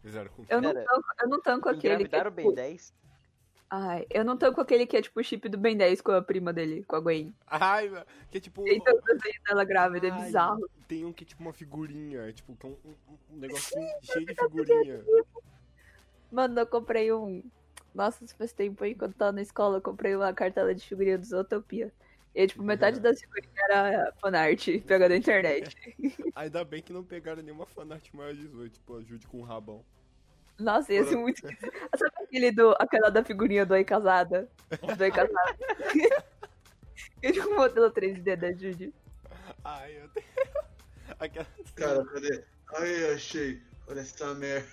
Fizeram um Eu não Cara, tanco, eu não tanco aquele. Que, é, Engravidaram o Ben tipo, 10? ai, eu não tanco aquele que é tipo o chip do Ben 10 com a prima dele, com a Gwen. Ai, meu, que é tipo. Uhum. Tem tanto desenho dela grávida, é Ai, bizarro. Tem um que é tipo uma figurinha, é tipo, que é um, um, um negócio cheio de figurinha. Mano, eu comprei um. Nossa, isso faz tempo aí, quando eu tava na escola, eu comprei uma cartela de figurinha do Zootopia. E, tipo, metade Uhum. das figurinhas era fanart, pegada da internet. Ainda bem que não pegaram nenhuma fanart maior de 18, tipo, ajude com o rabão. Nossa, ia ser muito esquisito. Ah, Sabe aquele do, aquela da figurinha do Oi Casada? Do Oi Casada. Eu tinha um modelo 3D da Judy. Ai, eu tenho. Aquela. Cara, cadê? Ai, achei. Olha essa merda.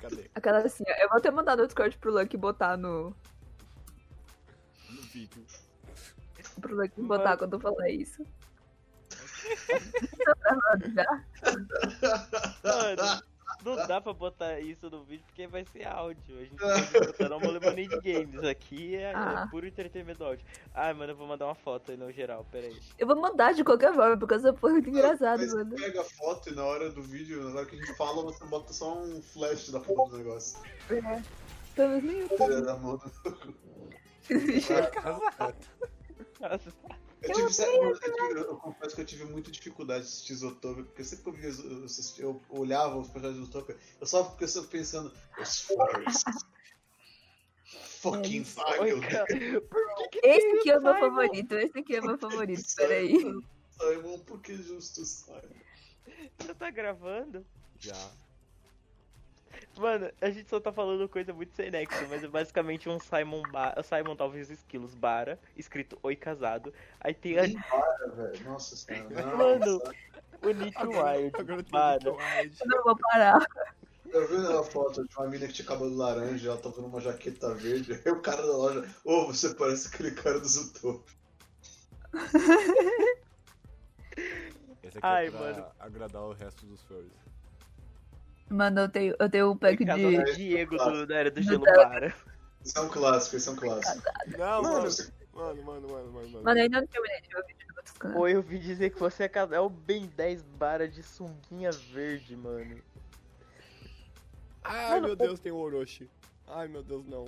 Cadê? Aquela assim, ó. Eu vou até mandar no Discord pro Lucky botar no. No vídeo. Pro Lucky botar quando é eu falar isso. Tá gravando já? Ah, Mano, não dá pra botar isso no vídeo porque vai ser áudio. A gente não pode botar não Molemony de Games. Aqui é, é Ah. puro entretenimento áudio. Ai, mano, eu vou mandar uma foto aí no geral, peraí. eu vou mandar de qualquer forma, porque essa porra é muito engraçada, Mas mano. pega a foto e na hora do vídeo, na hora que a gente fala, você bota só um flash da foto do negócio. Talvez nem eu. Filha da puta. Nossa, Eu, tive, sério, tipo, eu, tive- eu confesso que eu tive muita dificuldade de assistir Zootopia, porque sempre que eu, via, eu, assistia- eu olhava os personagens do Zootopia, eu só ficava só pensando, os Forest. Fucking É, Oi, Fagel. cara. Por que que Esse tem aqui é o meu Simon? favorito, esse aqui é o meu favorito, peraí. Simon, por que justo Simon? Já tá gravando? Já. Mano, a gente só tá falando coisa muito sem nexo, mas é basicamente um Simon Bara, Simon talvez esquilos Bara, escrito Oi Casado. Aí tem a- Nem para, velho. Nossa senhora. não, Mano. sabe? o Nick Agora Wild, tem Bara. o Wild. Eu não vou parar. Eu vi uma foto de uma mina que tinha cabelo laranja, ela tava numa jaqueta verde, aí o cara da loja, ô, você parece aquele cara do Zootopia. Esse aqui Ai, é pra mano. agradar o resto dos furries. Mano, eu tenho, eu tenho um pack Casado de. do Diego do, da Era do Gelo Não. Bara. Isso é um clássico, isso é um clássico. Não, Mano, mano. você- Mano, mano, mano, mano, mano. Mano, eu ainda não terminei de ver o vídeo do outros canais. Oi, eu ouvi dizer que você é casado. É o Ben 10 Bara de sunguinha verde, mano. Ai, Mano, meu Deus, tem o Orochi. Ai, meu Deus, não.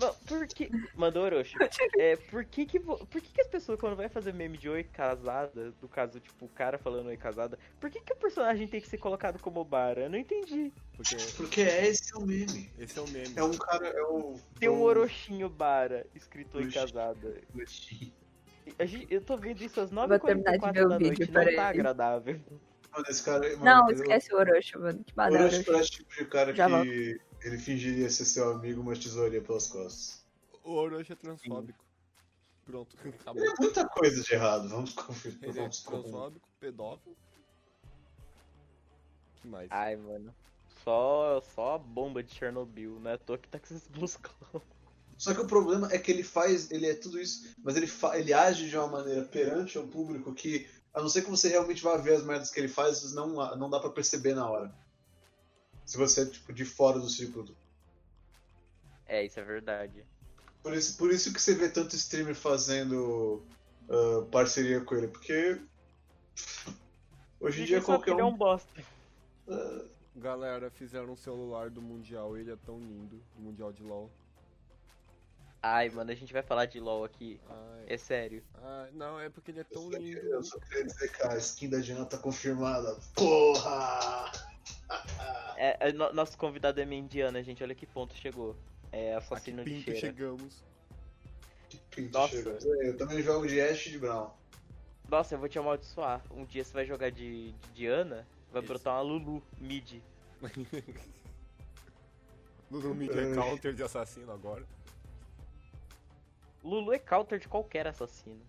Mano, por que. Mandou Orochi. É, por que que, vo- por que que as pessoas, quando vai fazer meme de oi casada, do caso, tipo, o cara falando oi casada, por que que o personagem tem que ser colocado como Bara? Eu não entendi. Porque Porque esse é o meme. esse é o meme. É um cara, é o. Tem um o- Orochinho Bara escrito oi Oxi. casada. A gente- Eu tô vendo isso às Vou terminar de 9h44 ver o da noite, vídeo, não peraí. tá agradável. Mano, esse cara. Não, mano, esquece o Orochi, mano. Que Eu, padrão. eu acho que é o tipo de cara Já que volto. ele fingiria ser seu amigo, mas tesouria pelas costas. O Orochi é transfóbico. Pronto, acabou. Ele é muita coisa de errado, vamos confirmar. Ele é Vamos confirmar. transfóbico, pedófilo. que mais? Ai, mano. Só, só a bomba de Chernobyl, né? Tô aqui tá com esses musclão. Só que o problema é que ele faz, ele é tudo isso, mas ele, fa- ele age de uma maneira perante ao público que, a não ser que você realmente vá ver as merdas que ele faz, não, não dá pra perceber na hora. Se você é, tipo, de fora do círculo. É, isso é verdade. Por isso, por isso que você vê tanto streamer fazendo ah, parceria com ele, porque. Hoje em dia qualquer ele é um. um bosta. Galera, fizeram um celular do Mundial, ele é tão lindo. Do Mundial de LOL. Ai, mano, a gente vai falar de LOL aqui. Ai, É sério. ai, não, é porque ele é um tão Eu lindo. só queria dizer que a skin da Diana tá confirmada. Porra! É, é, no- nosso convidado é mendiana, gente. Olha que ponto chegou. É A que Ah, assassino de pinto cheira. chegamos. Que pinto Nossa. chegou. Eu também jogo de Ash e de Brown. Nossa, eu vou te amaldiçoar. Um dia você vai jogar de, de Diana, vai Isso. brotar uma Lulu mid. Lulu Miguel é counter de assassino agora. Lulu é counter de qualquer assassino.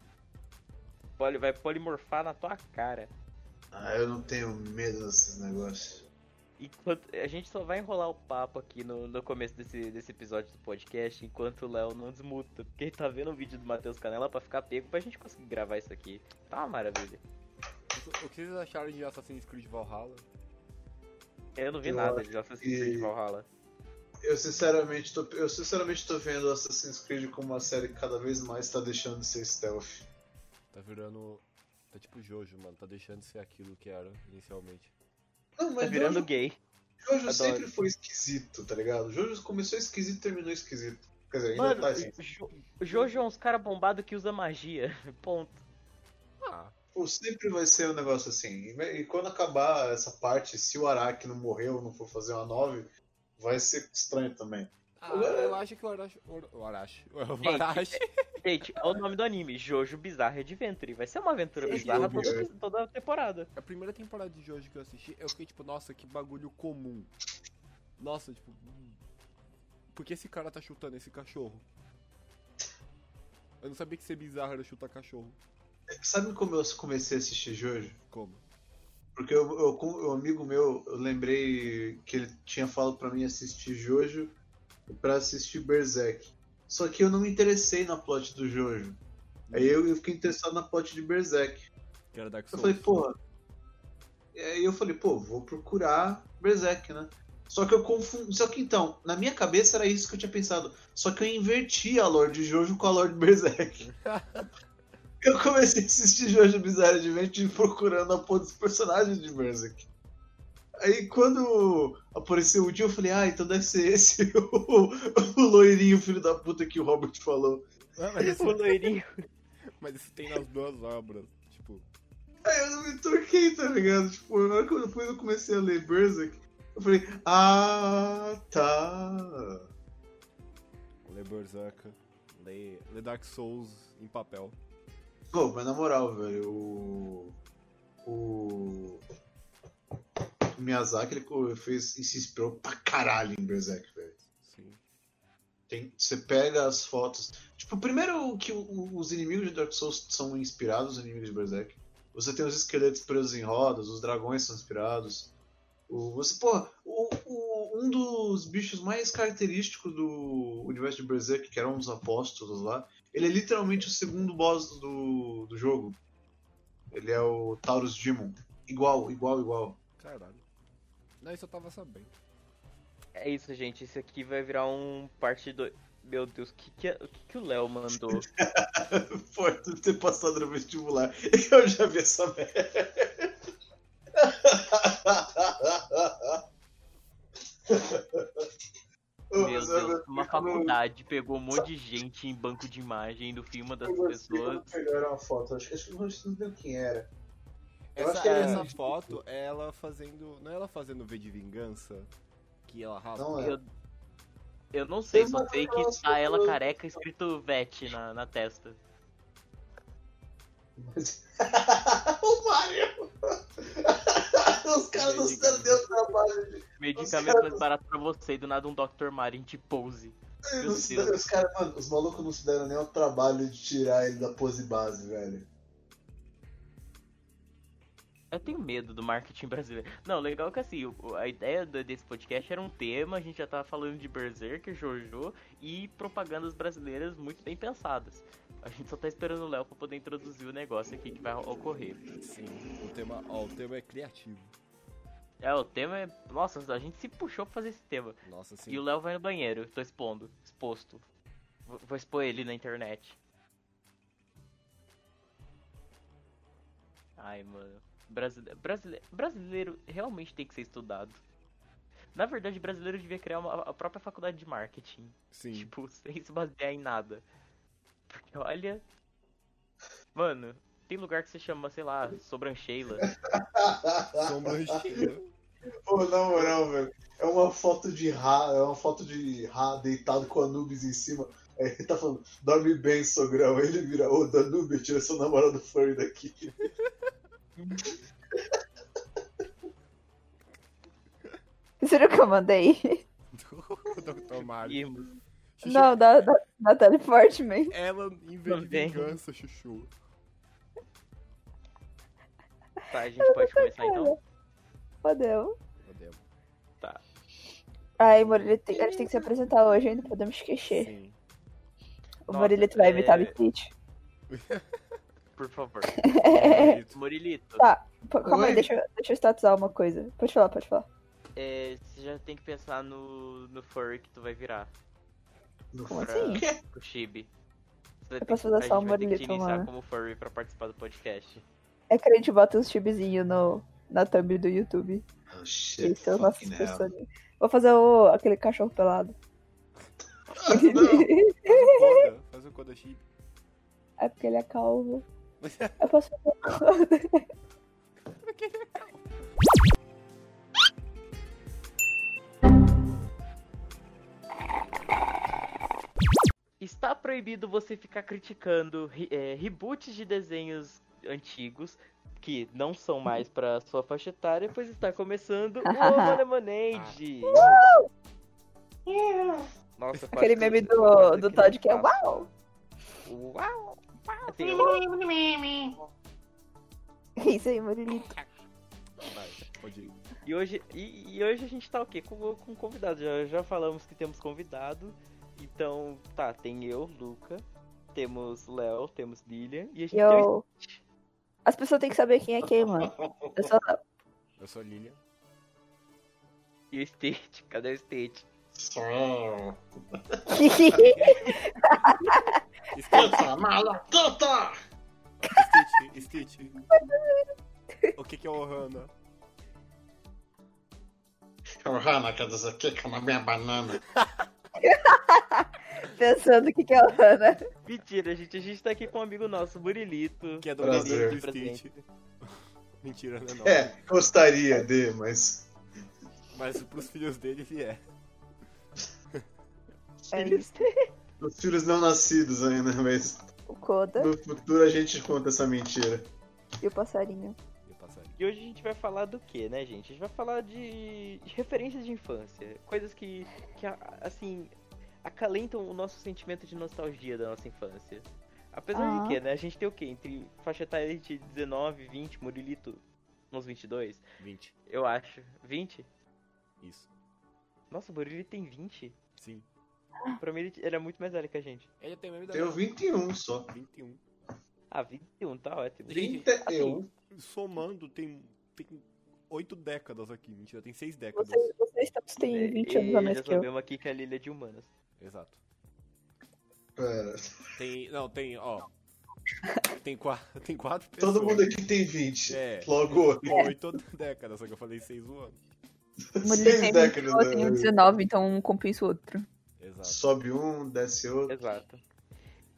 Poli, vai polimorfar na tua cara. Ah, eu não tenho medo desses negócios. Enquanto, a gente só vai enrolar o papo aqui no, no começo desse, desse episódio do podcast, enquanto o Léo não desmuta. Porque ele tá vendo o vídeo do Matheus Canela pra ficar pego pra gente conseguir gravar isso aqui. Tá uma maravilha. O que vocês acharam de Assassin's Creed Valhalla? Eu não vi Eu nada acho de Assassin's Creed que- Valhalla. Tá Eu sinceramente, tô, eu sinceramente tô vendo Assassin's Creed como uma série que cada vez mais tá deixando de ser stealth. Tá virando. Tá tipo Jojo, mano. Tá deixando de ser aquilo que era inicialmente. Não, Tá mas virando Jojo, gay. Jojo Adoro. sempre foi esquisito, tá ligado? Jojo começou esquisito e terminou esquisito. Quer dizer, ainda Mano, tá assim. Jo- Jojo é uns cara bombado que usa magia. Ponto. Ah, Pô, sempre vai ser um negócio assim. E, e quando acabar essa parte, se o Araki não morreu, não for fazer uma 9, vai ser estranho também. ah, eu acho que o Arashi. o- O Arashi. O Arashi. Gente, é o nome do anime, Jojo Bizarre Adventure. Vai ser uma aventura Sim, bizarra Jojo toda, toda temporada. A primeira temporada de Jojo que eu assisti, eu fiquei tipo, nossa, que bagulho comum. Nossa, tipo. hum, Por que esse cara tá chutando esse cachorro? Eu não sabia que ser bizarro era chutar cachorro. Sabe como eu comecei a assistir Jojo? Como? Porque eu, eu, com- um amigo meu, eu lembrei que ele tinha falado pra mim assistir Jojo pra assistir Berserk. Só que eu não me interessei na plot do Jojo. Aí eu, eu fiquei interessado na plot de Berserk. Que era Dark Eu Souls. falei, porra. E aí eu falei, pô, vou procurar Berserk, né? Só que eu confundi. Só que então, na minha cabeça era isso que eu tinha pensado. Só que eu inverti a lore de Jojo com a lore de Berserk. eu comecei a assistir Jojo Bizarre Adventure procurando a porra dos personagens de Berserk. Aí quando apareceu o dia, eu falei, ah, então deve ser esse o, o loirinho filho da puta que o Robert falou. Ah, mas, O isso, loirinho. mas isso tem nas duas obras. Tipo, Aí eu me torquei, tá ligado? Tipo, na hora que eu, depois eu comecei a ler Berserk, eu falei, ah, tá. lê Berserker, lê, lê Dark Souls em papel. Pô, mas na moral, velho, o. O. o Miyazaki, ele co- fez e se inspirou pra caralho em Berserk, velho. Sim. Tem- Você pega as fotos. Tipo, primeiro que o- o- os inimigos de Dark Souls são inspirados, os inimigos de Berserk. Você tem os esqueletos presos em rodas, os dragões são inspirados. O, você, porra, o- o- um dos bichos mais característicos do universo de Berserk, que era um dos apóstolos lá, ele é literalmente o segundo boss do, do jogo. Ele é o Taurus Demon. Igual, igual, igual. Caralho. Não, isso eu tava sabendo. É isso, gente. Isso aqui vai virar um parte 2. Meu Deus, o que, que, é- o que, que o Léo mandou? Por ter passado no vestibular. Eu já vi essa merda. Ô, Meu mas Deus, eu- uma eu não- faculdade pegou um monte de gente em banco de imagem do filme das eu gostei pessoas. quando pegaram uma foto. Acho que acho que eu não lembro quem era. Eu Essa, acho que é essa isso. foto é ela fazendo. Não é ela fazendo V de vingança? Que ela raspa. Não é. Eu, é eu não sei, Tem só uma sei é que daquelas está ela pessoas- careca escrito VET na, na testa. Mas- é. o Mario! Os caras não se deram deu trabalho. Medicamento mais barato pra você e do nada um Dr. Marin de pose. Eles Meu não se Deus. deram- os caras, mano, os malucos não se deram nem o trabalho de tirar ele da pose base, velho. Eu tenho medo do marketing brasileiro. Não, legal que assim, o- a ideia do- desse podcast era um tema, a gente já tava falando de Berserker, Jojo e propagandas brasileiras muito bem pensadas. A gente só tá esperando o Léo pra poder introduzir o negócio aqui que vai ocorrer. Sim. assim, O tema, ó, o tema é criativo. É, o tema é. Nossa, a gente se puxou pra fazer esse tema. Nossa, assim, sim. E o Léo vai no banheiro, tô expondo. Exposto. Vou, vou expor ele na internet. Ai, mano. Brasile... Brasile... Brasileiro realmente tem que ser estudado. Na verdade, brasileiro devia criar uma, a própria faculdade de marketing. Sim. Tipo, sem se basear em nada. Porque olha. Mano, tem lugar que se chama, sei lá, Sobrancheila. Sombra de- né? Pô, na moral, velho. É uma foto de Ra, é uma foto de Ra deitado com Anubis em cima. Aí ele tá falando, dorme bem, sogrão. Aí ele vira, ô Danube, tira seu namorado furry daqui. Será que eu mandei? do Dr. Mario. Ih, mano, Chuchu, Não, da, da, da Teleportman. Ela em vez de Também. vingança, Chuchu. Tá, a gente pode começar então? Podemos. Podemos. Ai, Morilito, tem- a gente tem que se apresentar hoje ainda, podemos esquecer. Sim. O Nossa, Morilito vai imitar é- o Kit. Por favor. É. Bonito. Murilito, Tá. Pô, Calma Oi. aí, deixa, eu- deixa eu estatizar uma coisa. Pode falar, pode falar. é, você já tem que pensar no, no furry que tu vai virar No Como furry. assim? pro Chibi. Você vai ter posso que- usar a gente só o vai ter que te Murilito, iniciar mano. como furry pra participar do podcast. É que a gente bota uns chibizinhos no, na thumb do YouTube. Oh, shit, Esse é o nosso fucking hell. personagem. Vou fazer o, aquele cachorro pelado. Não. Faz o Koda, um faz o Koda Chip. É porque ele é calvo. Mas- Eu posso fazer o Está proibido você ficar criticando re- é, reboots de desenhos antigos que não são mais pra sua faixa etária, pois está começando o Lemonade. Nossa, quase aquele que- meme do, quase do não Todd que é passa. uau! Uau! uau. Tem- É Isso aí, Marilito. Vai, pode ir. E hoje, e, e hoje a gente tá o quê? Com, com convidado. Já, já falamos que temos convidado. Então, tá, tem eu, Luca, temos Léo, temos Lilian e a gente E tem eu. o As pessoas têm que saber quem é quem, mano. Eu sou Eu sou a Lilian. e o State. Cadê o State? Só. Stitch, Canta, mala, canta! Stitch, Stitch. O que que é o Ohana? Ohana, quer dizer, quica na é minha banana. pensando o que, que é o Hannah. Mentira, gente. A gente tá aqui com um amigo nosso, Burilito. Que é do Prazer. Benito do Stitch. Presente. Mentira, não é não. É, gostaria de, mas. Mas pros filhos dele ele é. É É Os filhos não nascidos ainda, mas O Koda no futuro a gente conta essa mentira. e o passarinho. Ia passar aí. E hoje a gente vai falar do que, né, gente? A gente vai falar de, de referências de infância. Coisas que, que, a- assim, acalentam o nosso sentimento de nostalgia da nossa infância. Apesar Aham. de que, né? A gente tem o quê? Entre faixa etária de 19, 20, Murilito, uns 22, 20. eu acho. 20? Isso. Nossa, o Murilito tem 20? Sim. Ah. Pra mim ele t- ele é muito mais velho que a gente. Ele tem mesmo Eu 21 só. 21. Ah, 21, tá ótimo. Gente, assim, 31. Somando, tem, tem 8 décadas aqui. Mentira, tem 6 décadas. Vocês, vocês todos É, têm 20 anos a E um mais já que eu. sabemos aqui que a Lilia é de humanas. Exato. Pera. Tem. Não, tem, ó. Tem 4 tem quatro pessoas. Todo mundo aqui tem 20. É. Logo, Com 8 décadas, só que eu falei 6 no ano. Murilo seis tem décadas. 20, eu tenho né? 19, então um compensa o outro. Exato. Sobe um, desce outro. Exato.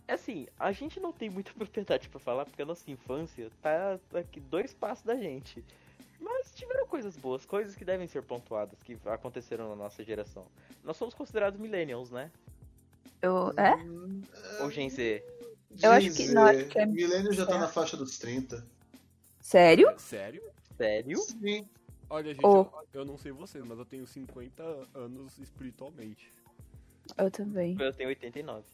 Assim, a gente não tem muita propriedade pra falar, porque a nossa infância tá tá aqui dois passos da gente. Mas tiveram coisas boas, coisas que devem ser pontuadas, que aconteceram na nossa geração. Nós somos considerados millennials, né? Eu, é? Hum, Ou Gen Z. Eu acho que- não, acho que é- Milênio já tá é. na faixa dos 30. Sério? É, Sério? Sério? Sim. Olha, gente, Ô. eu, eu não sei vocês, mas eu tenho 50 anos espiritualmente. Eu também. Eu tenho 89.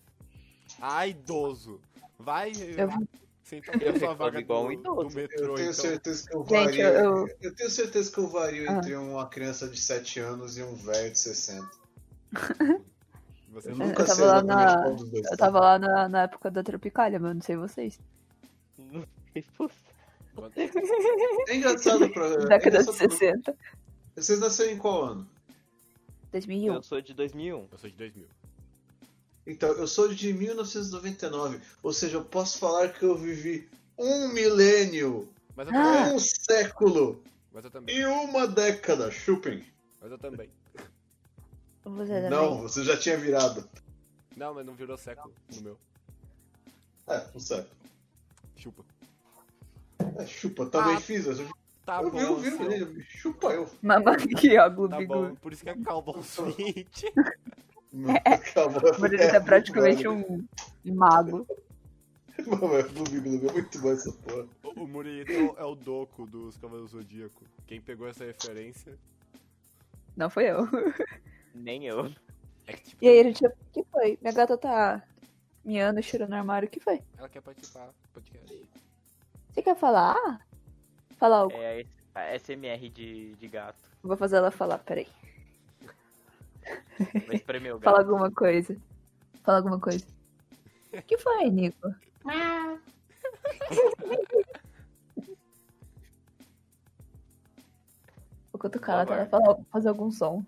Ah, idoso. Vai. Eu- Senta Eu na sua reclamo vaga igual um do, idoso. do metrô, Eu tenho então. certeza que eu vario. Gente, eu, eu- Eu tenho certeza que eu vario Ah. entre uma criança de 7 anos e um velho de 60. Você Eu não... nunca tava sei lá exatamente na- qual dos dois. tá. eu tava lá na, na época da Tropicália, mas eu não sei vocês. Não sei você. É engraçado pra. é Década de engraçado pra- 60. Vocês nasceram em qual ano? 2001. Eu sou de 2001. Eu sou de 2000. Então, eu sou de 1999, ou seja, eu posso falar que eu vivi um milênio, Mas eu Ah. também. um século Mas eu também. e uma década. Chupem. Mas eu também. Você também? Não, você já tinha virado. Não, mas não virou século no meu. É, um século. Chupa. É, chupa, também Ah, fiz. mas Eu, Tá eu bom. vi, eu vi o senhor. milênio. Chupa eu. Mamãe aqui, ó, Tá Gloob bom. Gloob. Por isso que é Calvão Smith. É, Acabou. O Murilo é praticamente um um mago. Mano, é Gloob Gloob, é muito bom essa porra. O o Murilo é o- é o Doco dos Cavaleiros do Zodíaco. Quem pegou essa referência Não foi eu. Nem eu. é que, tipo, E aí, gente, o que foi? Minha gata tá miando, cheirando no armário, o que foi? ela quer participar do podcast. Você quer falar? Ah, Fala algo. É a SMR de, de gato. Vou fazer ela falar, peraí. Mas pra meu Fala gato. alguma coisa. Fala alguma coisa. O que foi, Nico? Vou cutucar ela até ela falar, fazer algum som.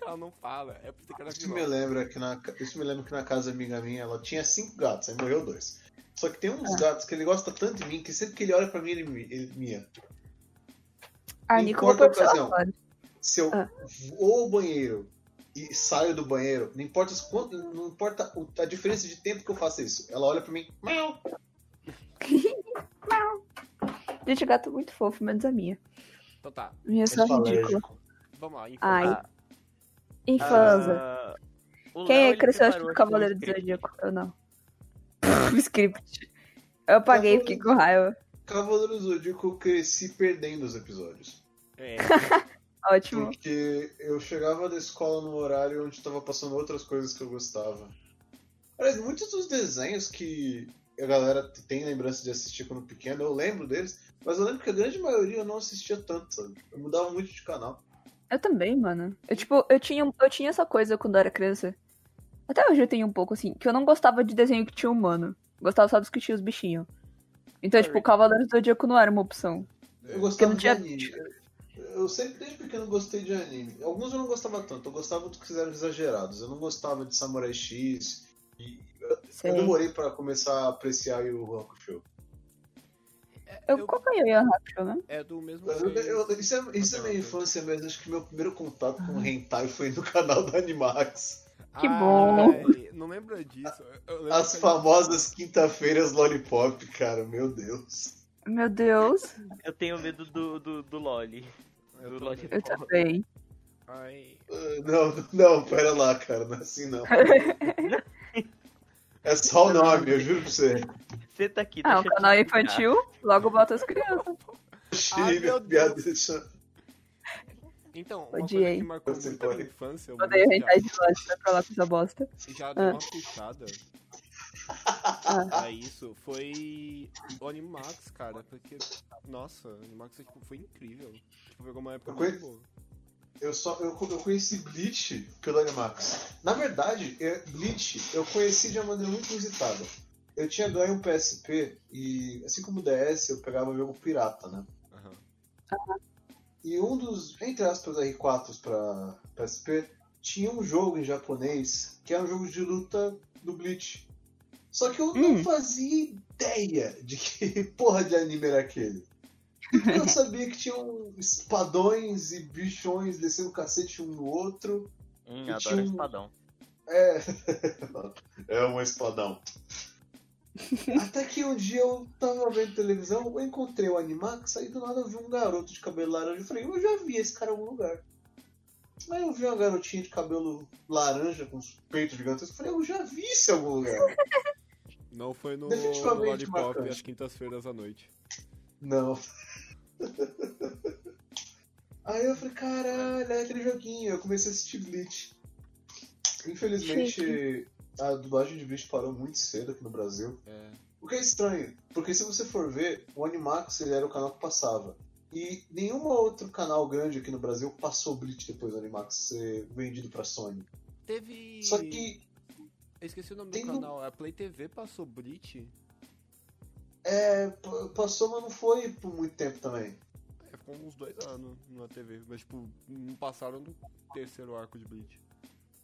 Ela não fala. É por isso que ela Isso me virou. lembra que na, isso me lembra que na casa amiga minha ela tinha cinco gatos, aí morreu dois. Só Ah. que tem uns gatos que ele gosta tanto de mim que sempre que ele olha pra mim, ele, mi- ele mia. Ah, Não Nico, importa é vou pôr a seu ocasião. fone. Se eu Ah. vou ao banheiro e saio do banheiro, não importa, os quanto, não importa o- a diferença de tempo que eu faça isso. Ela olha pra mim, "Miau". Gente, o gato é muito fofo, menos a minha. Então tá, Minha é só Eu sou ridícula. alérgico. vamos lá. Infância. Ai. Ah, Infância. ah, o Léo, Quem é ele que cresceu separou achando aqui um Cavaleiro do script. Zodíaco? Eu não. O script. Eu Tá apaguei, fiquei com raiva. Cavaleiro do Zodíaco, eu cresci perdendo os episódios. É, Ótimo. Porque eu chegava da escola no horário onde tava passando outras coisas que eu gostava. Aliás, muitos dos desenhos que a galera tem lembrança de assistir quando pequeno, eu lembro deles, mas eu lembro que a grande maioria eu não assistia tanto, sabe? Eu mudava muito de canal. Eu também, mano. Eu, tipo, eu tinha, eu tinha essa coisa quando eu era criança. Até hoje eu tenho um pouco, assim, que eu não gostava de desenho que tinha humano. Gostava só dos que tinha os bichinhos. Então, tipo, Cavaleiro do Zodíaco não era uma opção. Eu gostava Porque não de tinha- anime. Eu- Eu sempre, desde pequeno, gostei de anime. Alguns eu não gostava tanto, eu gostava dos que eram exagerados. Eu não gostava de Samurai X. E é eu Sei. demorei pra começar a apreciar o Hakusho. Eu, eu- qual que é o Yan Hakusho, né? é do mesmo Eu- eu- jeito. eu- isso é, isso é minha Caraca. infância mesmo. Acho que meu primeiro contato com hentai foi no canal da Animax. que bom. Ai, Não lembra disso. Eu- eu lembro As que- famosas quinta-feiras Lollipop, cara. Meu Deus. Meu Deus. É, Eu tenho medo do, do, do Loli. Eu do também. Eu Lollipop. também. Ai, Ah, Não, não, pera lá, cara. Não é assim, não. Ah, É só o nome, eu juro pra você. Senta aqui, Ah, um deixa eu te canal explicar. infantil, logo bota as crianças. Ai, meu Chega, piada deixa- Então, uma coisa Odiei. que marcou Você muito a minha pode. infância, eu Odeio já, hentai de longe, vai pra lá com essa bosta. já deu uma puxada Ah, a isso, foi o Animax, cara, porque, nossa, o Animax tipo, foi incrível. Tipo, pegou uma época Eu conhe- muito boa. Eu, só, eu, co- eu conheci Bleach pelo Animax. Na verdade, é- Bleach eu conheci de uma maneira muito inusitada. Eu tinha ganho um PSP e, assim como o DS, eu pegava jogo pirata, né? Aham. E um dos, entre aspas, R4s pra PSP, tinha um jogo em japonês que era um jogo de luta do Bleach. Só que eu não Hum. fazia ideia de que porra de anime era aquele. Eu sabia que tinham espadões e bichões descendo o cacete um no outro. Hum, Eu adoro tinha um- espadão. É. É um espadão. Até que um dia eu tava vendo televisão, eu encontrei um o Animax, aí do nada eu vi um garoto de cabelo laranja. Eu falei, eu já vi esse cara em algum lugar. Aí eu vi uma garotinha de cabelo laranja com os peitos gigantescos. Eu falei, eu já vi isso em algum lugar. Não foi no, no Definitivamente Lollipop marcante. às quintas-feiras à noite. Não. Aí eu falei, caralho, é aquele joguinho. Eu comecei a assistir Bleach. Infelizmente, a dublagem de Bleach parou muito cedo aqui no Brasil. É. O que é estranho, porque se você for ver, o Animax ele era o canal que passava. E nenhum outro canal grande aqui no Brasil passou Bleach depois do Animax ser vendido pra Sony. Teve. Só que, Eu esqueci o nome tem do um- canal. A Play TV passou Bleach. é, p- passou, mas não foi por muito tempo também. É, ficou uns dois anos na TV. Mas, tipo, não passaram do terceiro arco de Bleach.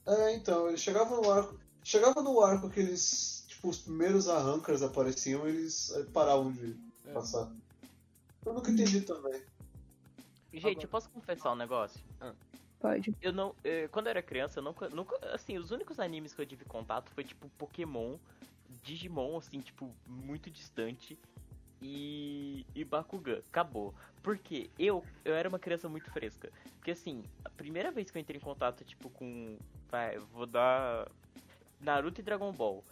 É, então, eles chegavam no arco. Chegava no arco que eles. Tipo, os primeiros arrancas apareciam eles eh, paravam de É. passar. Eu nunca entendi também. Gente, eu posso confessar um negócio? pode. Eu não. eh, quando eu era criança, eu nunca, nunca. Assim, os únicos animes que eu tive contato foi tipo Pokémon, Digimon, assim, tipo, muito distante. E. E Bakugan. Acabou. Porque eu, eu era uma criança muito fresca. Porque assim, a primeira vez que eu entrei em contato, tipo, com. Vai, eu vou dar. Naruto e Dragon Ball.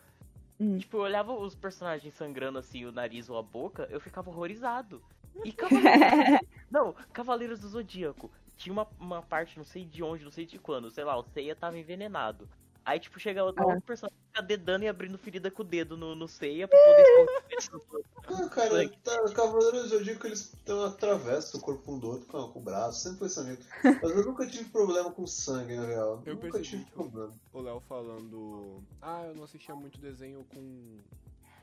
Hum. Tipo, eu olhava os personagens sangrando assim, o nariz ou a boca, eu ficava horrorizado. E Cavaleiros não, Cavaleiros do Zodíaco. Tinha uma, uma parte, não sei de onde, não sei de quando, sei lá, o Seiya tava envenenado. Aí, tipo, chega outro, Ah. outro personagem fica dedando e abrindo ferida com o dedo no, no Seiya pra poder esconder. Ah, cara, tá, Cavaleiros do Zodíaco eles tão atravessam o corpo um do outro com, com o braço, sempre foi sangrento. Mas eu nunca tive problema com sangue, na real. Eu nunca percebi. tive então. problema. O Léo falando. Ah, eu não assistia muito desenho com.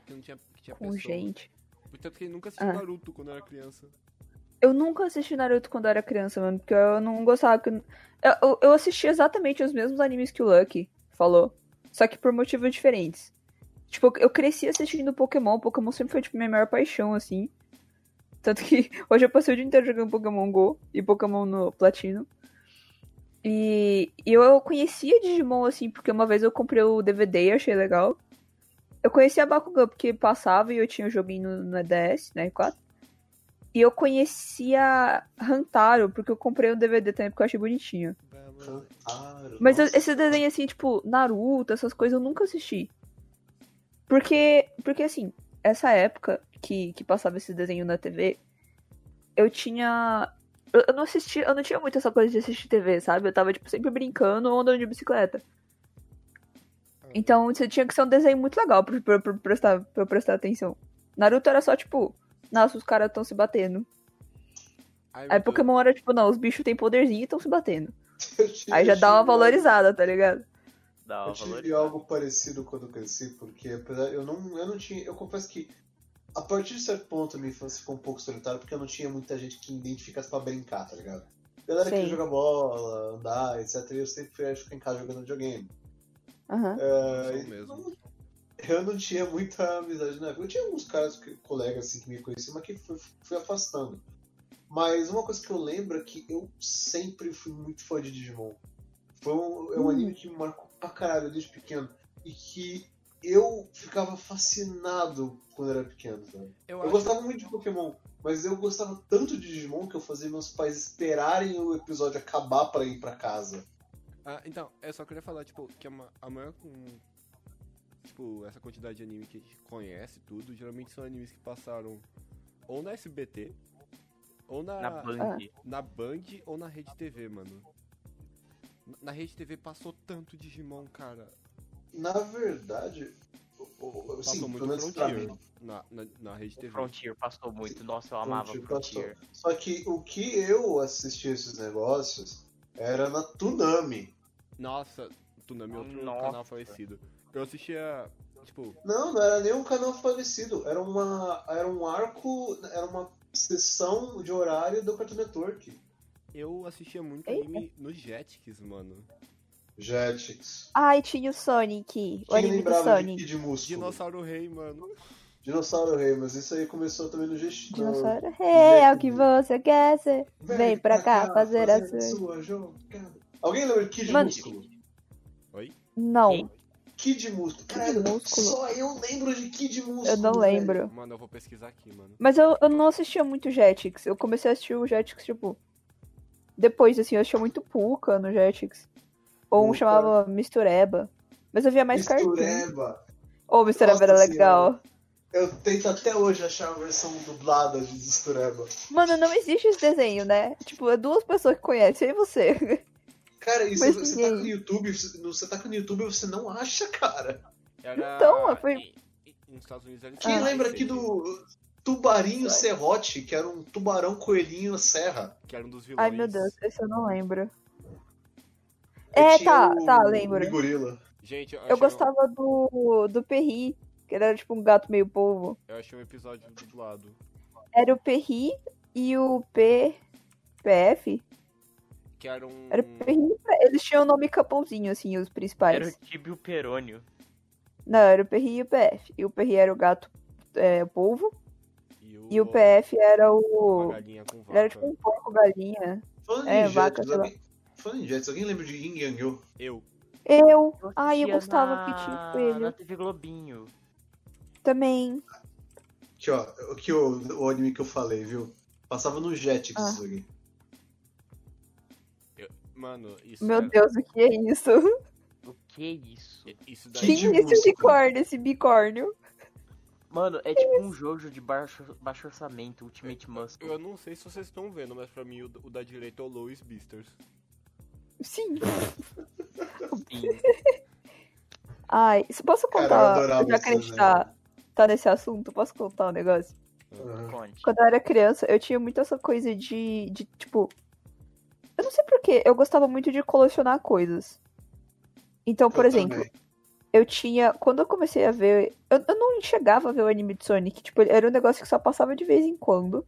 Que não tinha, que tinha Com pessoa. gente. Portanto, que ele nunca assistiu Ah. Naruto quando era criança. Eu nunca assisti Naruto quando eu era criança, mano, porque eu não gostava. que- Eu, eu, eu assisti exatamente os mesmos animes que o Lucky falou, só que por motivos diferentes. Tipo, eu cresci assistindo Pokémon, Pokémon sempre foi, tipo, minha maior paixão, assim. Tanto que hoje eu passei o dia inteiro jogando Pokémon GO e Pokémon no Platino. E e eu conhecia Digimon, assim, porque uma vez eu comprei o DVD e achei legal. Eu conhecia Bakugan porque passava e eu tinha o joguinho no, no DS, na R4. E eu conhecia Hantaro, porque eu comprei um DVD também, porque eu achei bonitinho. Tá Claro, Mas eu- nossa. esses desenhos assim, tipo, Naruto, essas coisas, eu nunca assisti. Porque, porque assim, essa época que, que passava esse desenho na TV, eu tinha. Eu, eu não assistia, eu não tinha muito essa coisa de assistir TV, sabe? Eu tava, tipo, sempre brincando ou andando de bicicleta. Então, você tinha que ser um desenho muito legal pra, pra, pra prestar, pra eu prestar atenção. Naruto era só, tipo, nossa, os caras tão se batendo. Ai, Aí meu Deus. Pokémon era, tipo, não, os bichos têm poderzinho e tão se batendo. Eu tive- Aí já dá uma eu tive- valorizada, tá ligado? Dá Eu uma tive valorizada. algo parecido quando eu cresci, porque apesar eu não, eu não tinha, eu confesso que a partir de certo ponto a minha infância ficou um pouco solitária porque eu não tinha muita gente que me identificasse pra brincar, tá ligado? Eu era que Sim. jogar bola, andar, etc. E eu sempre fui ficar em casa jogando videogame. Aham. É, Sou e mesmo. não- eu não tinha muita amizade na época. Eu tinha alguns caras, que- colegas assim, que me conheciam, mas que fui, fui afastando. Mas uma coisa que eu lembro é que eu sempre fui muito fã de Digimon. Foi um, é um Hum. anime que me marcou pra caralho desde pequeno. E que eu ficava fascinado quando era pequeno. Sabe? Eu Eu acho- gostava muito de Pokémon, mas eu gostava tanto de Digimon que eu fazia meus pais esperarem o episódio acabar pra ir pra casa. Ah, então, eu só queria falar, tipo, que a, ma- a maior. com- tipo, essa quantidade de anime que a gente conhece, tudo, geralmente são animes que passaram ou na SBT, ou na, Na Band. Ah. na Band, ou na Rede TV, mano. Na- Na Rede TV passou tanto Digimon, cara. Na verdade, o- o- assim, Passou pelo muito menos pra Frontier mim, na, na, na Rede O TV. Frontier passou muito. Nossa, eu amava Frontier Frontier. Só que o que eu assistia esses negócios era na Tsunami. Nossa, Tsunami é outro Nossa. canal falecido. Eu assistia, tipo, Não, não era nem um canal falecido. Era, uma, era um arco, era uma sessão de horário do Cartoon Network. eu assistia muito Eita. anime no Jetix, mano. Jetix. Ai, tinha o Sonic. O Quem anime do lembrava de Sonic. Kid Músculo? Dinossauro Rei, mano. Dinossauro Rei, mas isso aí começou também no Gestão. Dinossauro. Vem Hey, é o que você quer ser. Vem pra cá fazer a sua. sua jogada. Alguém lembra de Kid Mano- Músculo? Não, Kid Músculo. Caralho, Músculo. só eu lembro de Kid Músculo. eu não velho. lembro. Mano, eu vou pesquisar aqui, mano. Mas eu, eu não assistia muito Jetix. Eu comecei a assistir o Jetix, tipo. Depois, assim, eu assistia muito Puka no Jetix. Ou um Pucca. chamava Mistureba. Mas eu via mais cartoon. Mistureba. Ou Mistureba Nossa era Senhora. legal. Eu tento até hoje achar a versão dublada de Disturba. Mano, não existe esse desenho, né? Tipo, é duas pessoas que conhecem, eu e você. Cara, e se Mas você ninguém- taca no YouTube, você- no- você taca no YouTube você não acha, cara. Era... Então, foi- e- e- Nos Estados Unidos eles Quem Ah, lembra esse aqui aí, do Tubarinho Serrote, que era um tubarão coelhinho serra? Que era um dos vilões. Ai, meu Deus, esse eu não lembro. Eu É, tinha um tá, o- tá, O lembro. gorila. Gente, eu, achei Eu um- gostava do, do Perry, que era tipo um gato meio polvo. eu achei um episódio dublado. Era o Perry e o P. PF? Que era um. Era o Perry. e Pe- Eles tinham o nome capãozinho, assim, os principais. Era o Tibio Perônio. Não, era o Perry e o PF. E o Perry era o gato é, polvo. E o, E o PF era Uma o. galinha com Ele era vaca. tipo um porco galinha. Falando É, em vaca, Jets, sei lá. alguém... Falando em Jets, alguém lembra de Yin Yang Yo? Eu. Eu. Ai, assistia eu gostava na... que tinha um Na coelho. TV Globinho. Também. Que, ó, o que o, o anime que eu falei, viu? Passava no Jetix Ah. isso aqui. Mano, isso. Meu era- Deus, o que é isso? O que é isso? Isso Que daí. Quem é música. esse unicórnio, esse bicórnio? Mano, é tipo um jojo de baixo, baixo orçamento, Ultimate Muscle. Eu não sei se vocês estão vendo, mas pra mim o, o da direita é o Lois Beasters. Sim. Sim. Ai, se posso Cara, contar, eu adorava já esse que a gente desenho. tá, tá nesse assunto, posso contar um negócio? Aham. Conte. Quando eu era criança, eu tinha muito essa coisa de, de tipo. Eu não sei porquê, eu gostava muito de colecionar coisas. Então, por Eu exemplo, também. eu tinha. Quando eu comecei a ver. Eu, eu não chegava a ver o anime de Sonic. Tipo, era um negócio que só passava de vez em quando.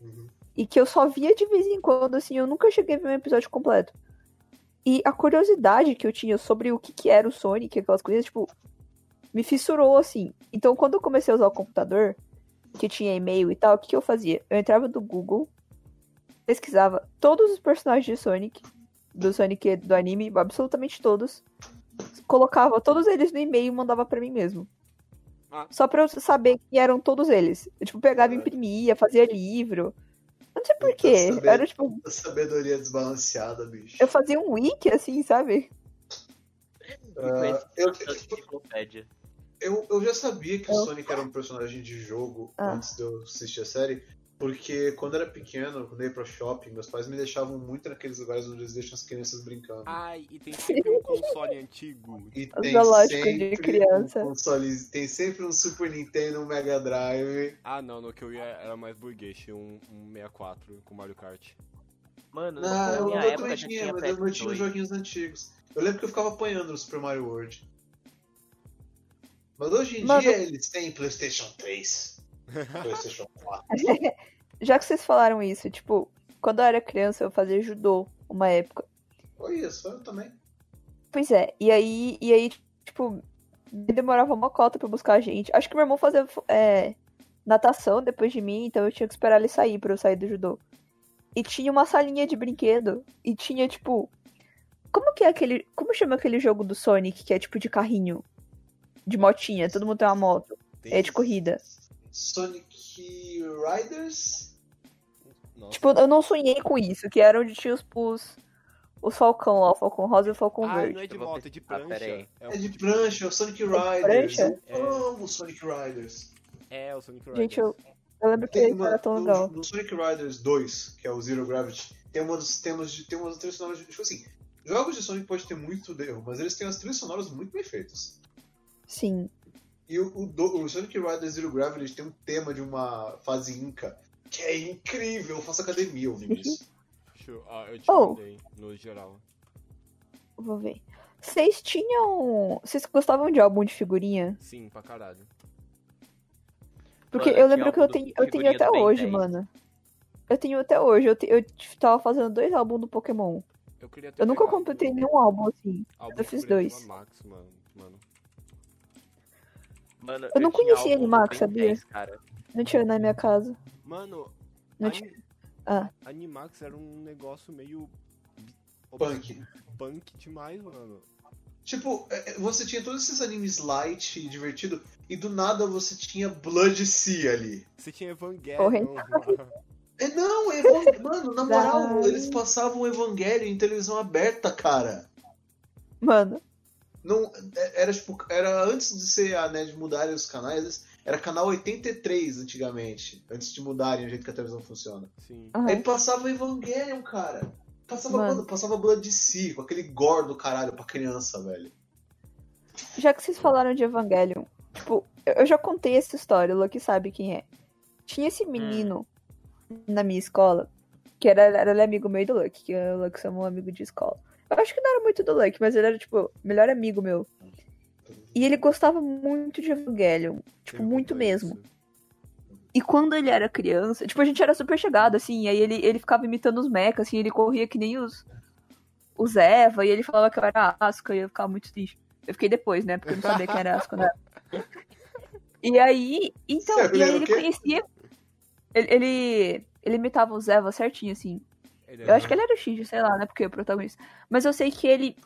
Uhum. E que eu só via de vez em quando, assim, eu nunca cheguei a ver um episódio completo. E a curiosidade que eu tinha sobre o que, que era o Sonic, aquelas coisas, tipo, me fissurou, assim. Então, quando eu comecei a usar o computador, que tinha e-mail e tal, o que, que eu fazia? Eu entrava do Google, pesquisava todos os personagens de Sonic, do Sonic do anime, absolutamente todos, colocava todos eles no e-mail e mandava pra mim mesmo. Ah. Só pra eu saber quem eram todos eles. Eu, tipo, pegava e Caralho. imprimia, fazia livro. Não sei Eu porquê. sabia. Era tipo. Sabedoria desbalanceada, bicho. Eu fazia um wiki, assim, sabe? Ah, eu, enciclopédia. eu, eu já sabia que Eu- o Sonic era um personagem de jogo Ah. antes de eu assistir a série, porque quando eu era pequeno, quando eu ia pro shopping, meus pais me deixavam muito naqueles lugares onde eles deixam as crianças brincando. Ai, e tem sempre um console antigo. E O tem zoológico de sempre criança. Um console, tem sempre um Super Nintendo, um Mega Drive. Ah, não, no que eu ia era mais burguês, tinha um, um 64 com Mario Kart. Mano, Não, na Ah, eu, minha eu época também já tinha, tinha mas eu, eu tinha os PS2. joguinhos antigos. Eu lembro que eu ficava apanhando no Super Mario World. Mas hoje em Mano- dia eles têm PlayStation 3, PlayStation 4. Já que vocês falaram isso, tipo, quando eu era criança eu fazia judô uma época. Olha isso, eu também. Pois é, e aí, e aí tipo, demorava uma cota pra buscar a gente. Acho que meu irmão fazia é, natação depois de mim, então eu tinha que esperar ele sair pra eu sair do judô. E tinha uma salinha de brinquedo, e tinha, tipo. Como que é aquele. Como chama aquele jogo do Sonic que é tipo de carrinho? De motinha, todo mundo tem uma moto. Tem- É de corrida. Sonic Riders? Nossa. Tipo, eu não sonhei com isso, que era onde tinha os, os, os Falcão lá, o Falcão Rosa e o Falcão ah, Um Verde. não é de Eu vou moto, é de pesquisar, prancha. peraí. um É de tipo- prancha, é o Sonic Riders. prancha? Eu amo Sonic Riders. É, o Sonic Riders. Gente, eu, eu lembro que Tem isso uma- era tão no- legal. No, Sonic Riders 2, que é o Zero Gravity, tem uma dos temas de. Tem umas trilhas sonoras. de- Tipo assim, jogos de Sonic pode ter muito erro, mas eles têm umas trilhas sonoras muito bem feitas. Sim. E o, o do- o Sonic Riders Zero Gravity tem um tema de uma fase Inca que é incrível. Eu faço academia ouvindo isso. Show. Ah, eu te Oh. mandei, no geral. Vou ver. Vocês tinham. Vocês gostavam de álbum de figurinha? Sim, pra caralho. Porque eu Mano, eu tinha lembro que eu álbum do- tenho, eu tenho figurinha do até Ben hoje, 10. mano. Eu tenho até hoje. Eu, te- eu t- tava fazendo dois álbuns do Pokémon. Eu queria ter Eu nunca pegado completei nenhum álbum assim. álbum eu de fiz Furiosa dois. Max, mano. mano. Mano, Eu não tinha conhecia álbum do Animax, Ben sabia? 10, cara. Não tinha na minha casa. Mano, Não ani- tinha. Ah. Animax era um negócio meio. bi- Punk. Punk demais, mano. Tipo, é- é- você tinha todos esses animes light e divertido, e do nada você tinha Blood Sea ali. Você tinha Evangelion. ah, É, não, Evan... mano, na moral, Ai. eles passavam o Evangelho em televisão aberta, cara. Mano, Não, é- era tipo, era antes de ser a NED mudarem os canais, era canal 83 antigamente, antes de mudarem o jeito que a televisão funciona. Sim. aham. Aí passava Evangelion, cara. Passava Uhum. Mano. mano, passava Blood de si, com aquele gore do caralho pra criança, velho. já que vocês falaram de Evangelion, tipo, eu eu já contei essa história, o Lucky sabe quem é. Tinha esse menino na minha escola, que era, era ele é amigo meu e do Lucky, que o Lucky chamou um amigo de escola. Eu acho que não era muito do Lucky, mas ele era, tipo, o melhor amigo meu. E ele gostava muito de Evangelion, tipo, Ele muito contou mesmo. isso. E quando ele era criança, tipo, a gente era super chegado, assim, e aí ele, ele ficava imitando os mechas, assim, ele corria que nem os, os Eva, e ele falava que eu era Asca, e eu ficava muito triste. Eu fiquei depois, né, porque eu não sabia quem era Asca, né? E aí, então, Você e aí era o ele quê? conhecia, ele, ele, ele imitava os Eva certinho, assim, Ele é eu acho que ele era o Shinji, sei lá, né? Porque é o protagonista. Mas eu sei que ele.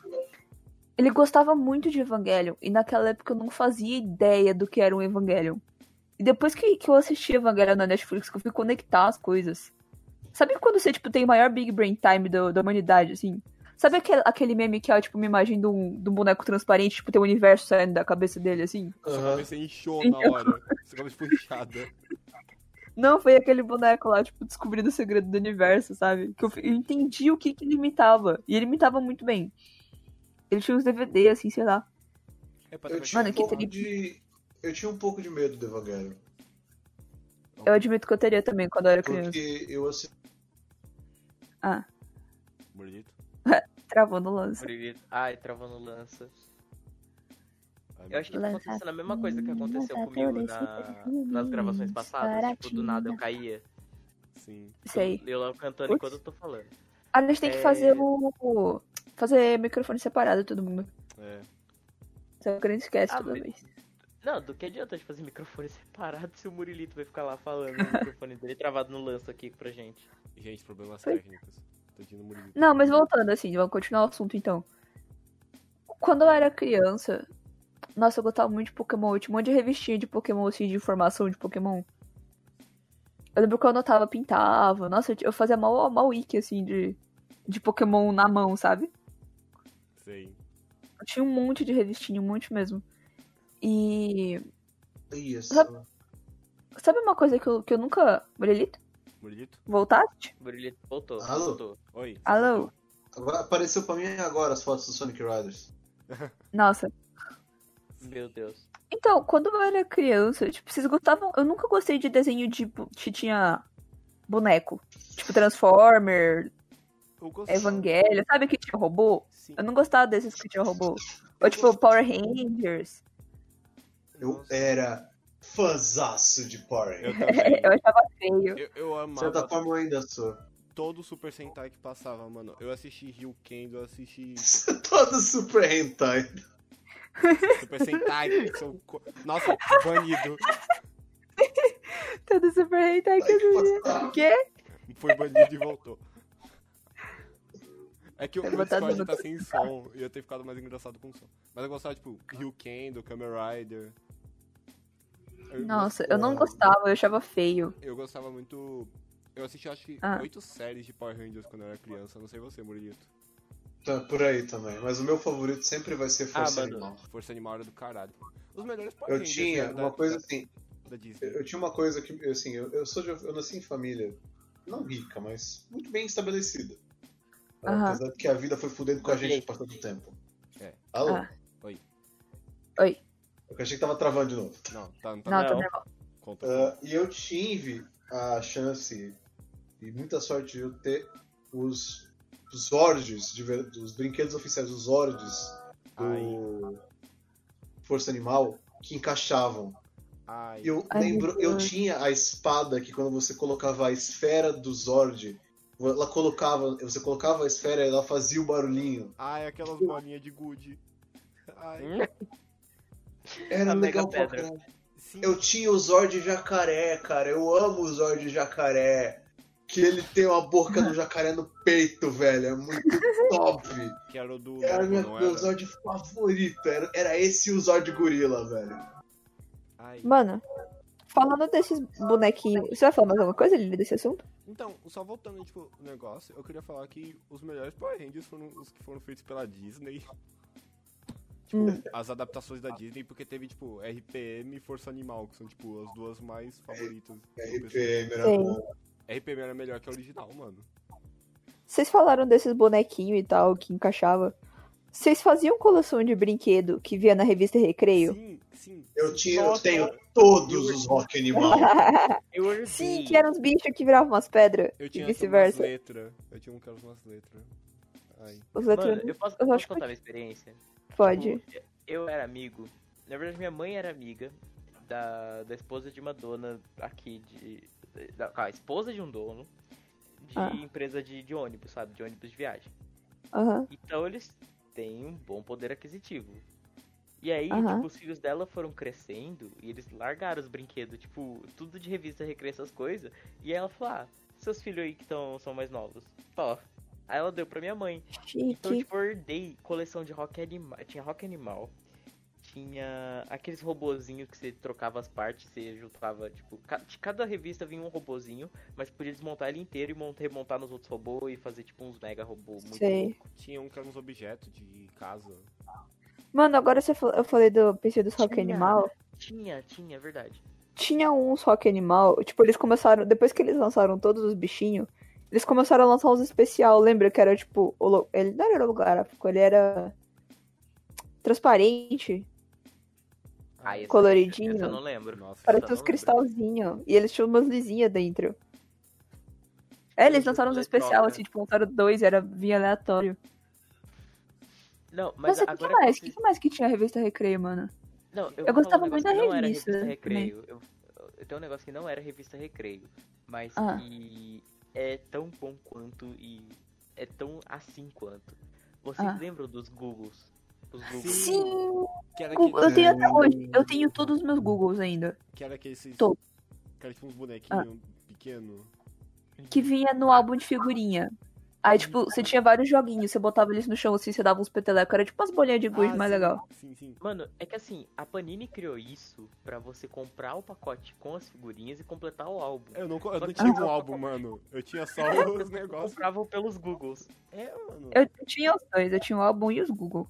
Ele gostava muito de Evangelion. E naquela época eu não fazia ideia do que era um Evangelion. E depois que, que eu assisti Evangelion na Netflix, que eu fui conectar as coisas. Sabe quando você, tipo, tem o maior Big Brain Time do- da humanidade, assim? Sabe aquele, aquele meme que é, tipo, uma imagem de um, de um boneco transparente, tipo, tem o universo saindo da cabeça dele, assim? Sua Aham. cabeça inchou na hora. Sua cabeça foi inchada. Não, foi aquele boneco lá, tipo, descobrindo o segredo do universo, sabe? Que eu, eu entendi o que, que ele imitava. E ele imitava muito bem. Ele tinha uns DVD, assim, sei lá. É pra Eu ter tinha Mano, um que pouco tri- de. Eu tinha um pouco de medo do Evangelho. Eu admito que eu teria também quando eu era criança. Porque eu assisti. Bonito. Travou no lance. Ai, travando lança. Ai, Eu meu acho que Deus. tá acontecendo a mesma coisa que aconteceu comigo na- nas gravações passadas. Tipo, do nada eu caía. Sim. Sei. Eu lá cantando Ups. enquanto eu tô falando. A gente tem que É. fazer o. o- Fazer microfone separado, todo mundo. É. Só que a gente esquece Ah, toda mas- vez. Não, do que adianta de fazer microfone separado se o Murilito vai ficar lá falando o microfone dele travado no lanço aqui pra gente. Gente, problemas Pois- é. técnicos. Tô aqui no Murilito. Não, mas voltando assim, vamos continuar o assunto então. Quando eu era criança, nossa, eu gostava muito de Pokémon. Eu tinha um monte de revistinha de Pokémon, assim, de informação de Pokémon. Eu lembro que eu anotava, pintava. Nossa, eu ti- eu fazia mal, mal wiki, assim, de, de Pokémon na mão, sabe? Sei. Eu tinha um monte de revistinha, um monte mesmo. E. Isso. Sabe uma coisa que eu, que eu nunca. Brilhito? Murilito? Voltaste? O Murilito voltou, Alô? voltou. Oi. Alô? Agora, apareceu pra mim agora as fotos do Sonic Riders. Nossa. Meu Deus. Então, quando eu era criança, tipo, vocês gostavam. Eu nunca gostei de desenho de bu- que tinha boneco. Tipo, Transformer, Eu É gostei. Evangelho, sabe que tinha robô? Sim. Eu não gostava desses que tinha robô. Ou tipo, Power Rangers. Eu era fãzaço de Power Eu Rangers. também. Eu achava feio. Eu, eu De amava certa forma, eu ainda sou. todo o Super Sentai que passava, mano. Eu assisti Rio Kendo, eu assisti Todo super hentai. Super Sentai. que são co- Nossa, banido. Todo super hentai que eu via. O quê? Foi banido e voltou. É que o Quero meu botar Discord tudo tá sem som. E eu ter ficado mais engraçado com som. Mas eu gostava, tipo, Rio Kendo, Kamen Rider. Eu Nossa, eu não gostava- gostava, eu achava feio. Eu gostava muito. Eu assisti acho que Ah. oito séries de Power Rangers quando eu era criança. Não sei você, Murilito. Tá por aí também. Mas o meu favorito sempre vai ser Força Ah, mano. Animal. Força Animal era do caralho. Os melhores Power Eu Rangers. tinha né, uma da, coisa assim. da Disney. Eu tinha uma coisa que, assim, eu, eu sou de, eu nasci em família não rica, mas muito bem estabelecida. Aham. Apesar de que a vida foi fudendo com a gente Ok. por tanto tempo. É. Alô? Ah. Oi. Oi. Eu achei que tava travando de novo. Não, tá, não tá. Não, tá Não. normal. Conta. Ah, e eu tive a chance e muita sorte de eu ter os, os Zords, de ver- dos brinquedos oficiais, os Zords Ai, do Força Animal, que encaixavam. ai. Eu Ai, lembro, meu eu Deus. tinha a espada que quando você colocava a esfera do Zord, ela colocava, você colocava a esfera e ela fazia o barulhinho. Ai, aquelas bolinhas de gude. Ai. Hum? Era A legal Mega pra Pedra. caralho. Sim. Eu tinha o Zord jacaré, cara. Eu amo o Zord jacaré. Que ele tem uma boca do jacaré no peito, velho. É muito top. Que era o do. Era Lobo, meu, não meu era? Zord favorito. Era, era esse e o Zord gorila, velho. Ai. Mano, falando desses bonequinhos. Você vai falar mais alguma coisa, Lili, desse assunto? Então, só voltando, tipo, o negócio, eu queria falar que os melhores Power Rangers foram os que foram feitos pela Disney. Tipo, Hum. As adaptações da Disney, porque teve, tipo, RPM e Força Animal, que são, tipo, as duas mais favoritas. RPM era Sim. bom. RPM era melhor que a original, mano. Vocês falaram desses bonequinhos e tal, que encaixava. Vocês faziam coleção de brinquedo que via na revista Recreio? Sim, sim. Eu, tinha, eu Nossa. tenho todos os Rock Animal. Eu ardei. Sim, que eram os bichos que viravam umas pedras Eu e tinha essa umas vice-versa. letras. Eu tinha um que era umas letras. Ai. Os Mano, letras eu posso, um eu posso acho que- contar minha experiência? pode. Tipo, eu era amigo. Na verdade, minha mãe era amiga da, da esposa de uma dona aqui de. Da, a esposa de um dono de Ah. empresa de, de ônibus, sabe? De ônibus de viagem. Aham. Então eles têm um bom poder aquisitivo. E aí, Aham. tipo, os filhos dela foram crescendo e eles largaram os brinquedos, tipo, tudo de revista recreio essas coisas. E ela falou, ah, seus filhos aí que tão, são mais novos. Ó. Aí ela deu pra minha mãe. Então, Chique. tipo, eu herdei coleção de rock animal. Tinha rock animal. Tinha aqueles robozinhos que você trocava as partes, você juntava, tipo, ca- de cada revista vinha um robozinho, mas podia desmontar ele inteiro e mont- remontar nos outros robôs e fazer tipo uns mega robôs muito Sei. Tinha um que era uns objetos de casa. Mano, agora você fal- eu falei do PC dos Rock Tinha. Animal. Tinha, tinha, é verdade. Tinha uns Rock Animal, tipo, eles começaram. Depois que eles lançaram todos os bichinhos, eles começaram a lançar uns especial. Lembra que era tipo. holo- Ele não era holográfico, ele era. transparente, Ah, essa, coloridinho. essa eu não lembro. Nossa, Parecia essa uns não- cristalzinhos. E eles tinham umas luzinhas dentro. É, eles lançaram uns especial, Eletrônica. assim, tipo, lançaram dois, era via aleatório. Não, mas Mas o que agora. mais? O que que mais que tinha a revista Recreio, mano? Não, eu, vou Eu gostava falar um muito negócio da que não era revista, revista né? recreio. Eu, eu tenho um negócio que não era revista recreio, mas Ah. que é tão bom quanto e é tão assim quanto. Vocês Ah. lembram dos Googles? Os Google. Sim! Que era Google, aquele- eu tenho até hoje. Eu tenho todos os meus Googles ainda. Que era aqueles. Tô. Ah. Que era tipo uns bonequinhos pequenos. Que vinha no álbum de figurinha. Aí, tipo, você tinha vários joguinhos, você botava eles no chão assim, você dava uns petelecos, era tipo umas bolinhas de gude Ah, mais sim, legal. Sim, sim. Mano, é que assim, a Panini criou isso pra você comprar o pacote com as figurinhas e completar o álbum. Eu não, co- eu Só não que tinha tinha um um álbum, pacote. mano. Eu tinha só os Eu negócios. comprava pelos Googles. É, mano. Eu tinha os dois, eu tinha o álbum e os Google.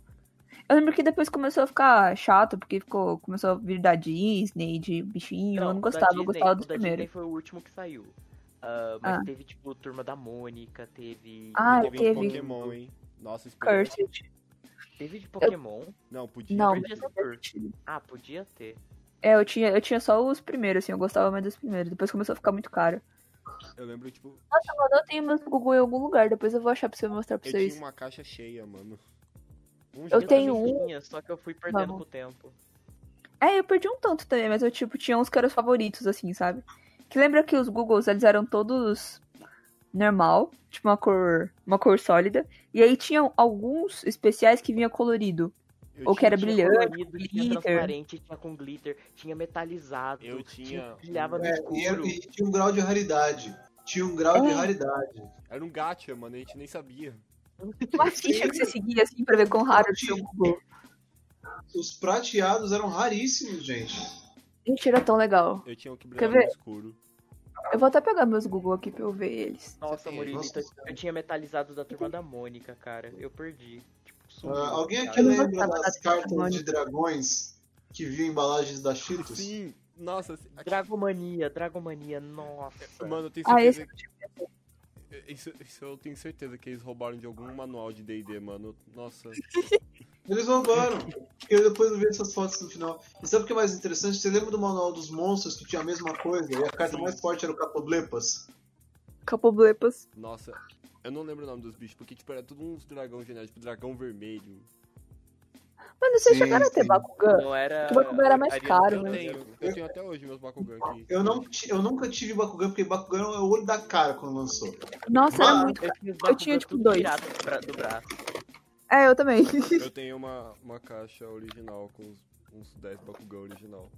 Eu lembro que depois começou a ficar chato, porque ficou, começou a vir da Disney, de bichinho. eu não o gostava, da eu Disney- gostava dos o da primeiros. Disney foi o último que saiu. Ah, mas Ah. teve, tipo, Turma da Mônica, teve. um Ah, teve, um teve. Pokémon, hein? Nossa, esse Pokémon- Cursed. Teve de Pokémon. Não, podia. Não, Podia ser Cursed. Ah, podia ter. é, eu tinha, eu tinha só os primeiros, assim, eu gostava mais dos primeiros. Depois começou a ficar muito caro. Eu lembro, tipo, Nossa, mano, eu tenho meus Google em algum lugar, depois eu vou achar pra você mostrar pra eu vocês. tinha uma caixa cheia, mano. Um Eu jogo. tenho também um. assim, tinha, só que eu fui perdendo Vamos. com o tempo. É, eu perdi um tanto também, mas eu, tipo, tinha uns que eram os favoritos, assim, sabe? Que lembra que os Googles, eles eram todos normal, tipo uma cor, uma cor sólida. E aí tinham alguns especiais que vinha colorido. Eu tinha- ou um, que era Tinha brilhante, colorido, tinha glitter. transparente, tinha com glitter, tinha metalizado. Eu tinha um que brilhava no É, e, era- escuro. e tinha um grau de raridade. Tinha um grau de É. raridade. Era um gacha, mano, a gente nem sabia. Uma ficha que você seguia, assim, pra ver quão raro era o seu Google. Os prateados eram raríssimos, gente. Ah, Gente, era tão legal. Eu tinha um que Quer brilhava no ver? escuro. Eu vou até pegar meus Google aqui pra eu ver eles. Nossa, Sim, Murilo, nossa então senhora. eu tinha metalizado da Turma da Mônica, cara. Eu perdi. Tipo, Ah, sumiu, alguém cara. aqui Eu não lembra gostava das da cartas Mônica. de dragões que viu embalagens da Cheetos? Sim, nossa. assim, aqui- Dragomania, Dragomania, nossa. Mano, eu tenho Ah, certeza esse Isso, isso eu tenho certeza que eles roubaram de algum manual de DD, mano. Nossa. Eles roubaram. Eu depois eu vi essas fotos no final. E sabe o que é mais interessante? Você lembra do manual dos monstros que tinha a mesma coisa? E a carta Sim. mais forte era o Capoblepas? Capoblepas. Nossa. Eu não lembro o nome dos bichos, porque, tipo, era tudo uns dragão genético, tipo, dragão vermelho. Mano, vocês Sim, chegaram a ter sim. Bakugan? Não era. O Bakugan era mais Ariana caro, Eu Grande, né? tenho, eu tenho até hoje meus Bakugan aqui. Eu, não ti- eu nunca tive Bakugan, porque Bakugan é o olho da cara quando lançou. Nossa, era Ah, muito Eu caro. tinha, os Eu tinha, Bakugan tipo, tudo dois. tirado do bra- do braço. É, eu também. Eu tenho uma, uma caixa original com uns, uns 10 Bakugan original.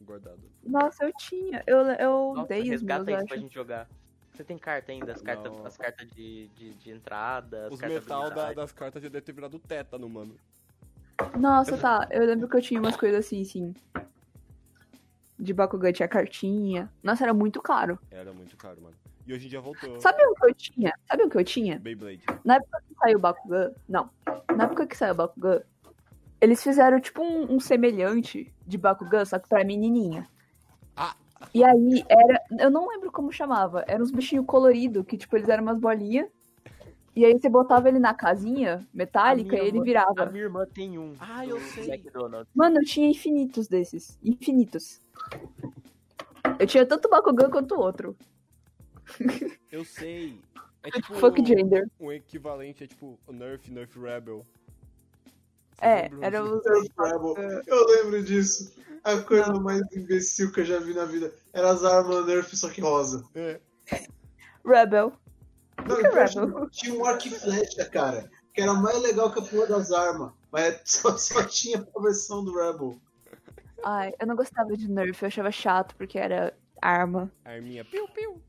Guardado. Nossa, eu tinha. Eu, eu Nossa, dei os meus, resgata eu isso pra acho. gente jogar. Você tem carta ainda? As cartas Não. as cartas de, de, de entrada, as Os cartas metal da- habilidade. das cartas já deve ter virado tétano, mano. Nossa, tá. Eu lembro que eu tinha umas coisas assim, sim. De Bakugan tinha cartinha. Nossa, era muito caro. Era muito caro, mano. E hoje em dia voltou. Sabe o que eu tinha? Sabe o que eu tinha? Beyblade. Na época que saiu o Bakugan. Não. Na época que saiu o Bakugan, eles fizeram tipo um, um semelhante de Bakugan, só que pra menininha. Ah. E aí era. Eu não lembro como chamava. Eram uns bichinhos coloridos, que tipo, eles eram umas bolinhas. E aí você botava ele na casinha metálica A e minha ele mãe- A virava. minha irmã tem um. Ah, eu do sei. McDonald's. Mano, eu tinha infinitos desses. Infinitos. Eu tinha tanto Bakugan quanto outro. Eu sei. É tipo Fuck gender. um equivalente, é tipo o Nerf, Nerf Rebel. Vocês É, lembram era disso? os. Eu, eu lembro disso. A coisa mais imbecil que eu já vi na vida era as armas Nerf, só que rosa. É. Rebel. Não, então, Que eu acho- Rebel? tinha um arco e flecha, cara. Que era mais legal que a porra das armas. Mas só, só tinha a versão do Rebel. Ai, eu não gostava de Nerf, eu achava chato porque era arma. Arminha. Piu, piu.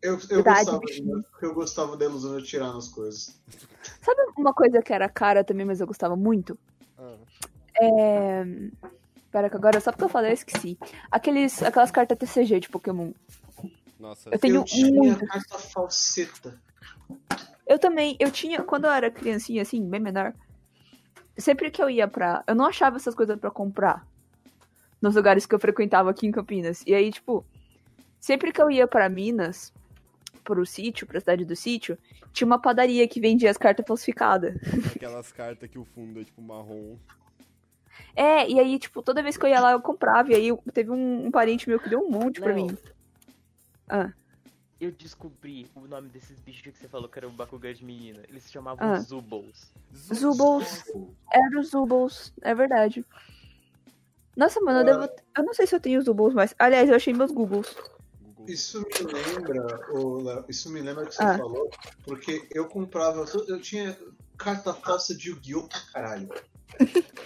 Eu, eu Verdade, gostava de bichinho. Nerf, porque eu gostava da ilusão de atirar nas coisas. Sabe uma coisa que era cara também, mas eu gostava muito? Ah. É. Pera que agora, só porque eu falei, eu esqueci. Aqueles, aquelas cartas TCG de Pokémon. Nossa. Eu tenho eu tinha muito. carta falseta. Eu também, eu tinha, quando eu era criancinha, assim, bem menor, sempre que eu ia pra. Eu não achava essas coisas pra comprar nos lugares que eu frequentava aqui em Campinas. E aí, tipo, sempre que eu ia pra Minas, pro sítio, pra cidade do sítio, tinha uma padaria que vendia as cartas falsificadas. Aquelas cartas que o fundo é tipo marrom. É, e aí, tipo, toda vez que eu ia lá, eu comprava. E aí eu- teve um, um parente meu que deu um monte pra Léo. mim. Ah. Eu descobri o nome desses bichos que você falou que era o Bakugan de menina. Eles se chamavam Ah. Zubols. Zubols. Era os Zubbles, é verdade. Nossa, mano, eu devo. Eu não sei se eu tenho os Zubbles mais. Aliás, eu achei meus Googles. Google. Isso me lembra, ô, Léo, isso me lembra o que você Ah. falou, porque eu comprava, eu tinha carta falsa de Yu-Gi-Oh! pra caralho.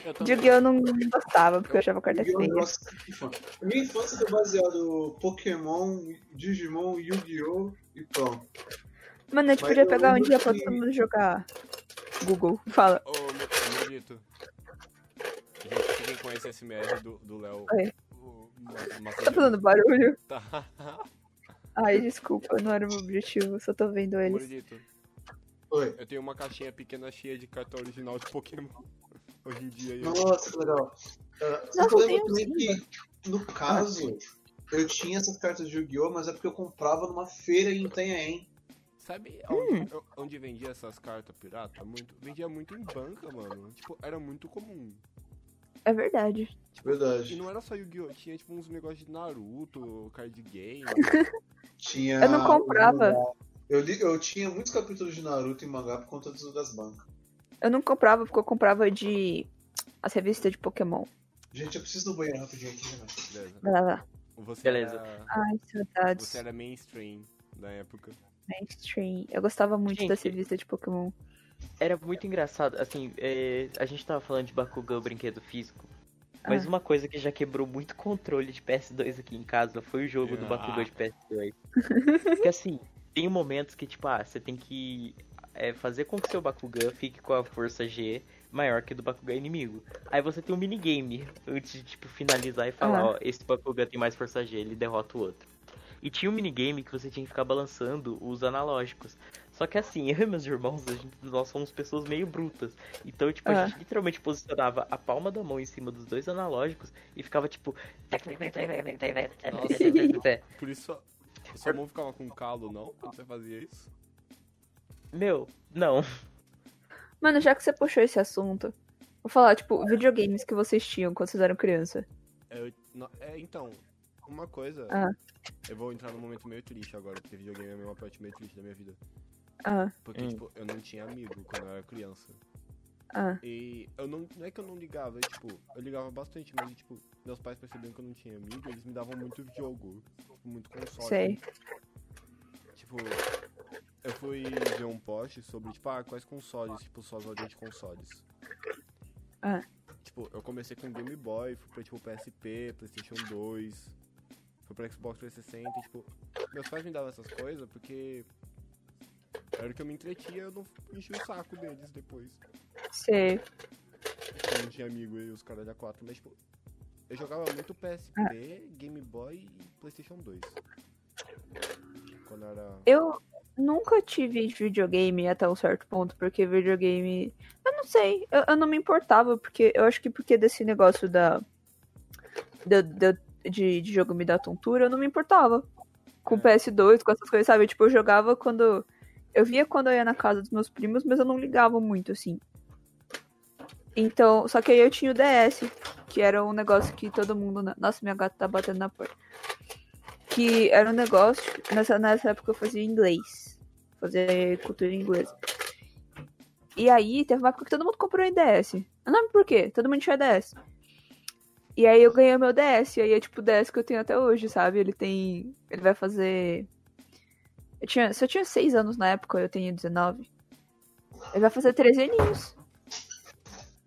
Eu também. Yu-Gi-Oh! não gostava, porque eu achava carta Yu-Gi-Oh! feia. Nossa, que fã. Minha infância foi baseada no Pokémon, Digimon, Yu-Gi-Oh! e pronto. Mano, a gente Mas podia eu pegar um lembro dia pra que- todo mundo jogar Google. Fala. Ô, meu maldito. Gente, fiquem com esse SMR do do Léo. Oi. O- uma- uma Tá coisa- fazendo barulho? Tá. Ai, desculpa, não era o meu objetivo, só tô vendo eles. Maldito. Oi. Eu tenho uma caixinha pequena cheia de carta original de Pokémon. Hoje em dia eu. Nossa, que legal. Ah, Nossa, tem eu lembro um também que, no caso, eu tinha essas cartas de Yu-Gi-Oh! mas é porque eu comprava numa feira em Itanhaém. Sabe onde, onde vendia essas cartas pirata? Muito, vendia muito em banca, mano. Tipo, era muito comum. É verdade. E Verdade. não era só Yu-Gi-Oh! Tinha tipo uns negócios de Naruto, card game. Tinha. Eu não comprava. Eu, li- eu tinha muitos capítulos de Naruto em mangá por conta dos- das bancas. Eu não comprava porque eu comprava de. As revistas de Pokémon. Gente, eu preciso do banheiro rapidinho aqui, né? Beleza. Vai lá, vai lá. Você Beleza. Era, Ai, saudades. você é era mainstream na época. Mainstream. Eu gostava muito Gente. das revistas de Pokémon. Era muito engraçado, assim, é, a gente tava falando de Bakugan, o brinquedo físico. Mas Ah. uma coisa que já quebrou muito controle de PS2 aqui em casa foi o jogo do Ah. Bakugan de PS2. Porque assim, tem momentos que, tipo, ah, você tem que é, fazer com que seu Bakugan fique com a força G maior que do Bakugan inimigo. Aí você tem um minigame antes de, tipo, finalizar e falar, Ah. ó, esse Bakugan tem mais força G, ele derrota o outro. E tinha um minigame que você tinha que ficar balançando os analógicos. Só que assim, eu e meus irmãos, a gente- nós somos pessoas meio brutas. Então, tipo, Ah. a gente literalmente posicionava a palma da mão em cima dos dois analógicos e ficava tipo. Por isso sua- sua mão ficava com calo, não? Quando você fazia isso? Meu, não. Mano, já que você puxou esse assunto, vou falar, tipo, videogames que vocês tinham quando vocês eram criança. Eu- no- é, então, uma coisa. Ah. Eu vou entrar num momento meio triste agora, porque videogame é uma parte meio triste da minha vida. Ah, Porque, Hum. tipo, eu não tinha amigo quando eu era criança. ah. E eu não. Não é que eu não ligava, eu, tipo, eu ligava bastante, mas, tipo, meus pais percebiam que eu não tinha amigo, eles me davam muito jogo, tipo, muito console. Sei. Tipo, eu fui ver um post sobre, tipo, ah, quais consoles, tipo, suas ordens de consoles. Ah. Tipo, eu comecei com Game Boy, fui pra, tipo, PSP, Playstation 2, fui pra Xbox 360, e, tipo, meus pais me davam essas coisas porque era o que eu me entretinha, eu não enchi o saco deles depois. Sei. Eu não tinha amigo e os caras da 4, mas, tipo, eu jogava muito PSP, Game Boy e Playstation 2. Quando era... Eu nunca tive videogame até um certo ponto, porque videogame. Eu não sei, eu, eu não me importava, porque eu acho que porque desse negócio da. da, da- de, de jogo me dar tontura, eu não me importava. Com o PS2, com essas coisas, sabe? Tipo, eu jogava quando. Eu via quando eu ia na casa dos meus primos, mas eu não ligava muito, assim. Então, só que aí eu tinha o DS, que era um negócio que todo mundo. na- Nossa, minha gata tá batendo na porta que era um negócio. Nessa, nessa época eu fazia inglês. Fazer cultura inglesa. E aí teve uma época que todo mundo comprou um DS. Eu não lembro por quê, todo mundo tinha um DS. E aí eu ganhei o meu DS, e aí é tipo o DS que eu tenho até hoje, sabe? Ele tem. Ele vai fazer. Eu tinha, se eu tinha 6 anos na época, eu tenho 19. Ele vai fazer 13 aninhos.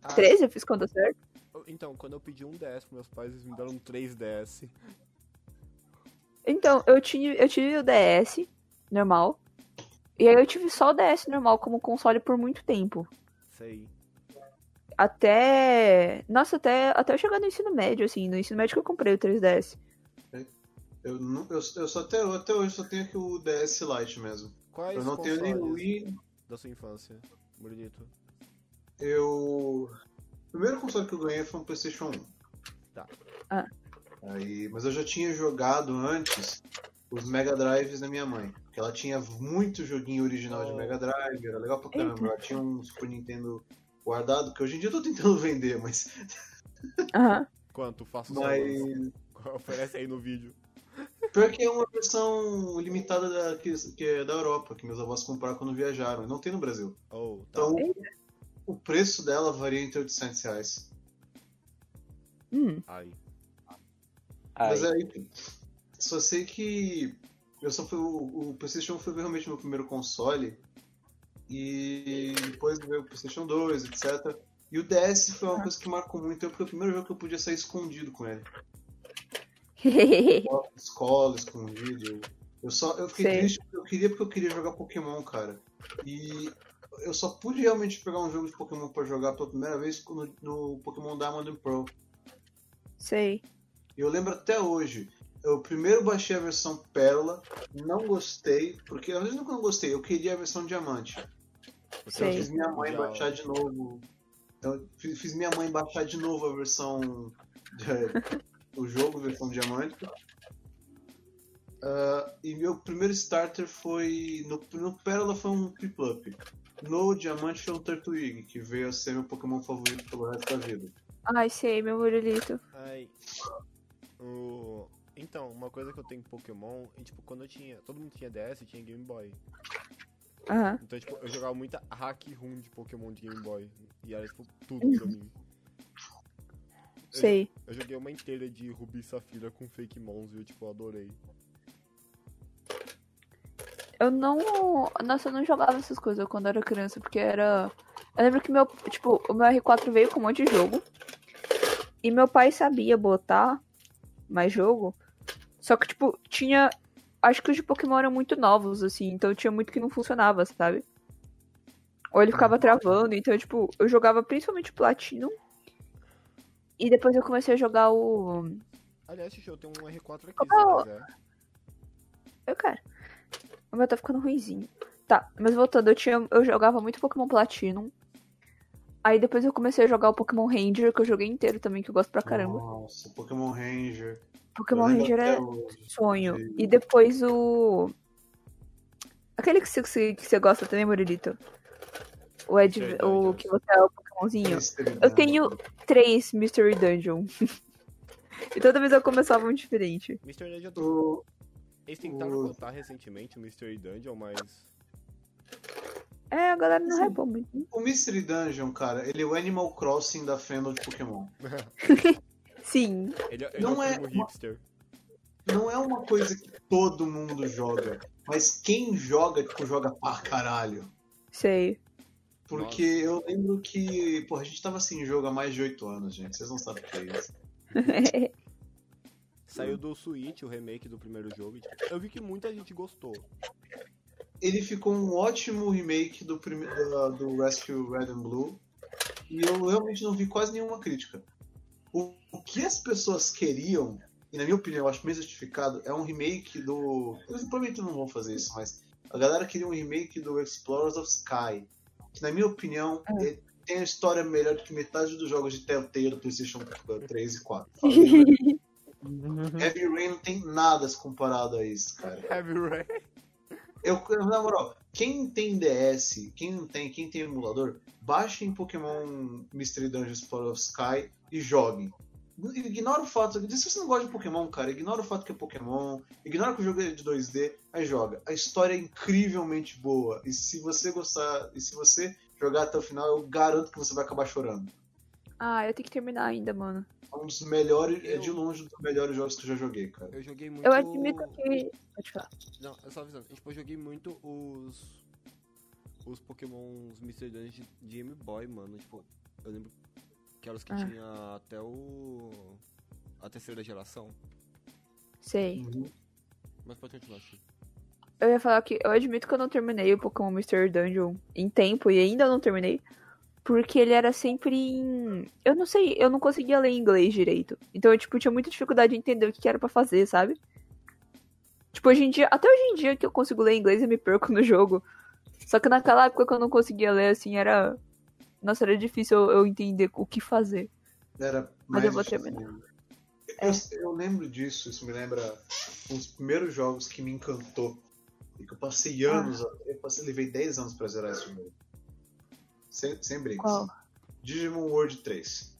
Ah, 13, eu fiz conta certa. Então, quando eu pedi um DS pros meus pais, eles me deram um três DS. Então, eu tive, eu tive o DS normal. E aí eu tive só o DS normal como console por muito tempo. Sei. Até. Nossa, até, até eu chegar no ensino médio, assim. No ensino médio que eu comprei o 3DS. Eu, não, eu, eu só até, eu até hoje só tenho aqui o DS Lite mesmo. Quais Eu não tenho nem o consoles Wii. da sua infância, Murilito? Eu. O primeiro console que eu ganhei foi um PlayStation 1. Tá. Ah. Aí, mas eu já tinha jogado antes os Mega Drives da minha mãe. Porque ela tinha muito joguinho original de Oh. Mega Drive, era legal pra caramba. Ela tinha um Super Nintendo guardado, que hoje em dia eu tô tentando vender, mas. Aham. Quanto? Faço mas... mas... Oferece aí no vídeo. Pior que é uma versão limitada da, que, que é da Europa, que meus avós compraram quando viajaram. e Não tem no Brasil. Oh, tá. Então, o preço dela varia entre 800 reais. Hum. Ai. Mas Ai, aí, só sei que eu só fui, o, o PlayStation foi realmente meu primeiro console. E depois veio o PlayStation 2, etc. E E o DS foi uma coisa que marcou muito eu, porque foi o primeiro jogo que eu podia sair escondido com ele. Escola, escondido. Eu só eu fiquei Sei. triste porque eu queria porque eu queria jogar Pokémon, cara. E eu só pude realmente pegar um jogo de Pokémon pra jogar pela primeira vez no, no Pokémon Diamond and Pearl. Sei. E eu lembro até hoje. Eu primeiro baixei a versão Pérola, não gostei, porque às vezes nunca não gostei, eu queria a versão Diamante. Então Sei. eu fiz minha mãe Já- baixar de novo. Então eu fi- fiz minha mãe baixar de novo a versão. de- o jogo, versão diamante. Ah, e meu primeiro starter foi. No, no Pérola foi um Piplup. No Diamante foi um Turtwig, que veio a ser meu Pokémon favorito pelo resto da vida. Ai, sei, meu murulito. Ai. O- Então, uma coisa que eu tenho em Pokémon, e tipo, quando eu tinha. Todo mundo tinha DS e tinha Game Boy. Aham. Então, tipo, eu jogava muita hack room de Pokémon de Game Boy. E era, tipo, tudo pra mim. Sei. Eu joguei uma inteira de Rubi e Safira com fake mons e eu, tipo, adorei. Eu não. Nossa, eu não jogava essas coisas quando era criança, porque era. Eu lembro que meu. Tipo, o meu R4 veio com um monte de jogo. E meu pai sabia botar mais jogo. Só que, tipo, tinha. Acho que os de Pokémon eram muito novos, assim, então tinha muito que não funcionava, sabe? Ou ele ficava travando, então, tipo, eu jogava principalmente Platinum. E depois eu comecei a jogar o. Aliás, Xuxa, eu tenho um R4 aqui, Qual- se você quiser. Eu quero. O meu tá ficando ruinzinho. Tá, mas voltando, eu, tinha, eu jogava muito Pokémon Platinum. Aí depois eu comecei a jogar o Pokémon Ranger, que eu joguei inteiro também, que eu gosto pra caramba. Nossa, Pokémon Ranger. Pokémon Eu um lembro Ranger é até hoje. sonho. Sim. E depois o. Aquele que você, que você- que você gosta também, Murilito? O, Ed, Mystery o Dungeon. que você é o Pokémonzinho. Mister Eu tenho três Mystery Dungeon. e toda vez eu começava um diferente. Mystery Dungeon, eu tô- O- eles tentaram o- botar recentemente o Mystery Dungeon, mas... É, a galera não Sim. hypou muito. né? O Mystery Dungeon, cara, ele é o Animal Crossing da fandom de Pokémon. Sim, é, Ele, ele Não é é um primo uma- hipster. Não é uma coisa que todo mundo joga, mas quem joga, tipo, joga pra caralho. sei. Porque eu lembro que, porra, a gente tava sem jogo há mais de 8 anos, gente. Vocês não sabem o que é isso. Saiu do Switch, o remake do primeiro jogo. e, tipo, eu vi que muita gente gostou. Ele ficou um ótimo remake do, prime- da- do Rescue Red and Blue. E eu realmente não vi quase nenhuma crítica. O, o que as pessoas queriam, e na minha opinião eu acho bem justificado, é um remake do. Eles provavelmente não vão fazer isso, mas a galera queria um remake do Explorers of Sky. Que na minha opinião ele tem a história melhor do que metade dos jogos de Telltale do PlayStation 3 e 4. Heavy Rain não tem nada se comparado a isso, cara. Heavy Rain. Eu, na moral, quem tem DS, quem não tem, quem tem emulador, baixem Pokémon Mystery Dungeon Explorer of Sky e joguem. Ignora o fato. Se você não gosta de Pokémon, cara, ignora o fato que é Pokémon, ignora que o jogo é de 2D, aí joga. A história é incrivelmente boa. E se você gostar, e se você jogar até o final, eu garanto que você vai acabar chorando. Ah, eu tenho que terminar ainda, mano. É um dos melhores, é de longe um dos melhores jogos que eu já joguei, cara. Eu joguei muito... Eu admito que. Pode falar. Não, eu só avisando. Tipo, eu joguei muito os. Os Pokémons Mystery Dungeon de, de Game Boy, mano. Tipo, eu lembro que eram os que Ah. tinha até o. A terceira geração. Sei. Mas pode continuar, Chico. Eu ia falar que eu admito que eu não terminei o Pokémon Mystery Dungeon em tempo e ainda não terminei. Porque ele era sempre em. Eu não sei, eu não conseguia ler em inglês direito. Então eu, tipo, tinha muita dificuldade de entender o que que era pra fazer, sabe? Tipo, hoje em dia. Até hoje em dia que eu consigo ler em inglês e me perco no jogo. Só que naquela época que eu não conseguia ler, assim, era. Nossa, era difícil eu- eu entender o que fazer. Era Mas mais eu vou difícil terminar. É. ainda. Eu, eu lembro disso, isso me lembra um dos primeiros jogos que me encantou. E que eu passei Ah. anos, eu passei, levei 10 anos pra zerar esse jogo. Sem, sem brinks. Qual? Digimon World 3.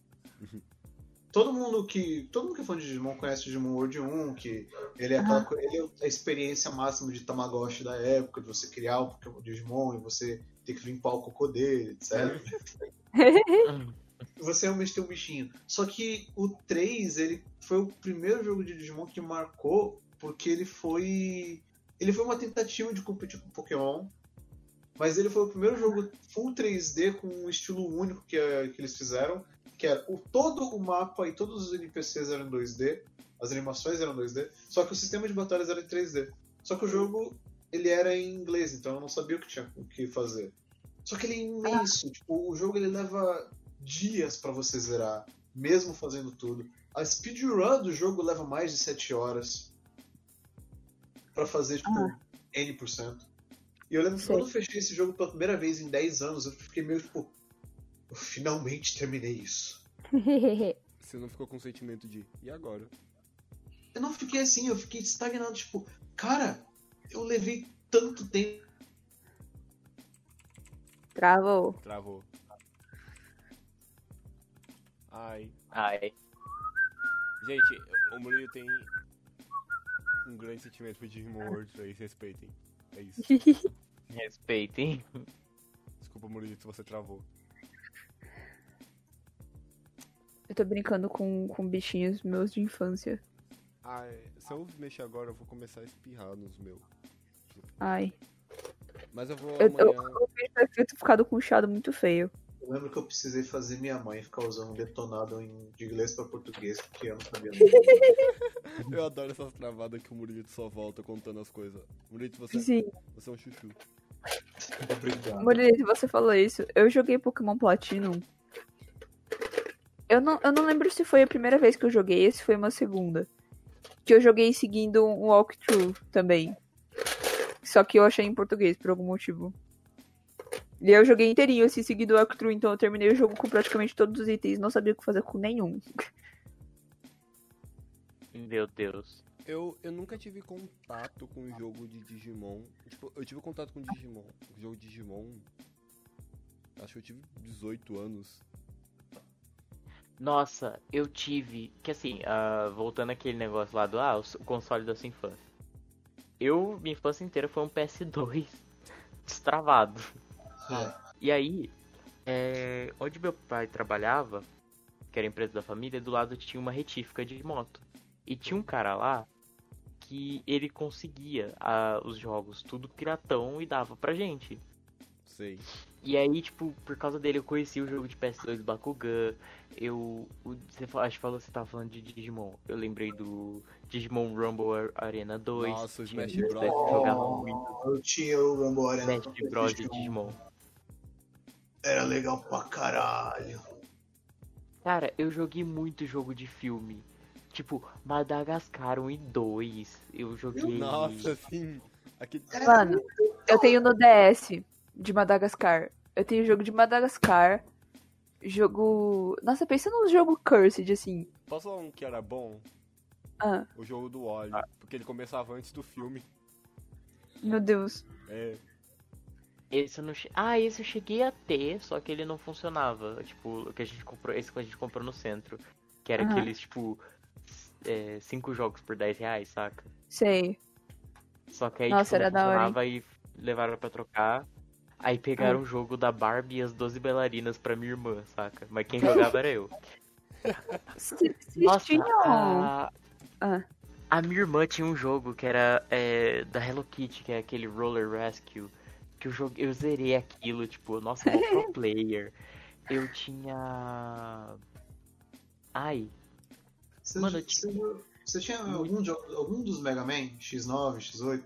Todo mundo que. Todo mundo que é fã de Digimon conhece o Digimon World 1, que ele é, aquela, co- ele é a experiência máxima de Tamagotchi da época, de você criar o Pokémon Digimon e você ter que limpar o cocô dele, etc Uhum. você realmente tem um bichinho. Só que o 3, ele foi o primeiro jogo de Digimon que marcou, porque ele foi. Ele foi uma tentativa de competir com o Pokémon. Mas ele foi o primeiro jogo full 3D com um estilo único que, eh, que eles fizeram, que era o, todo o mapa e todos os NPCs eram 2D, as animações eram 2D, só que o sistema de batalhas era em 3D. Só que o jogo ele era em inglês, então eu não sabia o que tinha o que fazer. Só que ele é imenso, tipo, o jogo ele leva dias pra você zerar, mesmo fazendo tudo. A speedrun do jogo leva mais de 7 horas Pra fazer tipo N%. E eu lembro que Sei. quando eu fechei esse jogo pela primeira vez em 10 anos, eu fiquei meio tipo, eu finalmente terminei isso. Você não ficou com o sentimento de, e agora? Eu não fiquei assim, eu fiquei estagnado, tipo, cara, eu levei tanto tempo Travou. Travou. Ai. Ai. Gente, o Murilo tem um grande sentimento por Digimon World 3, respeitem. É isso. Respeitem. Desculpa, Murilo, se você travou. Eu tô brincando com, com bichinhos meus de infância. Ah, é, se eu mexer agora, eu vou começar a espirrar nos meus. Ai. Mas eu vou Eu, eu, amanhã. eu fiz perfeito ficado com um chiado muito feio. Eu lembro que eu precisei fazer minha mãe ficar usando detonado em, de inglês pra português, porque eu não sabia nada. Eu adoro essas travadas que o Murilo só volta contando as coisas. Murilo, você, Sim. você é um chuchu. Obrigado. Murilo, você falou isso. Eu joguei Pokémon Platinum. Eu não, eu não lembro se foi a primeira vez que eu joguei, se foi uma segunda. Que eu joguei seguindo um walkthrough também. Só que eu achei em português, por algum motivo. E eu joguei inteirinho, assim, seguindo o walkthrough, então eu terminei o jogo com praticamente todos os itens, não sabia o que fazer com nenhum. Meu Deus. Eu, eu nunca tive contato com o jogo de Digimon. Tipo, eu tive contato com Digimon. O jogo Digimon. Acho que eu tive 18 anos. Nossa, eu tive. Que assim, ah, voltando aquele negócio lá do. Ah, o s- o console da sua infância. Eu, minha infância inteira foi um PS2 destravado. É. E aí, é, onde meu pai trabalhava, que era a empresa da família, do lado tinha uma retífica de moto. E tinha um cara lá que ele conseguia ah, os jogos tudo piratão e dava pra gente. Sei. E aí, tipo, por causa dele eu conheci o jogo de PS2 do Bakugan. Eu. o- você fa- acho que falou que você tava falando de Digimon. Eu lembrei do Digimon Rumble Ar- Arena 2. Nossa, o Tinha Smash um Bros. que Oh, jogava muito eu tinha o Rumble Arena. Smash Bros. de Digimon. Era legal pra caralho. Cara, eu joguei muito jogo de filme. Tipo, Madagascar 1 e 2. Eu joguei. Nossa, sim. Aqui. Mano, eu tenho no DS de Madagascar. Eu tenho jogo de Madagascar. Jogo. Nossa, pensa num jogo Cursed, assim. Posso falar um que era bom? Ah, O jogo do Wally. Porque ele começava antes do filme. meu Deus. É. Esse eu não che... Ah, esse eu cheguei a ter, só que ele não funcionava. Tipo, o que a gente comprou, esse que a gente comprou no centro. Que era Aham. aqueles, tipo, 5 jogos por 10 reais, saca? Sei. Só que aí Nossa, tipo, não era da hora, hein? Hum. funcionava e levaram pra trocar. Aí pegaram o jogo da Barbie e as 12 bailarinas pra minha irmã, saca? Mas quem jogava era eu. Se, se Nossa, tinham. a... Ah. a minha irmã tinha um jogo que era é, da Hello Kitty, que é aquele Roller Rescue. Que eu, joguei, eu zerei aquilo, tipo, nossa, eu pro player. Eu tinha. Ai, Você, Mano, eu você, você tinha algum, jogo- algum dos Mega Man? X9, X8? um,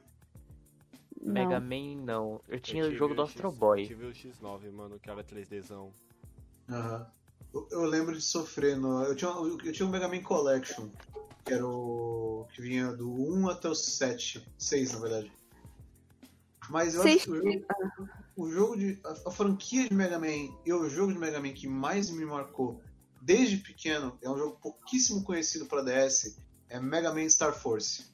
Não. Mega Man não. Eu tinha Eu o jogo tive do X- Astro Boy. Eu tive o X9, mano, que era 3Dzão. Aham. Eu, eu lembro de sofrer no. Eu tinha, eu, eu tinha um Mega Man Collection, que era o. que vinha do 1 até o 7. 6, na verdade. Mas eu Seis- acho que o jogo, o jogo de. A, a franquia de Mega Man e o jogo de Mega Man que mais me marcou desde pequeno é um jogo pouquíssimo conhecido pra DS. É Mega Man Star Force.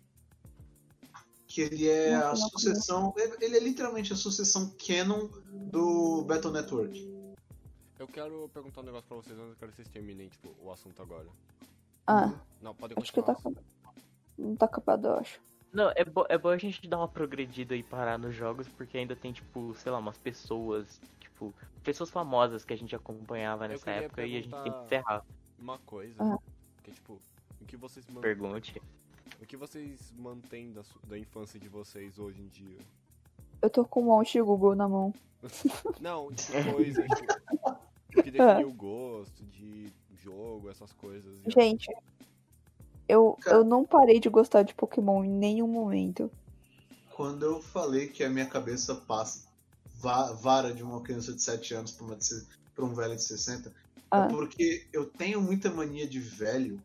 Que ele é Nossa, a não sucessão. ele- Ele é literalmente a sucessão canon do Battle Network. Eu quero perguntar um negócio pra vocês, mas eu quero que vocês terminem, tipo, o assunto agora. Ah, Não, podem acho que continuar. tá. Não tá capado, eu acho. Não, é, bo é bom a gente dar uma progredida e parar nos jogos, porque ainda tem, tipo, sei lá, umas pessoas, tipo, pessoas famosas que a gente acompanhava Eu nessa queria época e a gente tem que perguntar- encerrar. Uma coisa, Ah. que é tipo, o que vocês man- Pergunte. o que vocês mantêm da, su- da infância de vocês hoje em dia? Eu tô com um monte de Google na mão. Não, de coisas, tipo, que definiu o gosto de jogo, essas coisas. E- Gente, eu, Cara. eu não parei de gostar de Pokémon em nenhum momento. Quando eu falei que a minha cabeça passa va- vara de uma criança de 7 anos pra, uma de se- pra um velho de 60, Ah. é porque eu tenho muita mania de velho,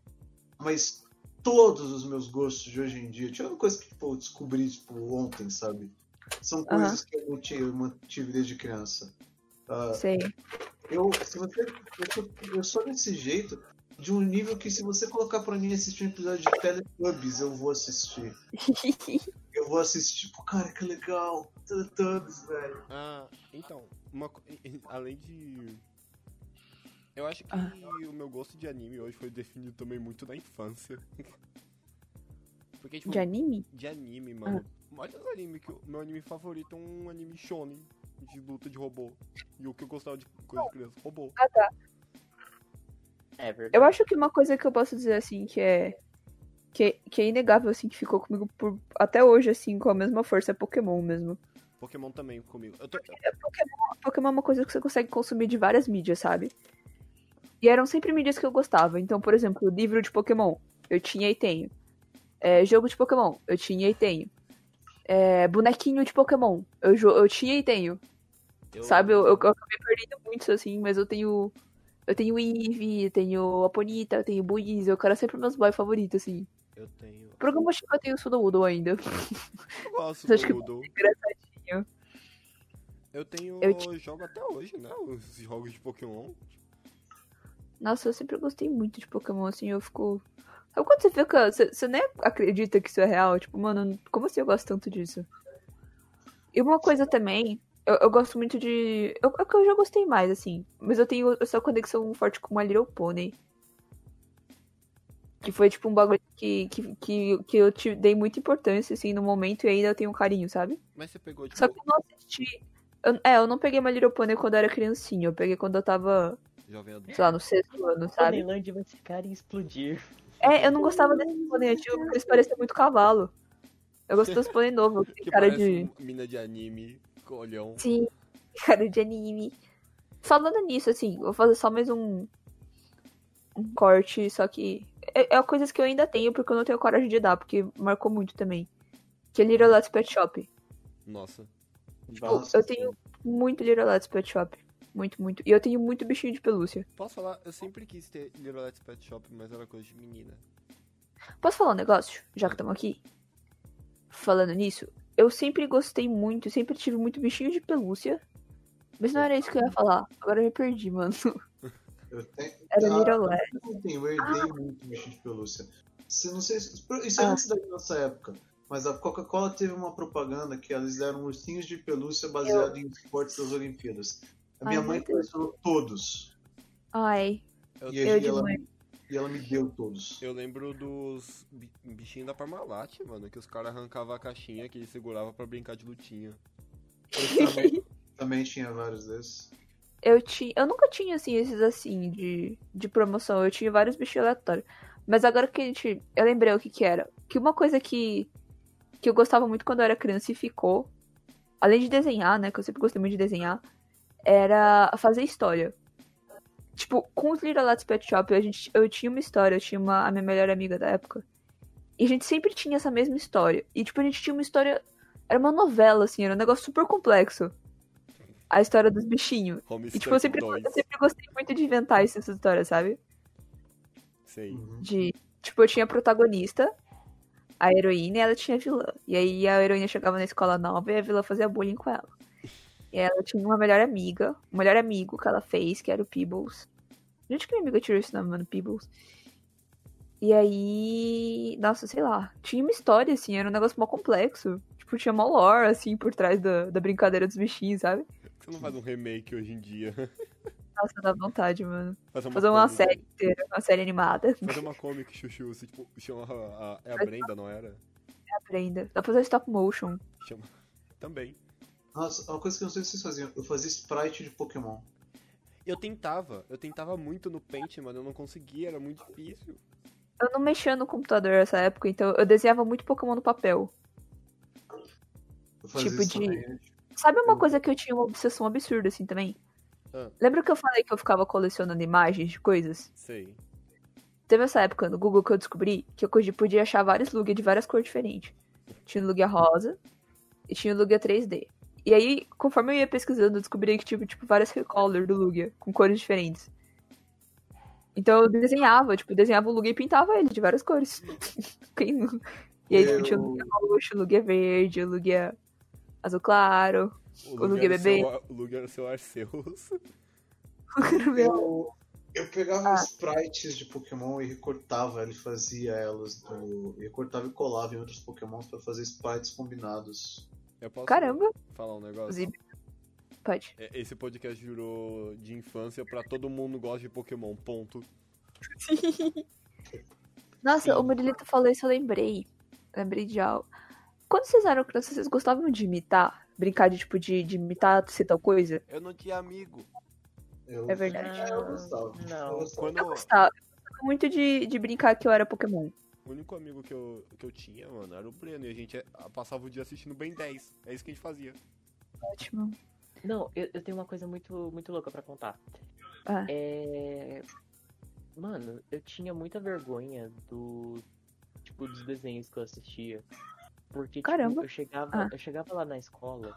mas todos os meus gostos de hoje em dia, tirando coisa que tipo, eu descobri tipo, ontem, sabe? São Aham. coisas que eu mantive, eu mantive desde criança. Ah, Sei. eu, se você, eu, sou, eu sou desse jeito, de um nível que se você colocar pra mim assistir um episódio de Teletubbies, eu vou assistir. Eu vou assistir, tipo, cara, que legal. Teletubbies, velho. Ah, então, uma co- além de. Eu acho que Ah. o meu gosto de anime hoje foi definido também muito na infância. Porque, tipo, de anime? de anime, mano. Ah. Olha os animes que o meu anime favorito é um anime shonen de luta de robô. E o que eu gostava de coisa de criança, robô. Ah, tá. É verdade. Eu acho que uma coisa que eu posso dizer, assim, que é... Que, que é inegável, assim, que ficou comigo por, até hoje, assim, com a mesma força, é Pokémon mesmo. Pokémon também comigo. Eu tô- É Pokémon, Pokémon é uma coisa que você consegue consumir de várias mídias, sabe? E eram sempre mídias que eu gostava. Então, por exemplo, livro de Pokémon, eu tinha e tenho. É, jogo de Pokémon, eu tinha e tenho. É, bonequinho de Pokémon, eu, jo- eu tinha e tenho. eu- Sabe, eu, eu, eu acabei perdendo muitos, assim, mas eu tenho. Eu tenho Eevee, eu tenho Aponita, eu tenho Buizel, eu quero sempre meus boys favoritos, assim. Eu tenho. Por algum motivo eu tenho Sudowoodo ainda. Eu gosto Você do acha que- é Udo. Engraçadinho. Eu tenho. Eu Eu jogo até hoje, né? Os jogos de Pokémon. Nossa, eu sempre gostei muito de Pokémon, assim, eu fico. Sabe quando você fica. Você, você nem acredita que isso é real? Tipo, mano, como assim eu gosto tanto disso? E uma coisa também, eu, eu gosto muito de. eu- É o que eu já gostei mais, assim. Mas eu tenho essa conexão forte com My Little Pony. Que foi, tipo, um bagulho que, que, que, que eu te dei muita importância, assim, no momento e ainda eu tenho um carinho, sabe? Mas você pegou, tipo. Só que eu não assisti. eu- é, eu não peguei My Little Pony quando eu era criancinha. Eu peguei quando eu tava, Jovem adulto. sei lá, no sexto ano, sabe? Ponyland vai ficar e explodir. É, eu não gostava desse pônei antigo porque eles pareciam muito cavalo. Eu gosto dos pônei novo, que tem Que cara parece um- de. uma mina de anime, com olhão. Sim, cara de anime. Falando nisso, assim, vou fazer só mais um. Um corte, só que. É, é coisas que eu ainda tenho porque eu não tenho coragem de dar, porque marcou muito também. Que é Little Let's Pet Shop. Nossa. Tipo, eu tenho assim, muito Little Let's Pet Shop. Muito, muito. E eu tenho muito bichinho de pelúcia. Posso falar? Eu sempre quis ter Little Let's Pet Shop, mas era coisa de menina. Posso falar um negócio? Já que estamos aqui? Falando nisso, eu sempre gostei muito, sempre tive muito bichinho de pelúcia. Mas não era isso que eu ia falar. Agora eu me perdi, mano. Eu tenho. Era Ah, Little Less. eu tenho, eu herdei muito bicho de pelúcia. Se, não sei, se- isso é Ah. antes da nossa época. Mas a Coca-Cola teve uma propaganda que eles deram ursinhos de pelúcia baseado em esportes das Olimpíadas. A minha Ai, mãe meu Deus. colecionou todos. Ai, Eu, E eu aí de ela, mãe. e ela me deu todos. eu lembro dos bi- bichinhos da Parmalat, mano, que os caras arrancavam a caixinha que ele segurava pra brincar de lutinha. Eu também, também tinha vários desses. Eu, ti... eu nunca tinha, assim, esses assim de... de promoção. Eu tinha vários bichinhos aleatórios. Mas agora que a gente. Eu lembrei o que que era. Que uma coisa que. Que eu gostava muito quando eu era criança e ficou. Além de desenhar, né? Que eu sempre gostei muito de desenhar. Era fazer história. Tipo, com os Little Let's Pet Shop, a gente... eu tinha uma história. Eu tinha uma... a minha melhor amiga da época. E a gente sempre tinha essa mesma história. E, tipo, a gente tinha uma história. Era uma novela, assim. Era um negócio super complexo. A história dos bichinhos. E, tipo, eu Homestuck sempre, 2. eu sempre gostei muito de inventar essas histórias, sabe? assim. Sei. Uhum. De, tipo, eu tinha a protagonista, a heroína, e ela tinha a vilã. E aí a heroína chegava na escola nova e a vilã fazia bullying com ela. E ela tinha uma melhor amiga, um melhor amigo que ela fez, que era o Peebles. Gente, que minha amiga tirou esse nome, mano, Peebles. E aí. Nossa, sei lá. Tinha uma história, assim, era um negócio mó complexo. Tipo, tinha mó lore, assim, por trás da, da brincadeira dos bichinhos, sabe? Você não faz um remake hoje em dia. Nossa, dá vontade, mano. Fazer Fazer uma comic. série inteira, uma série animada. Fazer uma comic, Chuchu. Você, tipo, chama a, a- É a Brenda, não era? aprenda. Dá pra fazer stop motion. Chama... Também. Nossa, uma coisa que eu não sei se vocês faziam. Eu fazia sprite de Pokémon. Eu tentava. Eu tentava muito no Paint, mano. Eu não conseguia. Era muito difícil. Eu não mexia no computador nessa época, então eu desenhava muito Pokémon no papel. Eu fazer Tipo isso de- também, né? Sabe uma coisa que eu tinha uma obsessão absurda assim também? Ah. Lembra que eu falei que eu ficava colecionando imagens de coisas? Sei. Teve essa época no Google que eu descobri que eu podia- podia achar vários Lugia de várias cores diferentes. Tinha o Lugia rosa e tinha o Lugia 3D. E aí, conforme eu ia pesquisando, eu descobri que tinha, tipo, várias recolor do Lugia, com cores diferentes. Então eu desenhava, tipo, desenhava o Lugia e pintava ele de várias cores. Quem nu- E aí, tipo, tinha o Eu- Lugia roxo, o Lugia verde, o Lugia azul claro. O Lugia era bebê. seu- O Lugia era seu Arceus. Eu, eu pegava Ah. sprites de Pokémon e recortava, ele fazia elas do. Recortava e colava em outros Pokémons pra fazer sprites combinados. Eu posso Caramba, falar um negócio? inclusive. Pode. É, Esse podcast virou de infância pra todo mundo gosta de Pokémon, ponto. Nossa, Sim. o Murilito falou isso, eu lembrei. Lembrei de algo. Quando vocês eram crianças, vocês gostavam de imitar? Brincar de, tipo, de, de imitar, ser tal coisa? Eu não tinha amigo. Eu, É verdade. Eu gostava. Não. Eu gostava. Quando Eu gostava. Eu gostava muito de, de brincar que eu era Pokémon. o único amigo que eu, que eu tinha, mano, era o Breno. E a gente é- passava o dia assistindo Ben 10. É isso que a gente fazia. Ótimo. Não, eu, eu tenho uma coisa muito, muito louca pra contar. Ah. É... Mano, eu tinha muita vergonha do. Tipo, dos desenhos que eu assistia. Porque, Caramba. tipo, eu chegava, Ah. eu chegava lá na escola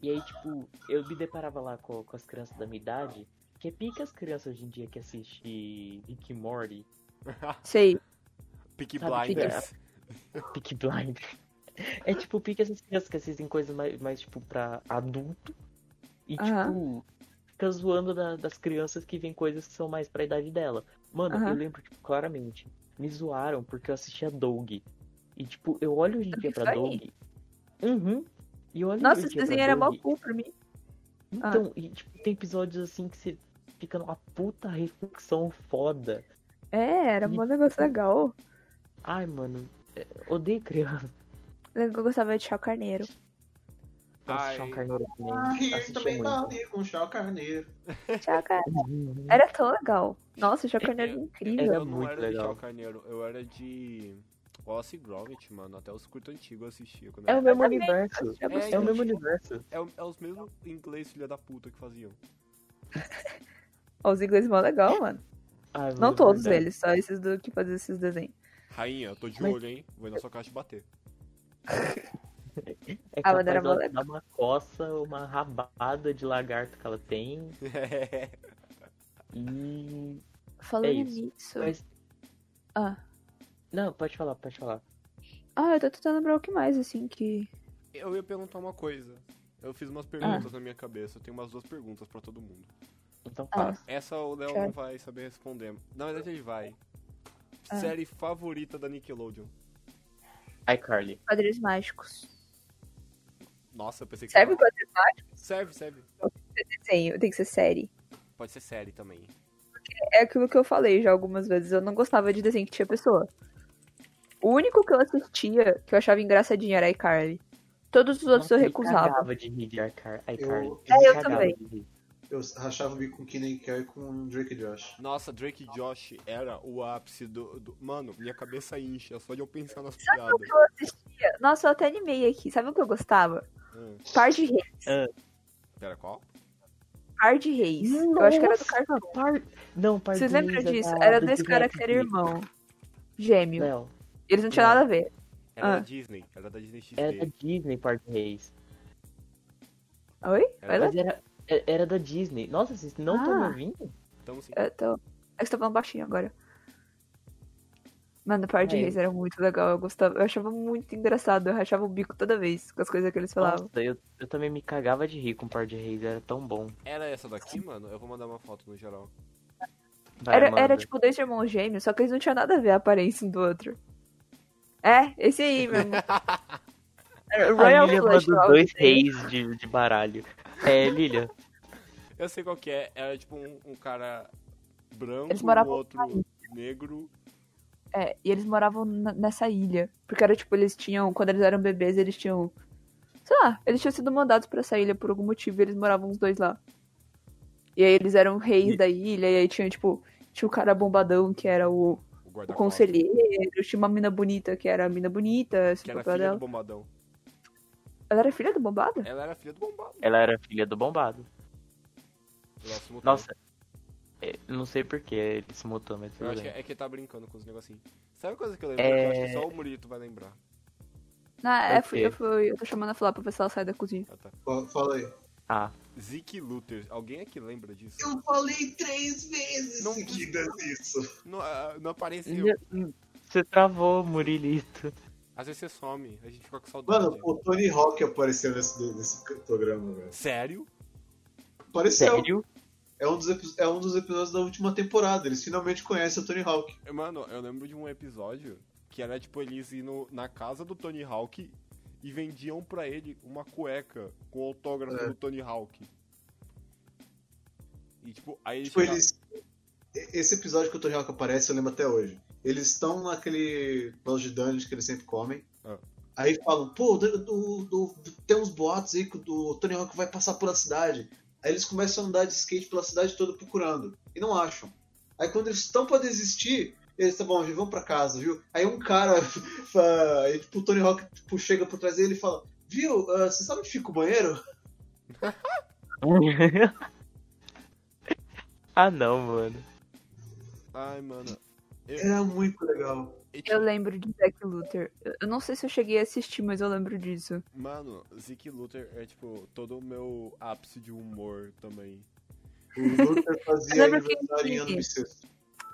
e aí, tipo, eu me deparava lá com, com as crianças da minha idade. Que é pica as crianças hoje em dia que assistem Rick e Morty, Sei. Peaky Sabe que é? Blinders. Peak Blind. É tipo, pica essas crianças que assistem coisas mais, mais tipo, pra adulto. E, Aham. tipo, fica zoando da- das crianças que veem coisas que são mais pra idade dela. Mano, Aham. eu lembro, tipo, claramente. Me zoaram porque eu assistia Doug. E, tipo, eu olho hoje em dia pra Isso aí. Doug. Uhum. E eu olho Nossa, hoje em esse dia pra desenho era mó Doug. cool pra mim. Ah. Então, e, tipo, tem episódios assim que você fica numa puta reflexão foda. É, era mó negócio legal. Ai, mano, é, odeio criança. Lembro que eu gostava de Chá Carneiro. Ai. Assistir um carneiro também. E Ah, ele assistia também tá muito. ali com o Chá Carneiro. Chá Carneiro. Uhum. Era tão legal. Nossa, Chá Carneiro era incrível. Era Eu não é muito era legal. de Tchau Carneiro, eu era de Wallace e Gromit, mano. Até os curtos antigos eu assistia. Quando É eu o era- mesmo Também, É, eu universo. É o então, gostava. mesmo tipo, universo. é, o- é os mesmos inglês filha da puta que faziam. Ó, Os ingleses mó legal, mano. Ai, mano, Não todos Ah, É verdade. eles, só esses do que faziam esses desenhos. Rainha, eu tô de Mas- olho, hein? Vou ir na sua caixa e bater. É Ah, mas era capaz dela moleque. dar uma coça, uma rabada de lagarto que ela tem. E. Falando isso. nisso. Mas... Ah. Não, pode falar, pode falar. Ah, eu tô tentando lembrar o que mais, assim, que. Eu ia perguntar uma coisa. Eu fiz umas perguntas Ah. na minha cabeça. Eu tenho umas duas perguntas pra todo mundo. Então Ah. fala. Essa o Léo Certo. não vai saber responder. Na verdade, ele vai. Ah. Série favorita da Nickelodeon. Ai, Carly. Quadrinhos mágicos. Nossa, eu pensei que. Serve quadrinhos Serve, serve. de desenho, tem que ser série. Pode ser série também. É aquilo que eu falei já algumas vezes. Eu não gostava de desenho que tinha pessoa. O único que eu assistia, que eu achava engraçadinho, era iCarly. Todos os outros Nossa, eu recusava. cagava de rir de iCar- Eu- iCarly. É, eu cagava também. de rir. Eu rachava o bico com Keenan Care e com Drake e Josh. Nossa, Drake e Josh era o ápice do, do- Mano, minha cabeça incha só de eu pensar nas piadas. Eu assistia. Nossa, eu até animei aqui. Sabe o que eu gostava? Hum. Ah, Par de Reis. pera, qual? Par de Reis. Eu acho que era do Nossa, Cartoon. Par... Não, par Vocês do lembram Isa, disso? da- Era do desse cara que Jurassic era irmão. Gêmeo. Não, Eles não tinham Não. nada a ver. Era Ah. da Disney. Era da Disney XD. era da Disney, par de reis. Oi? Era Vai lá. Mas era, é, era da Disney. Nossa, vocês não estão me Ah. ouvindo? Então, assim, Eu tô. é Eu estou tá falando baixinho agora. Mano, o par de É. reis era muito legal. Eu gostava. Eu achava muito engraçado. Eu rachava o bico toda vez com as coisas que eles falavam. Nossa, eu, eu também me cagava de rir com o par de reis, era tão bom. era essa daqui, mano? Eu vou mandar uma foto no geral. Vai, era, Amanda. era tipo dois irmãos gêmeos, só que eles não tinham nada a ver a aparência um do outro. É, esse aí mesmo. Era o A Royal Lilia Flush. né? mandou lá, dois o desenho. reis de, de baralho. É, Lilia, Eu sei qual que é. Era tipo um, um cara branco, Eles um moravam outro negro. É, e eles moravam na- nessa ilha. Porque era tipo, eles tinham. Quando eles eram bebês, eles tinham. Sei lá, eles tinham sido mandados pra essa ilha por algum motivo e eles moravam os dois lá. E aí eles eram reis E- da ilha, e aí tinha, tipo, tinha o cara bombadão que era O o, o guarda conselheiro, tinha uma mina bonita que era a mina bonita, esse Que era papel filha do É. dela. bombadão. Ela era filha do Bombado? Ela era filha do bombado. Ela era filha do bombado. Ela se mutou. Nossa. é, não sei porquê ele se mutou, mas Eu tudo acho que bem. é é que ele tá brincando com os negocinhos. Sabe uma coisa que eu lembro? É. Eu acho que só o Murito vai lembrar. Não, é, Ok. fui, eu, fui, eu tô chamando a falar pra ver se ela sai da cozinha. Ah, tá. Fa- Fala aí. Ah, Zeke Luther. Alguém aqui lembra disso? Eu falei três vezes Não- seguidas isso. Não, ah, não apareceu. hum. você travou, Murilito. Às vezes você some, a gente fica com saudade. Mano, o Tony Hawk apareceu nesse, nesse programa, velho. Sério? Apareceu. Sério? É um, dos, epi- é um dos episódios da última temporada. Eles finalmente conhecem o Tony Hawk. Mano, eu lembro de um episódio que era tipo eles indo na casa do Tony Hawk e vendiam pra ele uma cueca com o autógrafo É. do Tony Hawk. E tipo, aí ele Tipo, chega- eles. e- Esse episódio que o Tony Hawk aparece, eu lembro até hoje. Eles estão naquele loja de dungeons que eles sempre comem. Ah. Aí falam, pô, do, do- do- tem uns boatos aí que o do Tony Hawk vai passar pela cidade. Aí eles começam a andar de skate pela cidade toda procurando. E não acham. Aí quando eles estão pra desistir, eles, tá bom, gente, vamos pra casa, viu? Aí um cara, fa- aí, tipo, o Tony Hawk tipo, chega por trás dele e fala, viu, ah, você sabe onde fica o banheiro? ah, não, mano. Ai, mano. Era É muito legal. E, tipo, Eu lembro de Zack Luther. Eu- Eu não sei se eu cheguei a assistir, mas eu lembro disso. Mano, Zeke Luther é tipo todo o meu ápice de humor também. O Luther fazia Lembra que- aniversário em ano bissexto.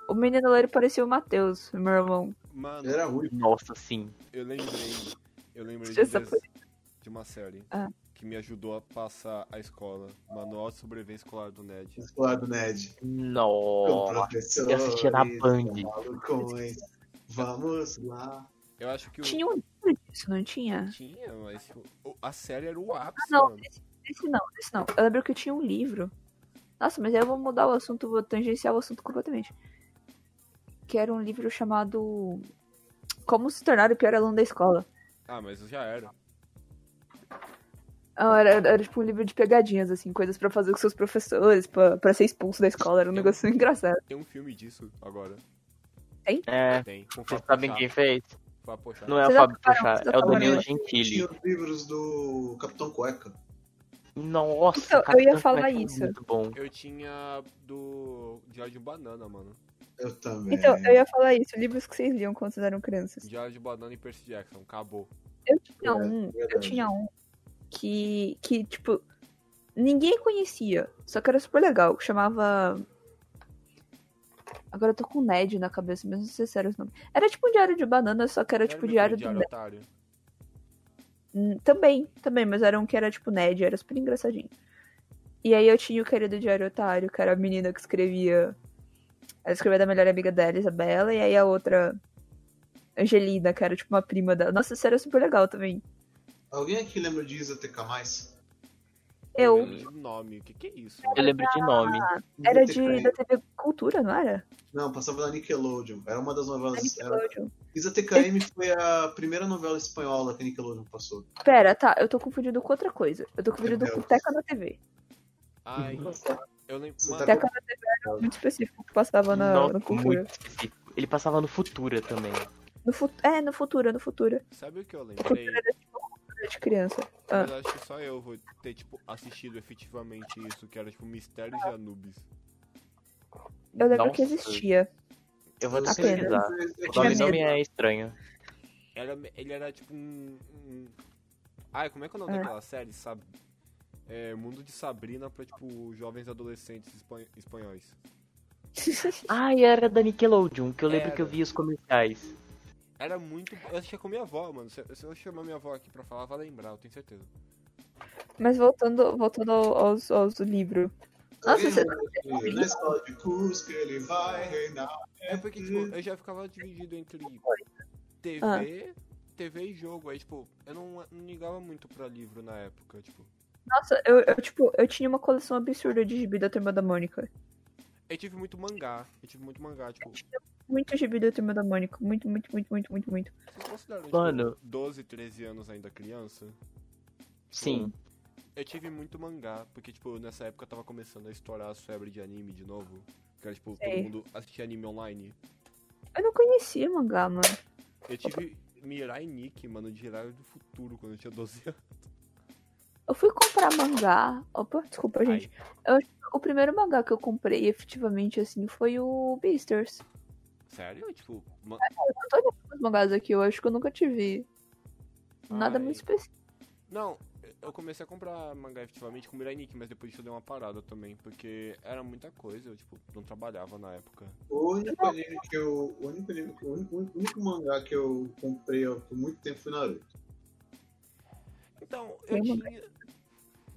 O menino loiro parecia o Matheus, meu irmão. Mano, Ele Era ruim. Nossa, sim. eu lembrei. Eu lembrei de, Essa des- de uma série Ah. que me ajudou a passar a escola. Manual de sobrevivência escolar do Ned. Escolar do Ned. Nossa. professor. eu assistia na Band. malucões, Vamos lá. Eu acho que o. Tinha um livro disso, não tinha? Tinha, mas tipo, o- a série era o ápice, Ah, não, mano. esse, esse não, esse não. Eu lembro que eu tinha um livro. Nossa, mas aí eu vou mudar o assunto, vou tangenciar o assunto completamente. Que era um livro chamado Como se tornar o pior aluno da escola. Ah, mas já era. Ah, Era, era, era tipo um livro de pegadinhas, assim, coisas pra fazer com seus professores, pra, pra ser expulso da escola. Era um negócio engraçado. Tem um filme disso agora. É, Tem. Com vocês Fábio sabem Pochá. quem fez? Fábio Pochá. Não é o Vocês Fábio acabaram- Puxar, vocês é o acabaram- Danilo Tinha Gentili. os livros do Capitão Cueca. Nossa, Então, eu Capitão ia falar Cueca é isso. Muito bom. Eu tinha do Diário de um Banana, mano. Eu também. Então, eu ia falar isso, livros que vocês liam quando vocês eram crianças. Diário de Banana e Percy Jackson. Acabou. Eu tinha É, um, eu verdade. tinha um que, que, tipo, ninguém conhecia, só que era super legal, que chamava... Agora eu tô com Ned na cabeça, mas não sei se era o nome. Era tipo um diário de banana, só que era tipo Lembra diário do do Diário Otário. Hum, Também, também, mas era um que era tipo Ned, era super engraçadinho. E aí eu tinha o querido Diário Otário, que era a menina que escrevia. Ela escrevia da melhor amiga dela, Isabela, e aí a outra, Angelina, que era tipo uma prima dela. Nossa, isso era super legal também. Alguém aqui lembra de Isa TK mais? Eu Eu. lembro de nome. O que que é isso? Eu lembro de nome. Era Uhum. de, da TV Cultura, não era? Não, passava na Nickelodeon. Era uma das Da novelas. Era... Nickelodeon. Isa TKM foi a primeira novela espanhola que a Nickelodeon passou. Pera, tá, eu tô confundindo com outra coisa. Eu tô confundindo Meu com Deus. Teca na TV. Ai, eu lembro. Você Mano, tá Teca na TV era muito específico que passava na, Nossa, na cultura. muito específico. Ele passava no Futura também. No fu- é, no Futura, no Futura. sabe o que eu Cultura lembrei? era tipo cultura de criança. Ah. Mas acho que só eu vou ter, tipo, assistido efetivamente isso, que era, tipo, Mistérios de Anubis. Eu lembro Nossa, que existia. Eu vou não sei, pesquisar. eu- eu O tinha nome medo. não me é estranho. Era, ele era, tipo, um... um... Ai, como é que é o nome Ah. daquela série? Sab... É, Mundo de Sabrina pra, tipo, jovens adolescentes espan- espanhóis. Ah, e era da Nickelodeon, que eu lembro Era. que eu vi os comerciais. Era muito... Eu assistia com minha avó, mano. Se, se eu chamar minha avó aqui pra falar, ela vai lembrar, eu tenho certeza. Mas voltando, voltando ao- aos, aos do livro. Nossa, Uhum. Alguém você- lembra de- Na escola de Cusco ele vai reinar. É porque, tipo, Uhum. eu já ficava dividido entre TV, Ah. TV e jogo. Aí, tipo, eu não, não ligava muito pra livro na época, tipo. Nossa, eu, eu, tipo, eu tinha uma coleção absurda de gibi da Turma da Mônica. Eu tive muito mangá. Eu tive muito mangá, tipo. Muito gibi da Turma da Mônica. Muito, muito, muito, muito, muito, muito. Vocês consideram, tipo, Mano. 12, 13 anos ainda criança? Sim. Eu tive muito mangá, porque, tipo, nessa época eu tava começando a estourar a febre de anime de novo. Que era, tipo, todo Sei. mundo assistia anime online. Eu não conhecia mangá, mano. Eu tive Mirai Nikki, mano, de Hirário do Futuro, quando eu tinha 12 anos. Eu fui comprar mangá. Opa, desculpa, gente. Aí, O primeiro mangá que eu comprei, efetivamente, assim, foi o Beasters. Sério? Tipo, ma- Eu não tô olhando os mangás aqui, eu acho que eu nunca tive nada Ai. muito específico. Não, eu comecei a comprar mangá efetivamente com o Mirai Nikki, mas depois disso eu dei uma parada também, porque era muita coisa, eu tipo, não trabalhava na época. O único anime que eu. O único, anime, o único, o único mangá que eu comprei ó, por muito tempo foi Naruto. Então, eu Tem um tinha.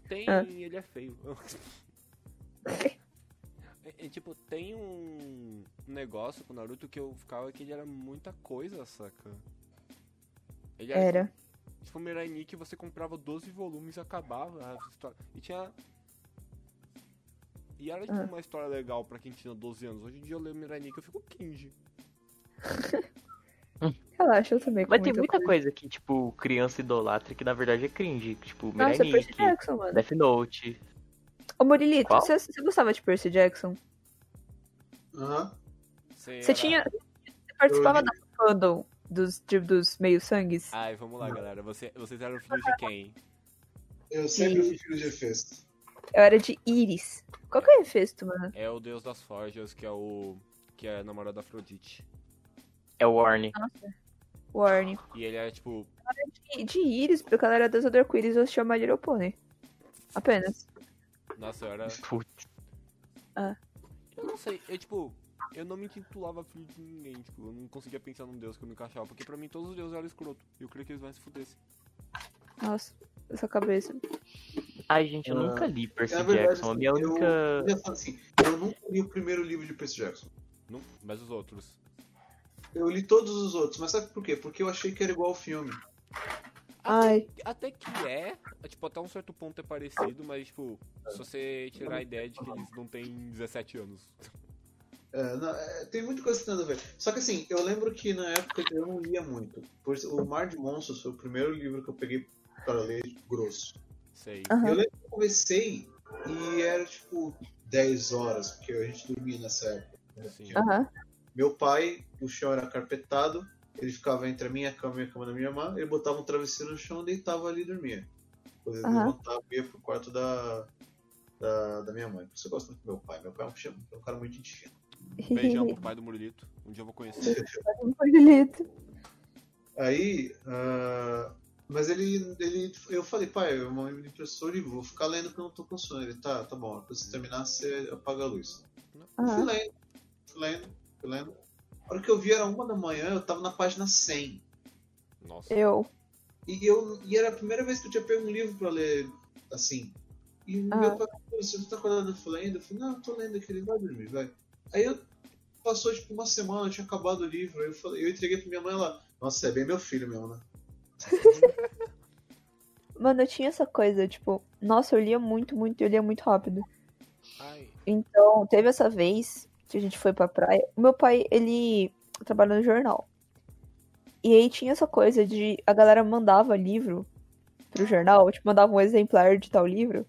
Tem. Ah. Ele é feio. É, é, tipo, tem um negócio com o Naruto que eu ficava que ele era muita coisa, saca? Ele era. Tipo, o Mirai Nikki você comprava 12 volumes e acabava a história. E tinha. E era tipo, Ah. uma história legal pra quem tinha 12 anos. Hoje em dia eu leio Mirai Nikki eu fico 15. Relaxa, eu também. Mas tem muita coisa que, tipo, criança idolatra que na verdade é cringe. Tipo, Mirai Nossa, é Percy Nikki, Jackson, mano. Death Note. Ô, Murilito, Qual? você, você gostava de Percy Jackson? Aham. Você tinha. Você participava Eu- da fandom dos, de- dos meio-sangues? Ai, vamos lá, galera. Você, vocês eram filhos de quem? Eu sempre fui filho de Hefesto. Eu era de Iris. Qual que é o Hefesto, mano? É o deus das forjas, que é o. que é namorado da Afrodite. É o Warne. Warning. E ele é tipo. De, de Iris, porque ela era deusa do arco-íris, eu chamo a Little Pony. Apenas. Nossa, eu era. Putz. Eu não sei, eu tipo. Eu não me intitulava filho de ninguém, tipo, eu não conseguia pensar num deus que eu me encaixava, porque pra mim todos os deuses eram escroto. E eu creio que eles vão se fudessem. Nossa, essa cabeça. Ai, gente, eu Ah. nunca li Percy Na verdade, Jackson. é A minha assim, eu- única. Eu ia falar assim, eu nunca li o primeiro livro de Percy Jackson. Não, mas os outros. Eu li todos os outros, mas sabe por quê? Porque eu achei que era igual ao filme. Ai. Até que é, tipo, até um certo ponto é parecido, mas tipo, se você tirar a ideia de que eles não têm 17 anos. É, não, é, tem muita coisa que tem nada a ver. Só que assim, eu lembro que na época eu não lia muito. Por- o Mar de Monstros foi o primeiro livro que eu peguei pra ler grosso. Sei. Aham. Eu lembro que eu comecei e era tipo 10 horas, porque a gente dormia nessa época. né? Sim. Aham. Meu pai, o chão era carpetado, ele ficava entre a minha cama e a cama da minha irmã, ele botava um travesseiro no chão, deitava ali e dormia. Depois ele Aham. levantava e ia pro quarto da, da, da minha mãe. Por isso eu gosto muito do meu pai. Meu pai é um, chão- é um cara muito gentil. Beijão pro pai do Murilito. Um dia eu vou conhecer. Um Murilito. Aí, ah, mas ele, ele, eu falei, pai, eu mando no impressor e vou ficar lendo que eu não tô com sono. Ele, tá, tá bom, quando você terminar, você apaga a luz. Eu Fui Aham. lendo, fui lendo, fui lendo. A hora que eu vi era uma da manhã, eu tava na página 100. Nossa. Eu. E, eu, e era a primeira vez que eu tinha pego um livro pra ler, assim. E o meu Ah. pai falou, você não tá acordado? Eu falei, ainda? Eu falei, não, eu tô lendo aquele, vai dormir, vai. Aí eu, passou tipo uma semana, eu tinha acabado o livro, aí eu, falei, eu entreguei pra minha mãe, ela, nossa, é bem meu filho mesmo, né? Mano, eu tinha essa coisa, tipo, nossa, eu lia muito, muito, eu lia muito rápido. Ai. Então, teve essa vez que a gente foi pra praia. O meu pai, ele trabalha no jornal. E aí tinha essa coisa de a galera mandava livro pro jornal, tipo, mandava um exemplar de tal livro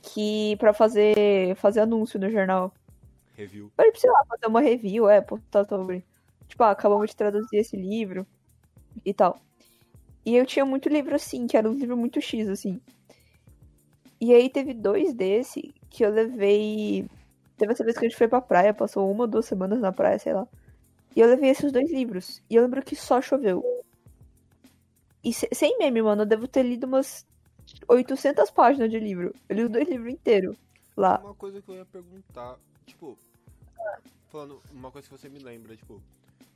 que para fazer fazer anúncio no jornal. Review. Pra, sei lá, fazer uma review, é, postar sobre. Tipo, ah, acabamos de traduzir esse livro e tal. E eu tinha muito livro assim, que era um livro muito X, assim. E aí teve dois desse que eu levei. Teve essa vez que a gente foi pra praia, passou uma ou duas semanas na praia, sei lá. E eu levei esses dois livros. E eu lembro que só choveu. E se- sem meme, mano, eu devo ter lido umas 800 páginas de livro. Eu li os dois livros inteiros lá. Uma coisa que eu ia perguntar, tipo, falando uma coisa que você me lembra, tipo,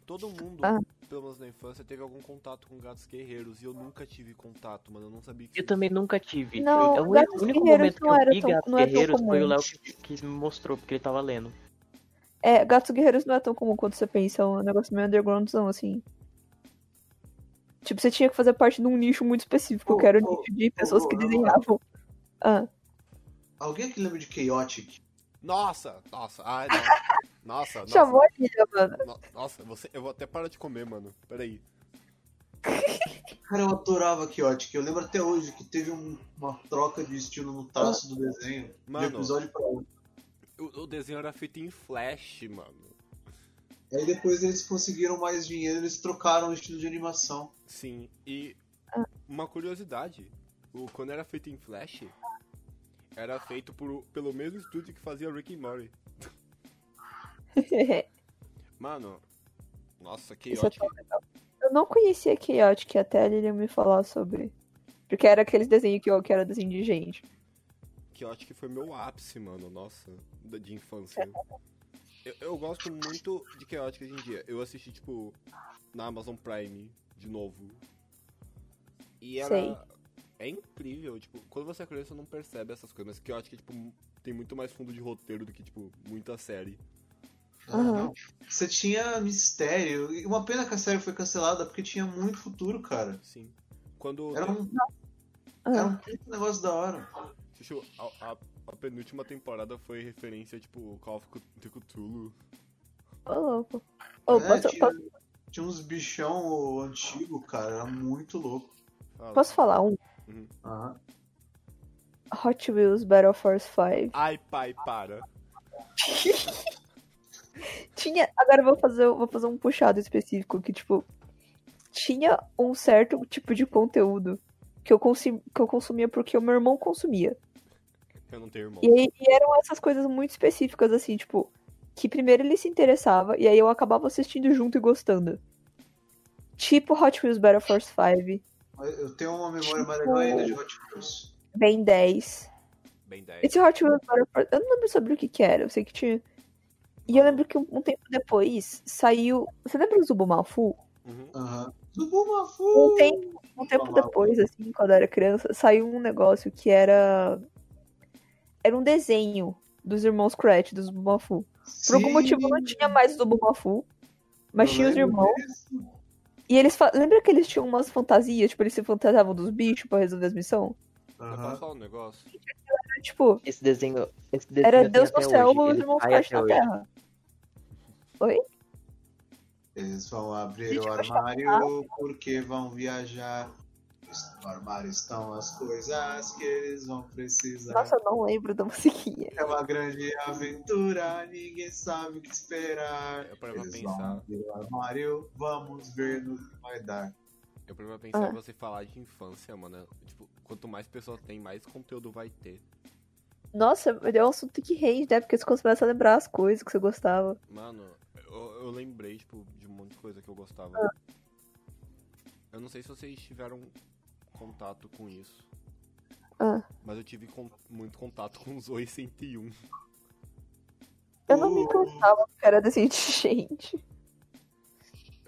todo mundo, Ah. pelo menos na infância, teve algum contato com gatos guerreiros e eu nunca tive contato, mano, eu não sabia que Eu também nunca tive. Não, É o Gatos único, único Guerreiros momento que não eu era vi tão- Gatos não é tão Guerreiros foi o comum. Léo que, que me mostrou, porque ele tava lendo. É, gatos guerreiros não é tão comum quanto você pensa, é um negócio meio undergroundzão, assim. Tipo, você tinha que fazer parte de um nicho muito específico, Ô, que era o ô, nicho de pessoas ô, que na moral. desenhavam. Ah, Alguém aqui lembra de Chaotic? Nossa, nossa, ai, não. Nossa, nossa, chamou a Lilian, mano. no- nossa, você, eu vou até parar de comer, mano. Peraí. Cara, eu adorava Chaotic. Eu lembro até hoje que teve um- uma troca de estilo no traço do desenho. Mano. De episódio pra outro. O, o desenho era feito em flash, mano. Aí depois eles conseguiram mais dinheiro, eles trocaram o estilo de animação. Ah. Sim, e uma curiosidade. o, quando era feito em Flash, era feito por, pelo mesmo estúdio que fazia Rick and Morty. Mano, nossa, que Isso é ótimo. tão legal. Eu não conhecia Chaotic até a Lilian me falar sobre. Porque era aqueles desenhos que eu que era desenho de gente. que eu acho que foi meu ápice, mano, nossa, da- de infância. Eu, eu gosto muito de Chaotic hoje em dia. Eu assisti, tipo, na Amazon Prime, de novo. E era. Sei. É incrível, tipo, quando você é criança, você não percebe essas coisas, mas Chaotic, tipo, tem muito mais fundo de roteiro do que, tipo, muita série. Uhum. Aham. Você tinha mistério. E uma pena que a série foi cancelada porque tinha muito futuro, cara. Sim. Quando. Era um, era Ah, um puto negócio da hora. Chuchu, a, a- a penúltima temporada foi referência, tipo, Call of Cthulhu- Cthulhu. ô louco. Ô, Ah. É, posso, tinha, posso, tinha uns bichão antigo, cara. Era muito louco. Fala. posso falar um? Aham. Hot Wheels Battle Force 5. Ai, pai, para. Tinha. Agora eu vou fazer, vou fazer um puxado específico que, tipo. Tinha um certo tipo de conteúdo que eu, consi- que eu consumia porque o meu irmão consumia. Eu não tenho irmão. E, aí- e eram essas coisas muito específicas, assim, tipo, que primeiro ele se interessava, e aí eu acabava assistindo junto e gostando. Tipo Hot Wheels Battle Force 5, Mas Eu tenho uma memória mais legal ainda de Hot Wheels. Ben 10. Bem 10. Esse Hot Wheels Battle Force. Eu não lembro sobre o que que era, eu sei que tinha. E eu lembro que um, um tempo depois saiu. Você lembra do Zubo Malfu? Uhum. Aham. Do Bumafu! Uh, Um tempo, um tempo Zubumafu. depois, assim, quando eu era criança, saiu um negócio que era. Era um desenho dos irmãos Cratch, do Zubo Malfu. Por algum motivo não tinha mais do Bumafu. Mas tinha os irmãos. E eles. fa- Lembra que eles tinham umas fantasias? Tipo, eles se fantasiavam dos bichos pra resolver as missões? Eu posso falar um negócio? Era, tipo, Esse desenho. Esse desenho era tem Deus assim, até no céu hoje. ou os Ele irmãos sai Crash até na hoje. terra. Eles vão abrir Gente, o eu acho que armário porque vão viajar. No armário estão as coisas que eles vão precisar. Nossa, eu não lembro da musiquinha. É uma grande aventura, ninguém sabe o que esperar. Eu parei pra Eles vão pensar. abrir o armário, vamos ver no que vai dar. Eu parei pra pensar Ah. você falar de infância, mano. Tipo, quanto mais pessoas tem, mais conteúdo vai ter. Nossa, é um assunto que rende, né? Porque você começa a lembrar as coisas que você gostava. Mano, eu, eu lembrei, tipo, de um monte de coisa que eu gostava. Ah. Eu não sei se vocês tiveram contato com isso. Ah. Mas eu tive con- muito contato com os Oi 101. Eu Hum. não me Uh. encantava porque era desenho de gente.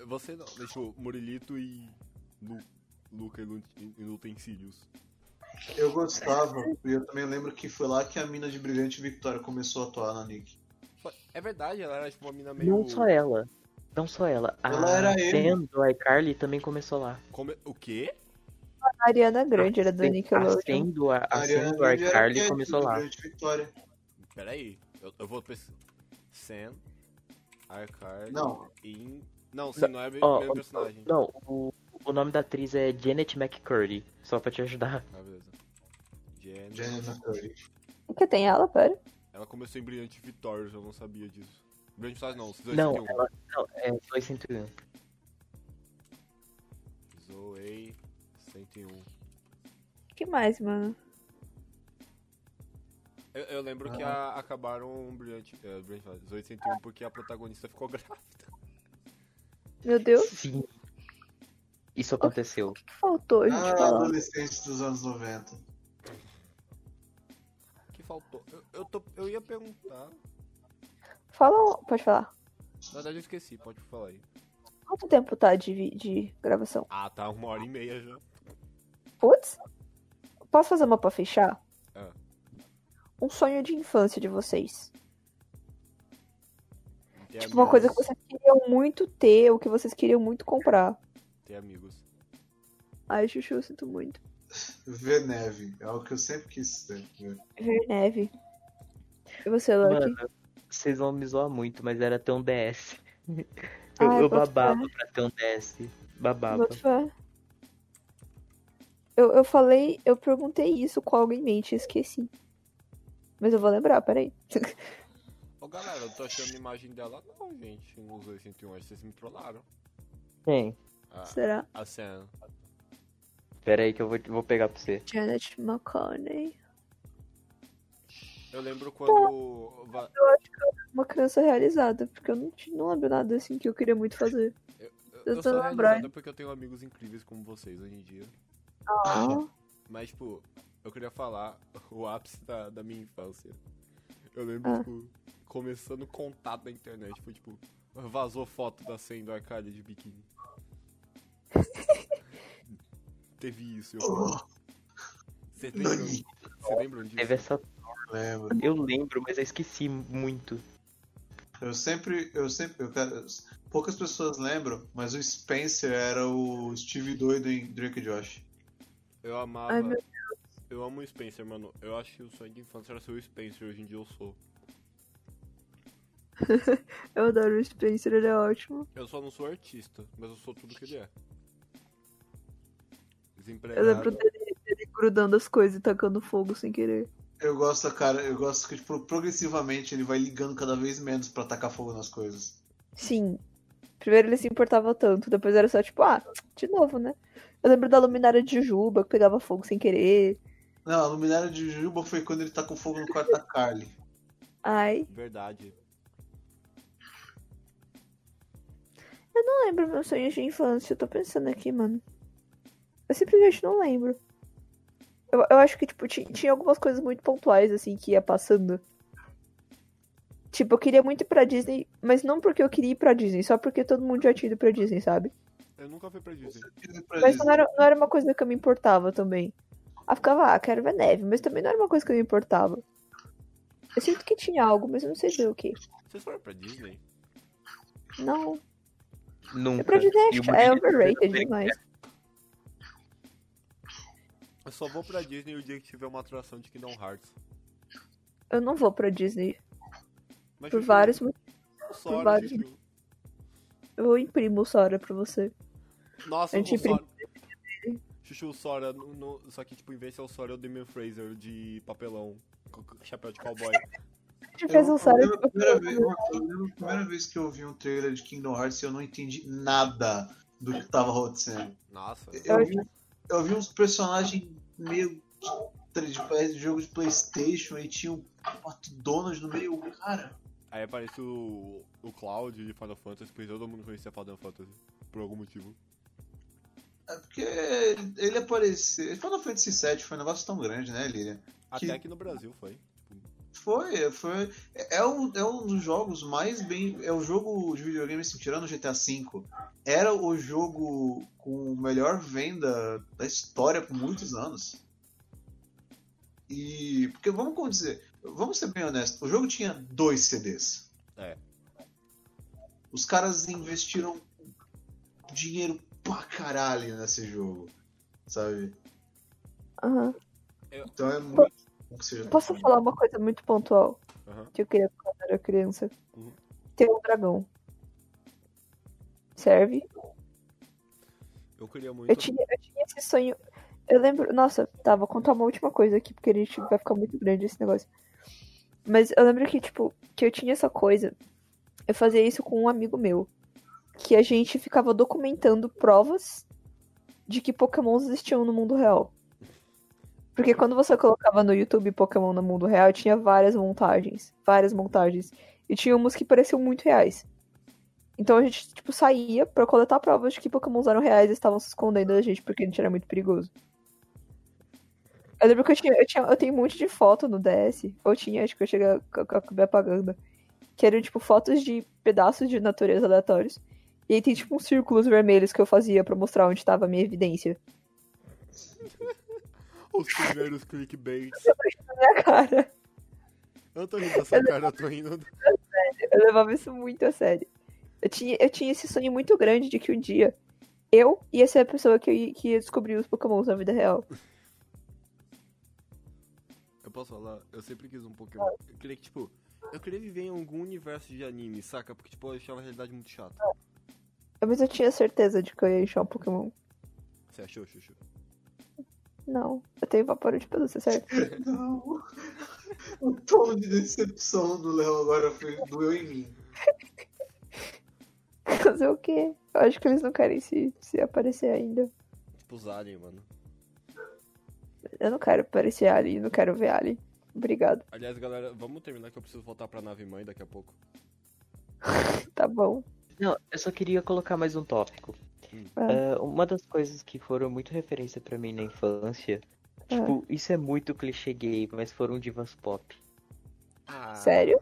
Você não, deixou Murilito e Lu- Luca e, Lu- e Utensílios. Eu gostava, e eu também lembro que foi lá que a mina de Brilhante Victoria começou a atuar na Nick. Foi- É verdade, ela era tipo uma mina meio. Não só ela. Não só ela. A Ela era ele. Sam do iCarly também começou lá. Come- O quê? A Ariana Grande era do né? A Nickelodeon. Sam do, a Sam do Grande era iCarly Cat começou do lá. Brilhante Victoria. Peraí, eu, eu vou pesquisar. Sam, Arcard, Não. In... Não, Sam não é o mesmo Ó, personagem. não, o, o nome da atriz é Janet McCurdy. Só pra te ajudar. Ah, beleza. Jen, Jennifer Curry. O que tem ela, pera? ela começou em Brilhante Vitórias, eu não sabia disso. Brilhante Vitórias não, os dois Não, em um. ela. Não, é 201. Zoe 101. que mais, mano? Eu, eu lembro que a- acabaram Brilhante, é, Brilhante Vitórias, Zoe 101 porque a protagonista ficou grávida. Meu Deus, Sim. Isso aconteceu. o que faltou a gente Ah, falar? adolescente dos anos 90. Que faltou. Eu, eu, tô, eu ia perguntar. Fala, um- pode falar. Na verdade eu esqueci, pode falar aí. Quanto tempo tá de, vi- de gravação? Ah, tá uma hora e meia já. Putz, posso fazer uma pra fechar? Ah. Um sonho de infância de vocês. Tem tipo, uma amigos, coisa que vocês queriam muito ter, ou que vocês queriam muito comprar. Tem amigos. Ai, Chuchu, eu sinto muito. Ver neve. É algo que eu sempre quis ter. Ver neve. E você, Lucky? Mano, vocês vão me zoar muito, mas era ter um DS. Eu, Ai, eu boto babava pra ter um DS. Babava. Boto fé. Eu, eu falei, eu perguntei isso com algo em mente, eu esqueci. Mas eu vou lembrar, peraí. Ô galera, eu tô achando a imagem dela não, gente, nos Ah. 801, acho que vocês me trollaram. Tem. A, Será? a Sam. Pera aí que eu vou, vou pegar pra você. Janet McConaughey. Eu lembro quando. va- Uma criança realizada, porque eu não, ti- não lembro nada assim que eu queria muito fazer. Eu, tô sou lembrando. realizado porque eu tenho amigos incríveis como vocês hoje em dia. Mas, tipo, eu queria falar o ápice da, da minha infância. Eu lembro, Ah. tipo, começando contato na internet. Foi, tipo, vazou foto da Sen do Arcadia de biquíni. Teve isso. Vocês lembram? Nani. Vocês lembram disso? Teve essa. Lembro. Eu lembro, mas eu esqueci muito. Eu sempre, eu sempre, eu quero- poucas pessoas lembram, mas o Spencer era o Steve doido em Drake e Josh. Eu amava. Ai, meu eu amo o Spencer, mano. Eu acho que o sonho de infância era ser o Spencer. Hoje em dia eu sou. Eu adoro o Spencer, ele é ótimo. Eu só não sou artista, mas eu sou tudo que ele é. Eu lembro Desempregado. dele, dele grudando as coisas e tacando fogo sem querer. Eu gosto, da cara, eu gosto que tipo, progressivamente ele vai ligando cada vez menos pra tacar fogo nas coisas. Sim. Primeiro ele se importava tanto, depois era só tipo, ah, de novo, né? Eu lembro da luminária de Juba, que pegava fogo sem querer. Não, a luminária de Juba foi quando ele tá com fogo no quarto da Carly. Ai, Verdade. não lembro meus sonhos de infância, eu tô pensando aqui, mano. Eu simplesmente não lembro. Eu, eu acho que, tipo, ti- tinha algumas coisas muito pontuais, assim, que ia passando. Tipo, eu queria muito ir pra Disney, mas não porque eu queria ir pra Disney, só porque todo mundo já tinha ido pra Disney, sabe? Eu nunca fui pra Disney. Mas não era, não era uma coisa que eu me importava também. Aí eu ficava, ah, quero ver neve, mas também não era uma coisa que eu me importava. Eu sinto que tinha algo, mas eu não sei dizer o que. Vocês foram pra Disney? Não. Nunca. Eu pra Disney E o né? acho- é bonito- overrated demais. é- Eu só vou pra Disney o dia que tiver uma atração de Kingdom Hearts. Eu não vou pra Disney. Mas Por Chuchu, vários motivos. o Sora, por vários- Chuchu. Eu imprimo o Sora pra você. Nossa, A gente o Sora. Chuchu, o Sora. No, no- Só que, tipo, em vez de ser o Sora, é o Damian Fraser de papelão. com Chapéu de cowboy. A gente fez um Sora lembro, a de primeira vez, eu lembro a primeira vez que eu vi um trailer de Kingdom Hearts e eu não entendi nada do que tava acontecendo. Nossa. Eu vi, eu vi uns personagens meio de, de, de jogo de Playstation e tinha um Pato Donald no meio. Cara, Aí aparece o, o Cloud de Final Fantasy, porque todo mundo conhecia Final Fantasy. Por algum motivo. é porque ele apareceu. Final Fantasy VII foi um negócio tão grande, né, Lilian? Até Que- aqui no Brasil foi. Foi, foi. É um, é um dos jogos mais bem. É o jogo de videogame, assim, tirando o GTA V. Era o jogo com melhor venda da história por muitos anos. E. Porque vamos como dizer. Vamos ser bem honestos. O jogo tinha dois CDs. É. Os caras investiram dinheiro pra caralho nesse jogo. Sabe? Aham. Então é muito. bom que seja Posso tão- falar uma coisa muito pontual Aham. que eu queria quando eu era criança? Uhum. Ter um dragão. Serve? Eu queria muito. Eu tinha, eu tinha esse sonho. Eu lembro. Nossa, tá, vou contar uma última coisa aqui, porque a gente vai ficar muito grande esse negócio. Mas eu lembro que, tipo, que eu tinha essa coisa. Eu fazia isso com um amigo meu. Que a gente ficava documentando provas de que pokémons existiam no mundo real. Porque quando você colocava no YouTube Pokémon no mundo real, tinha várias montagens. Várias montagens. E tinha umas que pareciam muito reais. Então a gente, tipo, saía pra coletar provas de que pokémons eram reais e estavam se escondendo da gente, porque a gente era muito perigoso. Eu lembro que eu tinha, eu tinha- eu tenho um monte de foto no DS, ou tinha, acho que eu cheguei, a- eu acabei apagando, que eram, tipo, fotos de pedaços de natureza aleatórios. E aí tem, tipo, uns círculos vermelhos que eu fazia pra mostrar onde tava a minha evidência. Os primeiros clickbaits. Minha cara, Eu não tô rindo dessa cara, eu tô rindo. eu levava isso muito a sério. Eu tinha, eu tinha esse sonho muito grande de que um dia eu ia ser a pessoa que, ia- que ia descobrir os pokémons na vida real. Eu posso falar? Eu sempre quis um Pokémon. Eu queria que, tipo, eu queria viver em algum universo de anime, saca? Porque, tipo, eu achava a realidade muito chata. Mas eu tinha certeza de que eu ia achar um Pokémon. Você achou, Xuxu? Não, eu tenho vapor de pelúcia, certo? Não. O tom de decepção do Léo agora foi, doeu em mim. Fazer o quê? Eu acho que eles não querem se, se aparecer ainda. Tipo, os aliens, mano. Eu não quero parecer Alien, não quero ver Alien. Obrigado. Aliás, galera, vamos terminar que eu preciso voltar pra nave mãe daqui a pouco. Tá bom. Não, eu só queria colocar mais um tópico. Ah. Ah, uma das coisas que foram muito referência pra mim na infância, Ah. tipo, isso é muito clichê gay, mas foram divas pop. Ah. Sério?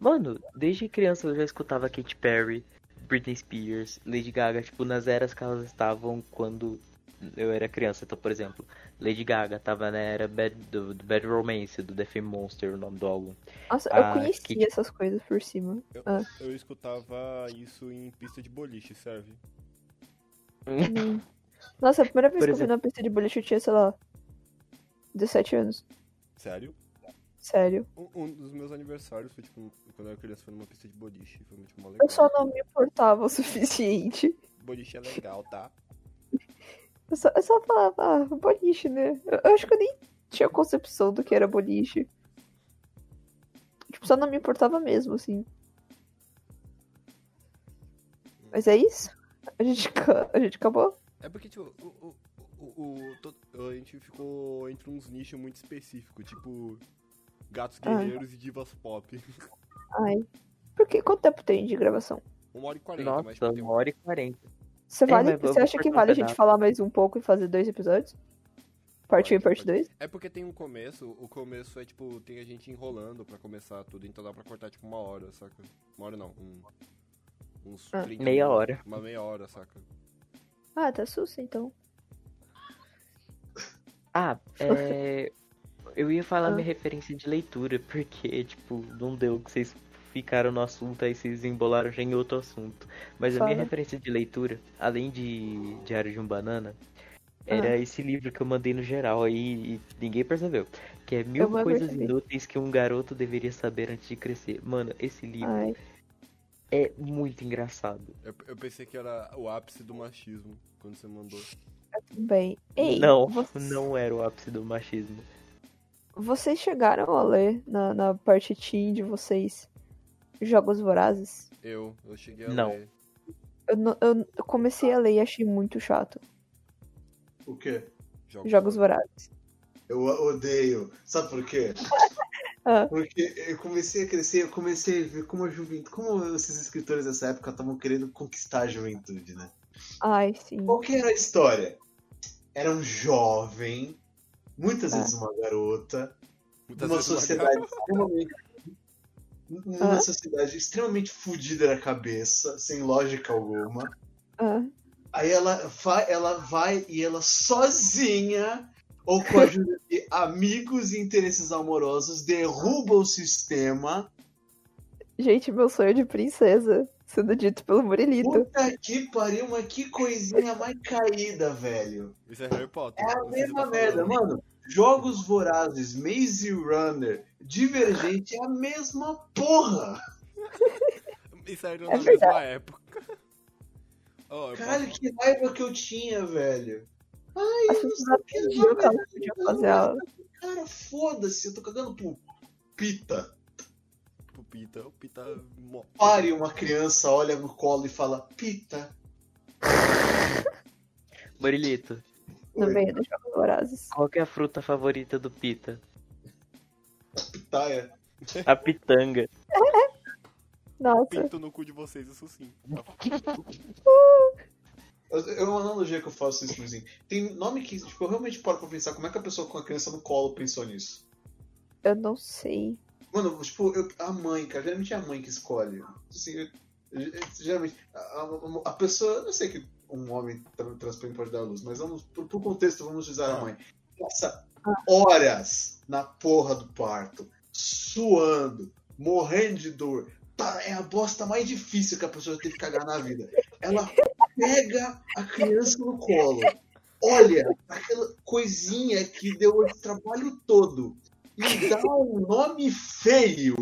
Mano, desde criança eu já escutava Katy Perry, Britney Spears, Lady Gaga, tipo, nas eras que elas estavam quando eu era criança. Então, por exemplo, Lady Gaga tava na era Bad, do, do Bad Romance, do The Fame Monster, o nome do álbum. Nossa, Ah, eu conhecia que- essas coisas por cima. Eu, Ah. eu escutava isso em pista de boliche, serve? Hum. Nossa, a primeira vez Por que eu vi exemplo- na pista de boliche eu tinha, sei lá, 17 anos. Sério? Sério. Um, um dos meus aniversários foi, tipo, quando eu era criança, foi numa pista de boliche. Foi muito mó legal. Eu só não me importava o suficiente. Boliche é legal, tá? Eu só, eu só falava, ah, boliche, né? Eu, eu acho que eu nem tinha concepção do que era boliche. Tipo, só não me importava mesmo, assim. Mas é isso? A gente, ca- a gente acabou? É porque, tipo, o, o, o, o- to- a gente ficou entre uns nichos muito específicos, tipo, gatos Ah. guerreiros e divas pop. Ai. Porque quanto tempo tem de gravação? Uma hora e quarenta, mas Nossa, tipo, tem uma hora e quarenta. Você, É, vale, mas eu você vou acha que cortar um vale a gente pedaço. falar mais um pouco e fazer dois episódios? Parte 1 e parte Pode. 2? É porque tem um começo, o começo é tipo, tem a gente enrolando pra começar tudo, então dá pra cortar tipo uma hora, saca? Uma hora não, um, uns Ah. 30 Meia minutos, hora. Uma meia hora, saca? Ah, tá sussa então. Ah, é... eu ia falar Ah. minha referência de leitura, porque, tipo, não deu que vocês ficaram no assunto, aí vocês embolaram já em outro assunto. Mas a minha Fala. referência de leitura, além de Diário de um Banana, Ah. era esse livro que eu mandei no geral aí e ninguém percebeu. Que é Mil Eu vou Coisas perceber. Inúteis que um Garoto Deveria Saber Antes de Crescer. Mano, esse livro Ai. é muito engraçado. Eu, eu pensei que era o ápice do machismo quando você mandou. Bem, ei, não, vo- não era o ápice do machismo. vocês chegaram a ler na, na parte teen de vocês Jogos Vorazes? Eu, eu cheguei a Não. ler. Eu, no- eu- eu comecei a ler e achei muito chato. O quê? Jogos Vorazes. Eu a- odeio. Sabe por quê? Ah. Porque eu comecei a crescer, eu comecei a ver como a juventude, como esses escritores dessa época estavam querendo conquistar a juventude, né? Ai, sim. Qual que era a história? Era um jovem, muitas Ah. vezes uma garota, Muitas numa vezes uma sociedade extremamente. Numa Ah. sociedade extremamente fudida na cabeça, sem lógica alguma. Ah, Aí ela vai, ela vai e ela sozinha, ou com a ajuda de amigos e interesses amorosos, derruba o sistema. gente, meu sonho de princesa. Sendo dito pelo Murilito. Puta que pariu, mas que coisinha mais caída, velho. Isso é Harry Potter. É a não sei se mesma tá merda, falando. mano. Jogos Vorazes, Maze Runner, Divergente é a mesma porra. Isso aí não É na mesma época. Ó, eu Caralho, posso- que raiva que eu tinha, velho. Ai, As eu não pessoas sei o entendiam que que elas velho. podiam fazer aula. Cara, foda-se, eu tô cagando pro pita. pro Pita, o Pita mó- pare uma criança, olha no colo e fala, pita. Marilito, No Oi, meio dos né, Jogos Vorazes. qual que é a fruta favorita do Pita? Pitaia. A pitanga. Nossa, pinto no cu de vocês, isso sim. Eu- É uma analogia que eu faço isso, mas assim, tem nome que tipo, eu realmente paro pra pensar como é que a pessoa com a criança no colo pensou nisso. eu não sei. Mano, tipo, eu- a mãe, cara, geralmente é a mãe que escolhe. Assim, eu- eu- geralmente, a, a- a pessoa, eu não sei que um homem tra- transparente pode dar à luz, mas vamos, pro, pro contexto, vamos usar a mãe. Passa horas na porra do parto, suando, morrendo de dor. Tá, É a bosta mais difícil que a pessoa tem que cagar na vida. Ela pega a criança no colo. Olha, aquela coisinha que deu esse trabalho todo. E dá um nome feio.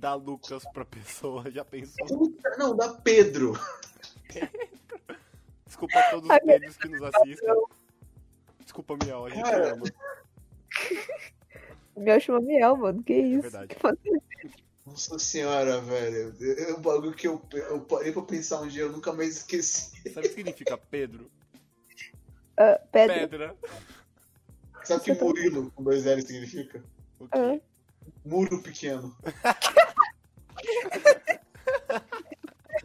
Dá Lucas pra pessoa, já pensou? Puta, não, dá Pedro. Desculpa a todos os pedidos que nos assistem. Desculpa, Miau, a gente Cara. ama. Me chama Miel, mano. Que isso? É verdade. Nossa senhora, velho. É um bagulho que eu, eu parei pra pensar um dia, eu nunca mais esqueci. Sabe o que significa Pedro? ah, pedra. Pedra. Sabe tá o que Murilo com dois L significa? O Ah. quê? Muro pequeno.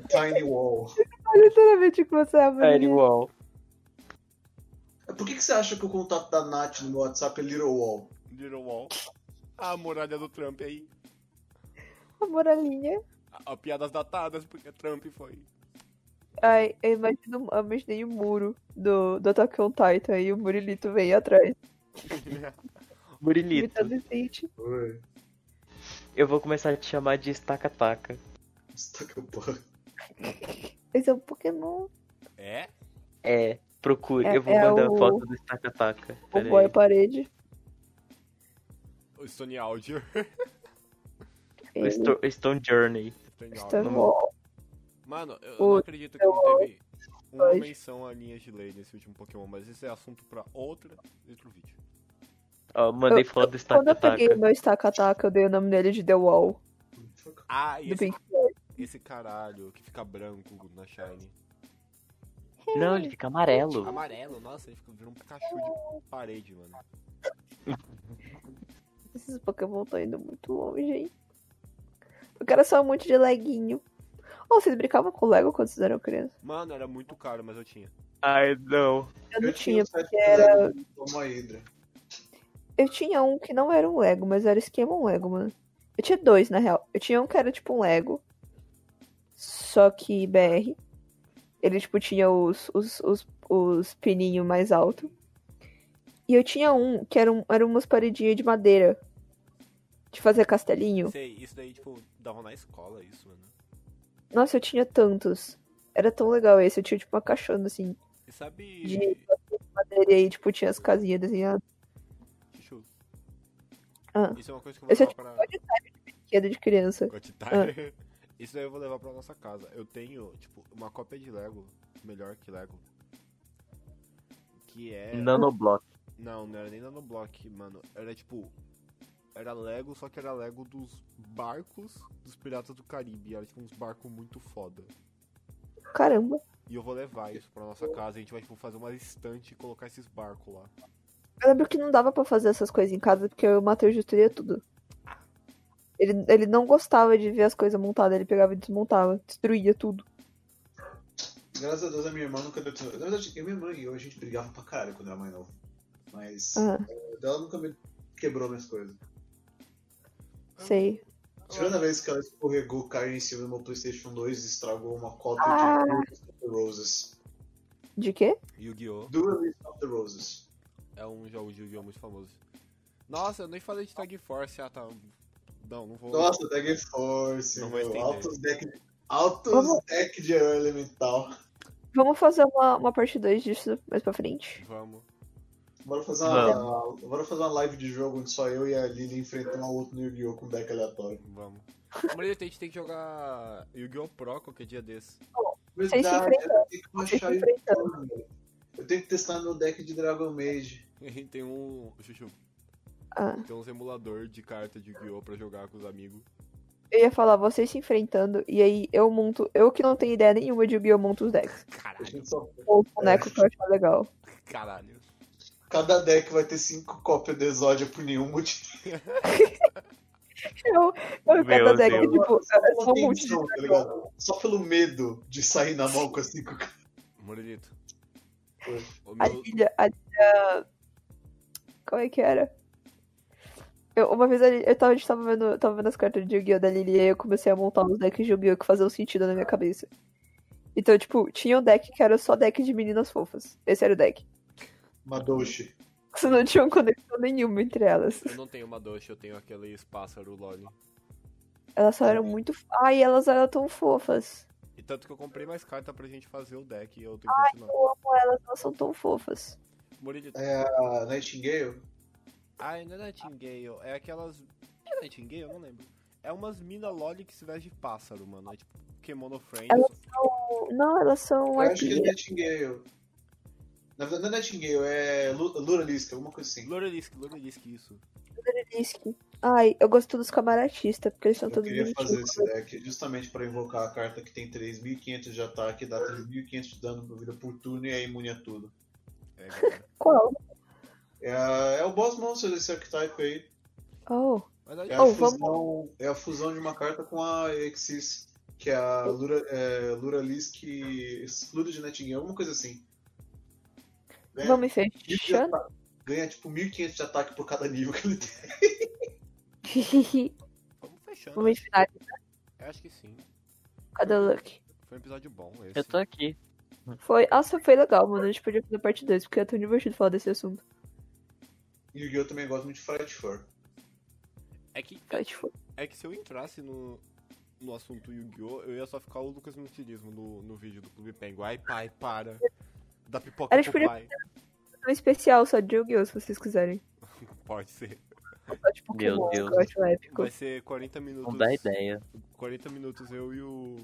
Tiny wall. Olha literalmente o que você é, bonito. Wall. Por que, que você acha que o contato da Nath no meu WhatsApp é Little Wall? Little Wall. A muralha do Trump aí. A moralinha. A, a piadas datadas, porque Trump foi. Ai, eu imagino, eu imaginei o muro do, do Attack on Titan e o Murilito vem atrás. Murilito. Vitalizante. Oi. Eu vou começar a te chamar de estaca-taca. Destaca o punk. Esse é um Pokémon. É? É, procure. É- eu vou é mandar o- foto do estaca-taca. O Pera boy aí. parede. O Stone Audio. O Sto- Stone Journey. Stone Audio. Stone Wall. Mano, eu, eu O não acredito que não teve uma Pode. menção a linhas de lei nesse último Pokémon, mas esse é assunto pra outra, outro vídeo. Ó, mandei Eu- foto do Quando eu peguei estaca-taca. meu Staca-Taca, eu dei o nome dele de The Wall. Ah, e Do esse, Pink Floyd. esse caralho que fica branco na Shine. Não, ele fica amarelo. Amarelo, nossa, ele fica virando um Pikachu de parede, mano. Esses Pokémon estão indo muito longe, hein? Eu quero só um monte de leguinho. Oh, vocês brincavam com Lego quando vocês eram criança? Mano, era muito caro, mas eu tinha. Ai, não. Eu não tinha. um site era- que era uma hidra. Eu tinha um que não era um Lego, mas era esquema um Lego, mano. Eu tinha dois, na real. Eu tinha um que era tipo um Lego. Só que BR. Ele, tipo, tinha os, os, os, os pininhos mais alto. E eu tinha um que era, um, era umas paredinhas de madeira. De fazer castelinho. Sei, isso daí, tipo, dava na escola isso, mano. Nossa, eu tinha tantos. Era tão legal esse. Eu tinha, tipo, uma caixona, assim, E sabe. de madeira. E aí, tipo, tinha as casinhas desenhadas. Chuchu. Ah. Isso é uma coisa que eu vou Esse é levar pra. Que era de criança. Cotitário. Isso daí eu vou levar pra nossa casa. Eu tenho, tipo, uma cópia de Lego, melhor que Lego. Que é. Nanoblock. Não, não era nem Nanoblock, mano. Era tipo. Era Lego, só que era Lego dos barcos dos Piratas do Caribe. Era tipo uns barcos muito foda. Caramba. E eu vou levar isso pra nossa casa. A gente vai, tipo, fazer uma estante e colocar esses barcos lá. Eu lembro que não dava pra fazer essas coisas em casa porque o Matheus destruía tudo. Ele, ele não gostava de ver as coisas montadas, ele pegava e desmontava, destruía tudo. Graças a Deus a minha irmã nunca deu tesoura. Na verdade, eu e minha mãe e eu a gente brigava pra caralho quando era mais novo. Mas Ah. eh, ela nunca me quebrou minhas coisas. Sei. Tirando a vez que ela escorregou, caiu em cima do meu Playstation 2 e estragou uma cópia Ah. de Duelist of the Roses. De quê? Yu-Gi-Oh! Duelist of the Roses. É um jogo de Yu-Gi-Oh! muito famoso. Nossa, eu nem falei de Tag Force. Ah, tá. Não, não vou. Nossa, Tag Force, Não vai meu. entender. Altos deck, altos Vamos. deck de Aero Elemental. Vamos fazer uma, uma parte 2 disso mais pra frente. Vamos. Bora fazer, uma, bora fazer uma live de jogo onde só eu e a Lily enfrentando o outro no Yu-Gi-Oh! com um deck aleatório. Vamos. Maria, a gente tem que jogar Yu-Gi-Oh! Pro qualquer dia desse. Vocês se Verdade, eu tenho que Vocês baixar se isso, enfrentando. mano. Eu tenho que testar meu deck de Dragon Mage. A gente tem um. Chuchu, Ah, tem uns emulador de carta de Yu-Gi-Oh! pra jogar com os amigos. eu ia falar, vocês se enfrentando, e aí eu monto. Eu que não tenho ideia nenhuma de Yu-Gi-Oh! monto os decks. A Caralho, gente só- Ou o É. boneco que eu achar legal. caralho. Cada deck vai ter cinco cópias do Exódia por nenhum motivo. Eu, eu Meu cada deck, Deus. tipo, é só Só, um monte de atenção, tá ligado? Só pelo medo de sair na mão com as cinco cartas. Murilito. Oi. O A meu... Lilia, a Lilia... Como é que era? Eu- uma vez a Lilia- eu tava, a gente tava vendo, eu tava vendo as cartas de Yu-Gi-Oh! da Lilia e eu comecei a montar uns decks de Yu-Gi-Oh! que faziam sentido na minha cabeça. Então, tipo, tinha um deck que era só deck de meninas fofas. Esse era o deck. Madoshi. Isso não tinha conexão nenhuma entre elas. Eu não tenho uma doxa, eu tenho aqueles pássaros Loli. Elas só eram muito. f- Ai, elas eram tão fofas. E tanto que eu comprei mais carta pra gente fazer o deck e eu tenho que continuar. Eu amo elas, elas são tão fofas. Murilito. É a Nightingale? Ai, não é Nightingale, é aquelas. É Nightingale? Eu não lembro. É umas mina Loli que se veste de pássaro, mano. É tipo Kemono É Friends. Ela- um- Não, elas são Eu acho que é arpinhas. Nightingale. Na verdade, não é Nightingale, é Lu- Luralisca, alguma coisa assim. Lorelisk, Lorelisk, isso. Disque. Ai, eu gosto dos camaratistas, porque eles são Eu todos queria fazer bonitinhos. esse deck justamente pra invocar a carta que tem 3.500 de ataque, dá 3.500 de dano por vida por turno e é imune a tudo. É, galera. Qual? É, a- é o boss monster desse arquétipo aí. Oh. Mas aí, É a, Oh, fusão, vamos- é a fusão de uma carta com a Exis, que é a Lura, é, Luralisk Lura de Netting, alguma coisa assim. Né? Vamos Mil de fechando. ataque. Ganha tipo 1500 de ataque por cada nível que ele tem. vamos fechando. Vamos finalizar. Eu acho que sim. Cadê o Luck? Foi um episódio bom esse. Eu tô aqui. Foi. Nossa, foi legal, mano. A gente podia fazer parte 2, porque é tão divertido falar desse assunto. E o Yu-Gi-Oh! também gosta muito de Fright Fur. É que, Eu acho que foi. é que se eu entrasse no, no assunto Yu-Gi-Oh! eu ia só ficar o Lucas Mutilismo no, no vídeo do Clube Penguin. Ai, pai, para. Da pipoca Era pro tipo de- pai. um especial só de Yu-Gi-Oh! se vocês quiserem. Pode ser. Só tipo, de Meu Pokémon, Deus. que eu acho é épico. Vai ser 40 minutos. Não dá ideia. 40 minutos eu e o.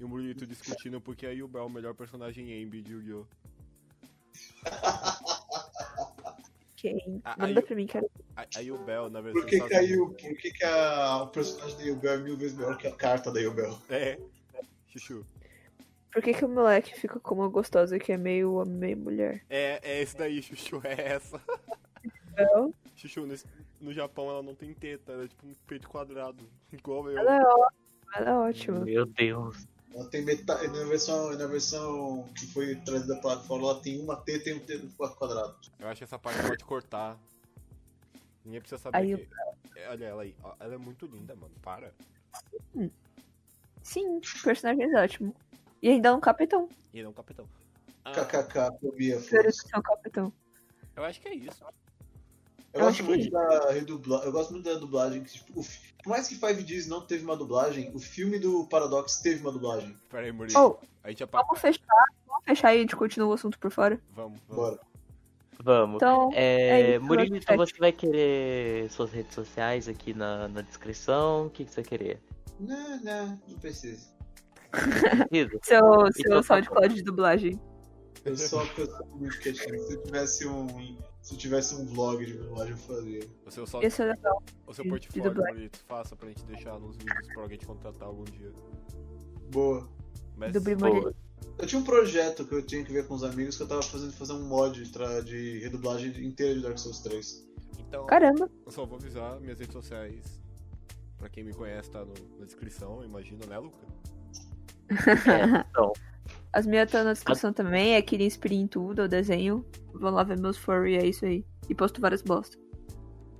E o Murito discutindo porque aí o Bel é o melhor personagem em Ambi de Yu-Gi-Oh! Quem? Ah, Manda aí- pra mim, cara. Aí- Aí o Bel, na verdade. Por que, que, aí o- por que, que a- o personagem da Yubel é mil vezes melhor que a carta da Yubel? É. Chuchu. Por que, que o moleque fica com uma gostosa que é meio homem, meio mulher? É, é esse daí, Chuchu, é essa. Não. Chuchu, nesse- no Japão ela não tem teta, ela é tipo um peito quadrado. Igual eu. Ela é ótima, ela é ótima. Meu Deus. Ela tem metade. Na versão, na versão que foi trazida pela Fórmula, ela tem uma T e um T quadrado. Eu acho que essa parte pode cortar. Ninguém precisa saber. Aí que- É, Olha ela aí. ó, Ela é muito linda, mano. Para. Sim, o personagem é ótimo. E ainda é um capitão. E ele é um capitão. Ah, KKK, fobia, Quero foda-se. ser um capitão. eu acho que é isso. Eu Eu gosto acho muito que- da redublagem. Eu gosto muito da dublagem. Que, tipo, o fi- Por mais que Five Ds não teve uma dublagem, o filme do Paradox teve uma dublagem. Pera aí, Murilo. Oh, A gente apa... vamos fechar. Vamos fechar e a gente continua o assunto por fora. Vamos, vamos. Bora. Vamos. Então, É, É isso, Murilo, nosso então chat. você vai querer suas redes sociais aqui na, na descrição? O que, que você vai querer? Não, não, não precisa. Riso. seu, Então seu tá SoundCloud de dublagem. Eu só pensava muito que tinha. Se eu tivesse um. Se eu tivesse um vlog de dublagem, eu faria. O seu, só, Esse é legal. o seu de portfólio, dublagem. Murilo, faça pra gente deixar nos vídeos pra alguém te contratar algum dia. Boa. Mas, Dublê Boa. Murilo. Eu tinha um projeto que eu tinha que ver com os amigos que eu tava fazendo fazer um mod tra- de redublagem inteira de Dark Souls 3. então, Caramba, eu só vou avisar minhas redes sociais. Pra quem me conhece, tá no- na descrição, imagina, né, Luca? É, então, as minhas estão na descrição também. É Kirin Spirit em tudo, eu desenho. Vão lá ver meus furry, é isso aí. E posto várias bosta.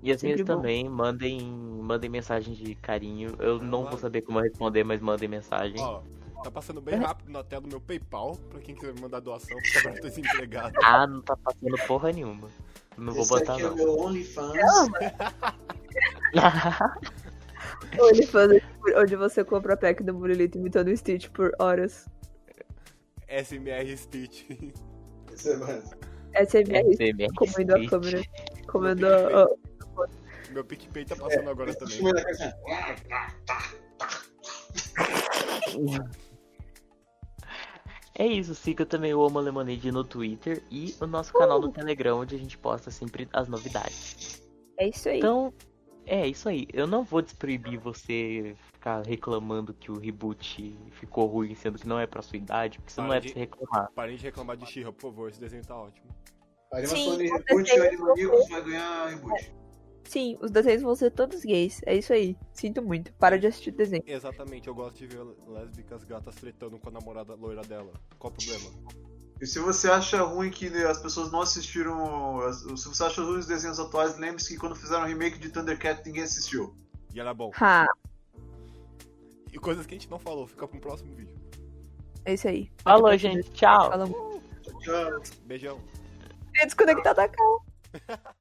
e as minhas Sempre bom. também, mandem, mandem mensagem de carinho. Eu Ah, não claro. vou saber como responder, mas mandem mensagem. Ó, tá passando bem rápido na tela do meu PayPal, pra quem quiser me mandar doação, porque agora eu tô desempregado. Ah, não tá passando porra nenhuma. Não vou Esse botar, aqui é não. meu OnlyFans. Onde, fazer, onde você compra a pack do Murilito imitando o Stitch por horas. SMR Stitch. Esse é mais. É SMR, SMR É comendo a Stitch. É câmera. Comendo a. a- Meu PicPay tá passando agora também. Deixa eu ver na caixa. É isso, siga também o Homo Lemonade no Twitter e o nosso canal no Telegram, onde a gente posta sempre as novidades. É isso aí. Então, é isso aí. Eu não vou desproibir você ficar reclamando que o reboot ficou ruim, sendo que não é pra sua idade, porque isso não Para é de- pra você reclamar. tá? Parem de reclamar de Shira, por favor, esse desenho tá ótimo. Animação Sim, de você reboot, tem o um Animaniacos vai ganhar reboot. Sim, os desenhos vão ser todos gays. É isso aí. Sinto muito. Para de assistir desenho. Exatamente, eu gosto de ver lésbicas gatas tretando com a namorada loira dela. Qual o problema? E se você acha ruim que né, as pessoas não assistiram. as- Se você acha ruim os desenhos atuais, lembre-se que quando fizeram o remake de Thundercat ninguém assistiu. E era bom. Ha, E coisas que a gente não falou, fica pro próximo vídeo. é isso aí. Falou, gente. Tchau. Fala muito. Tchau. Beijão. Desconectado da calma.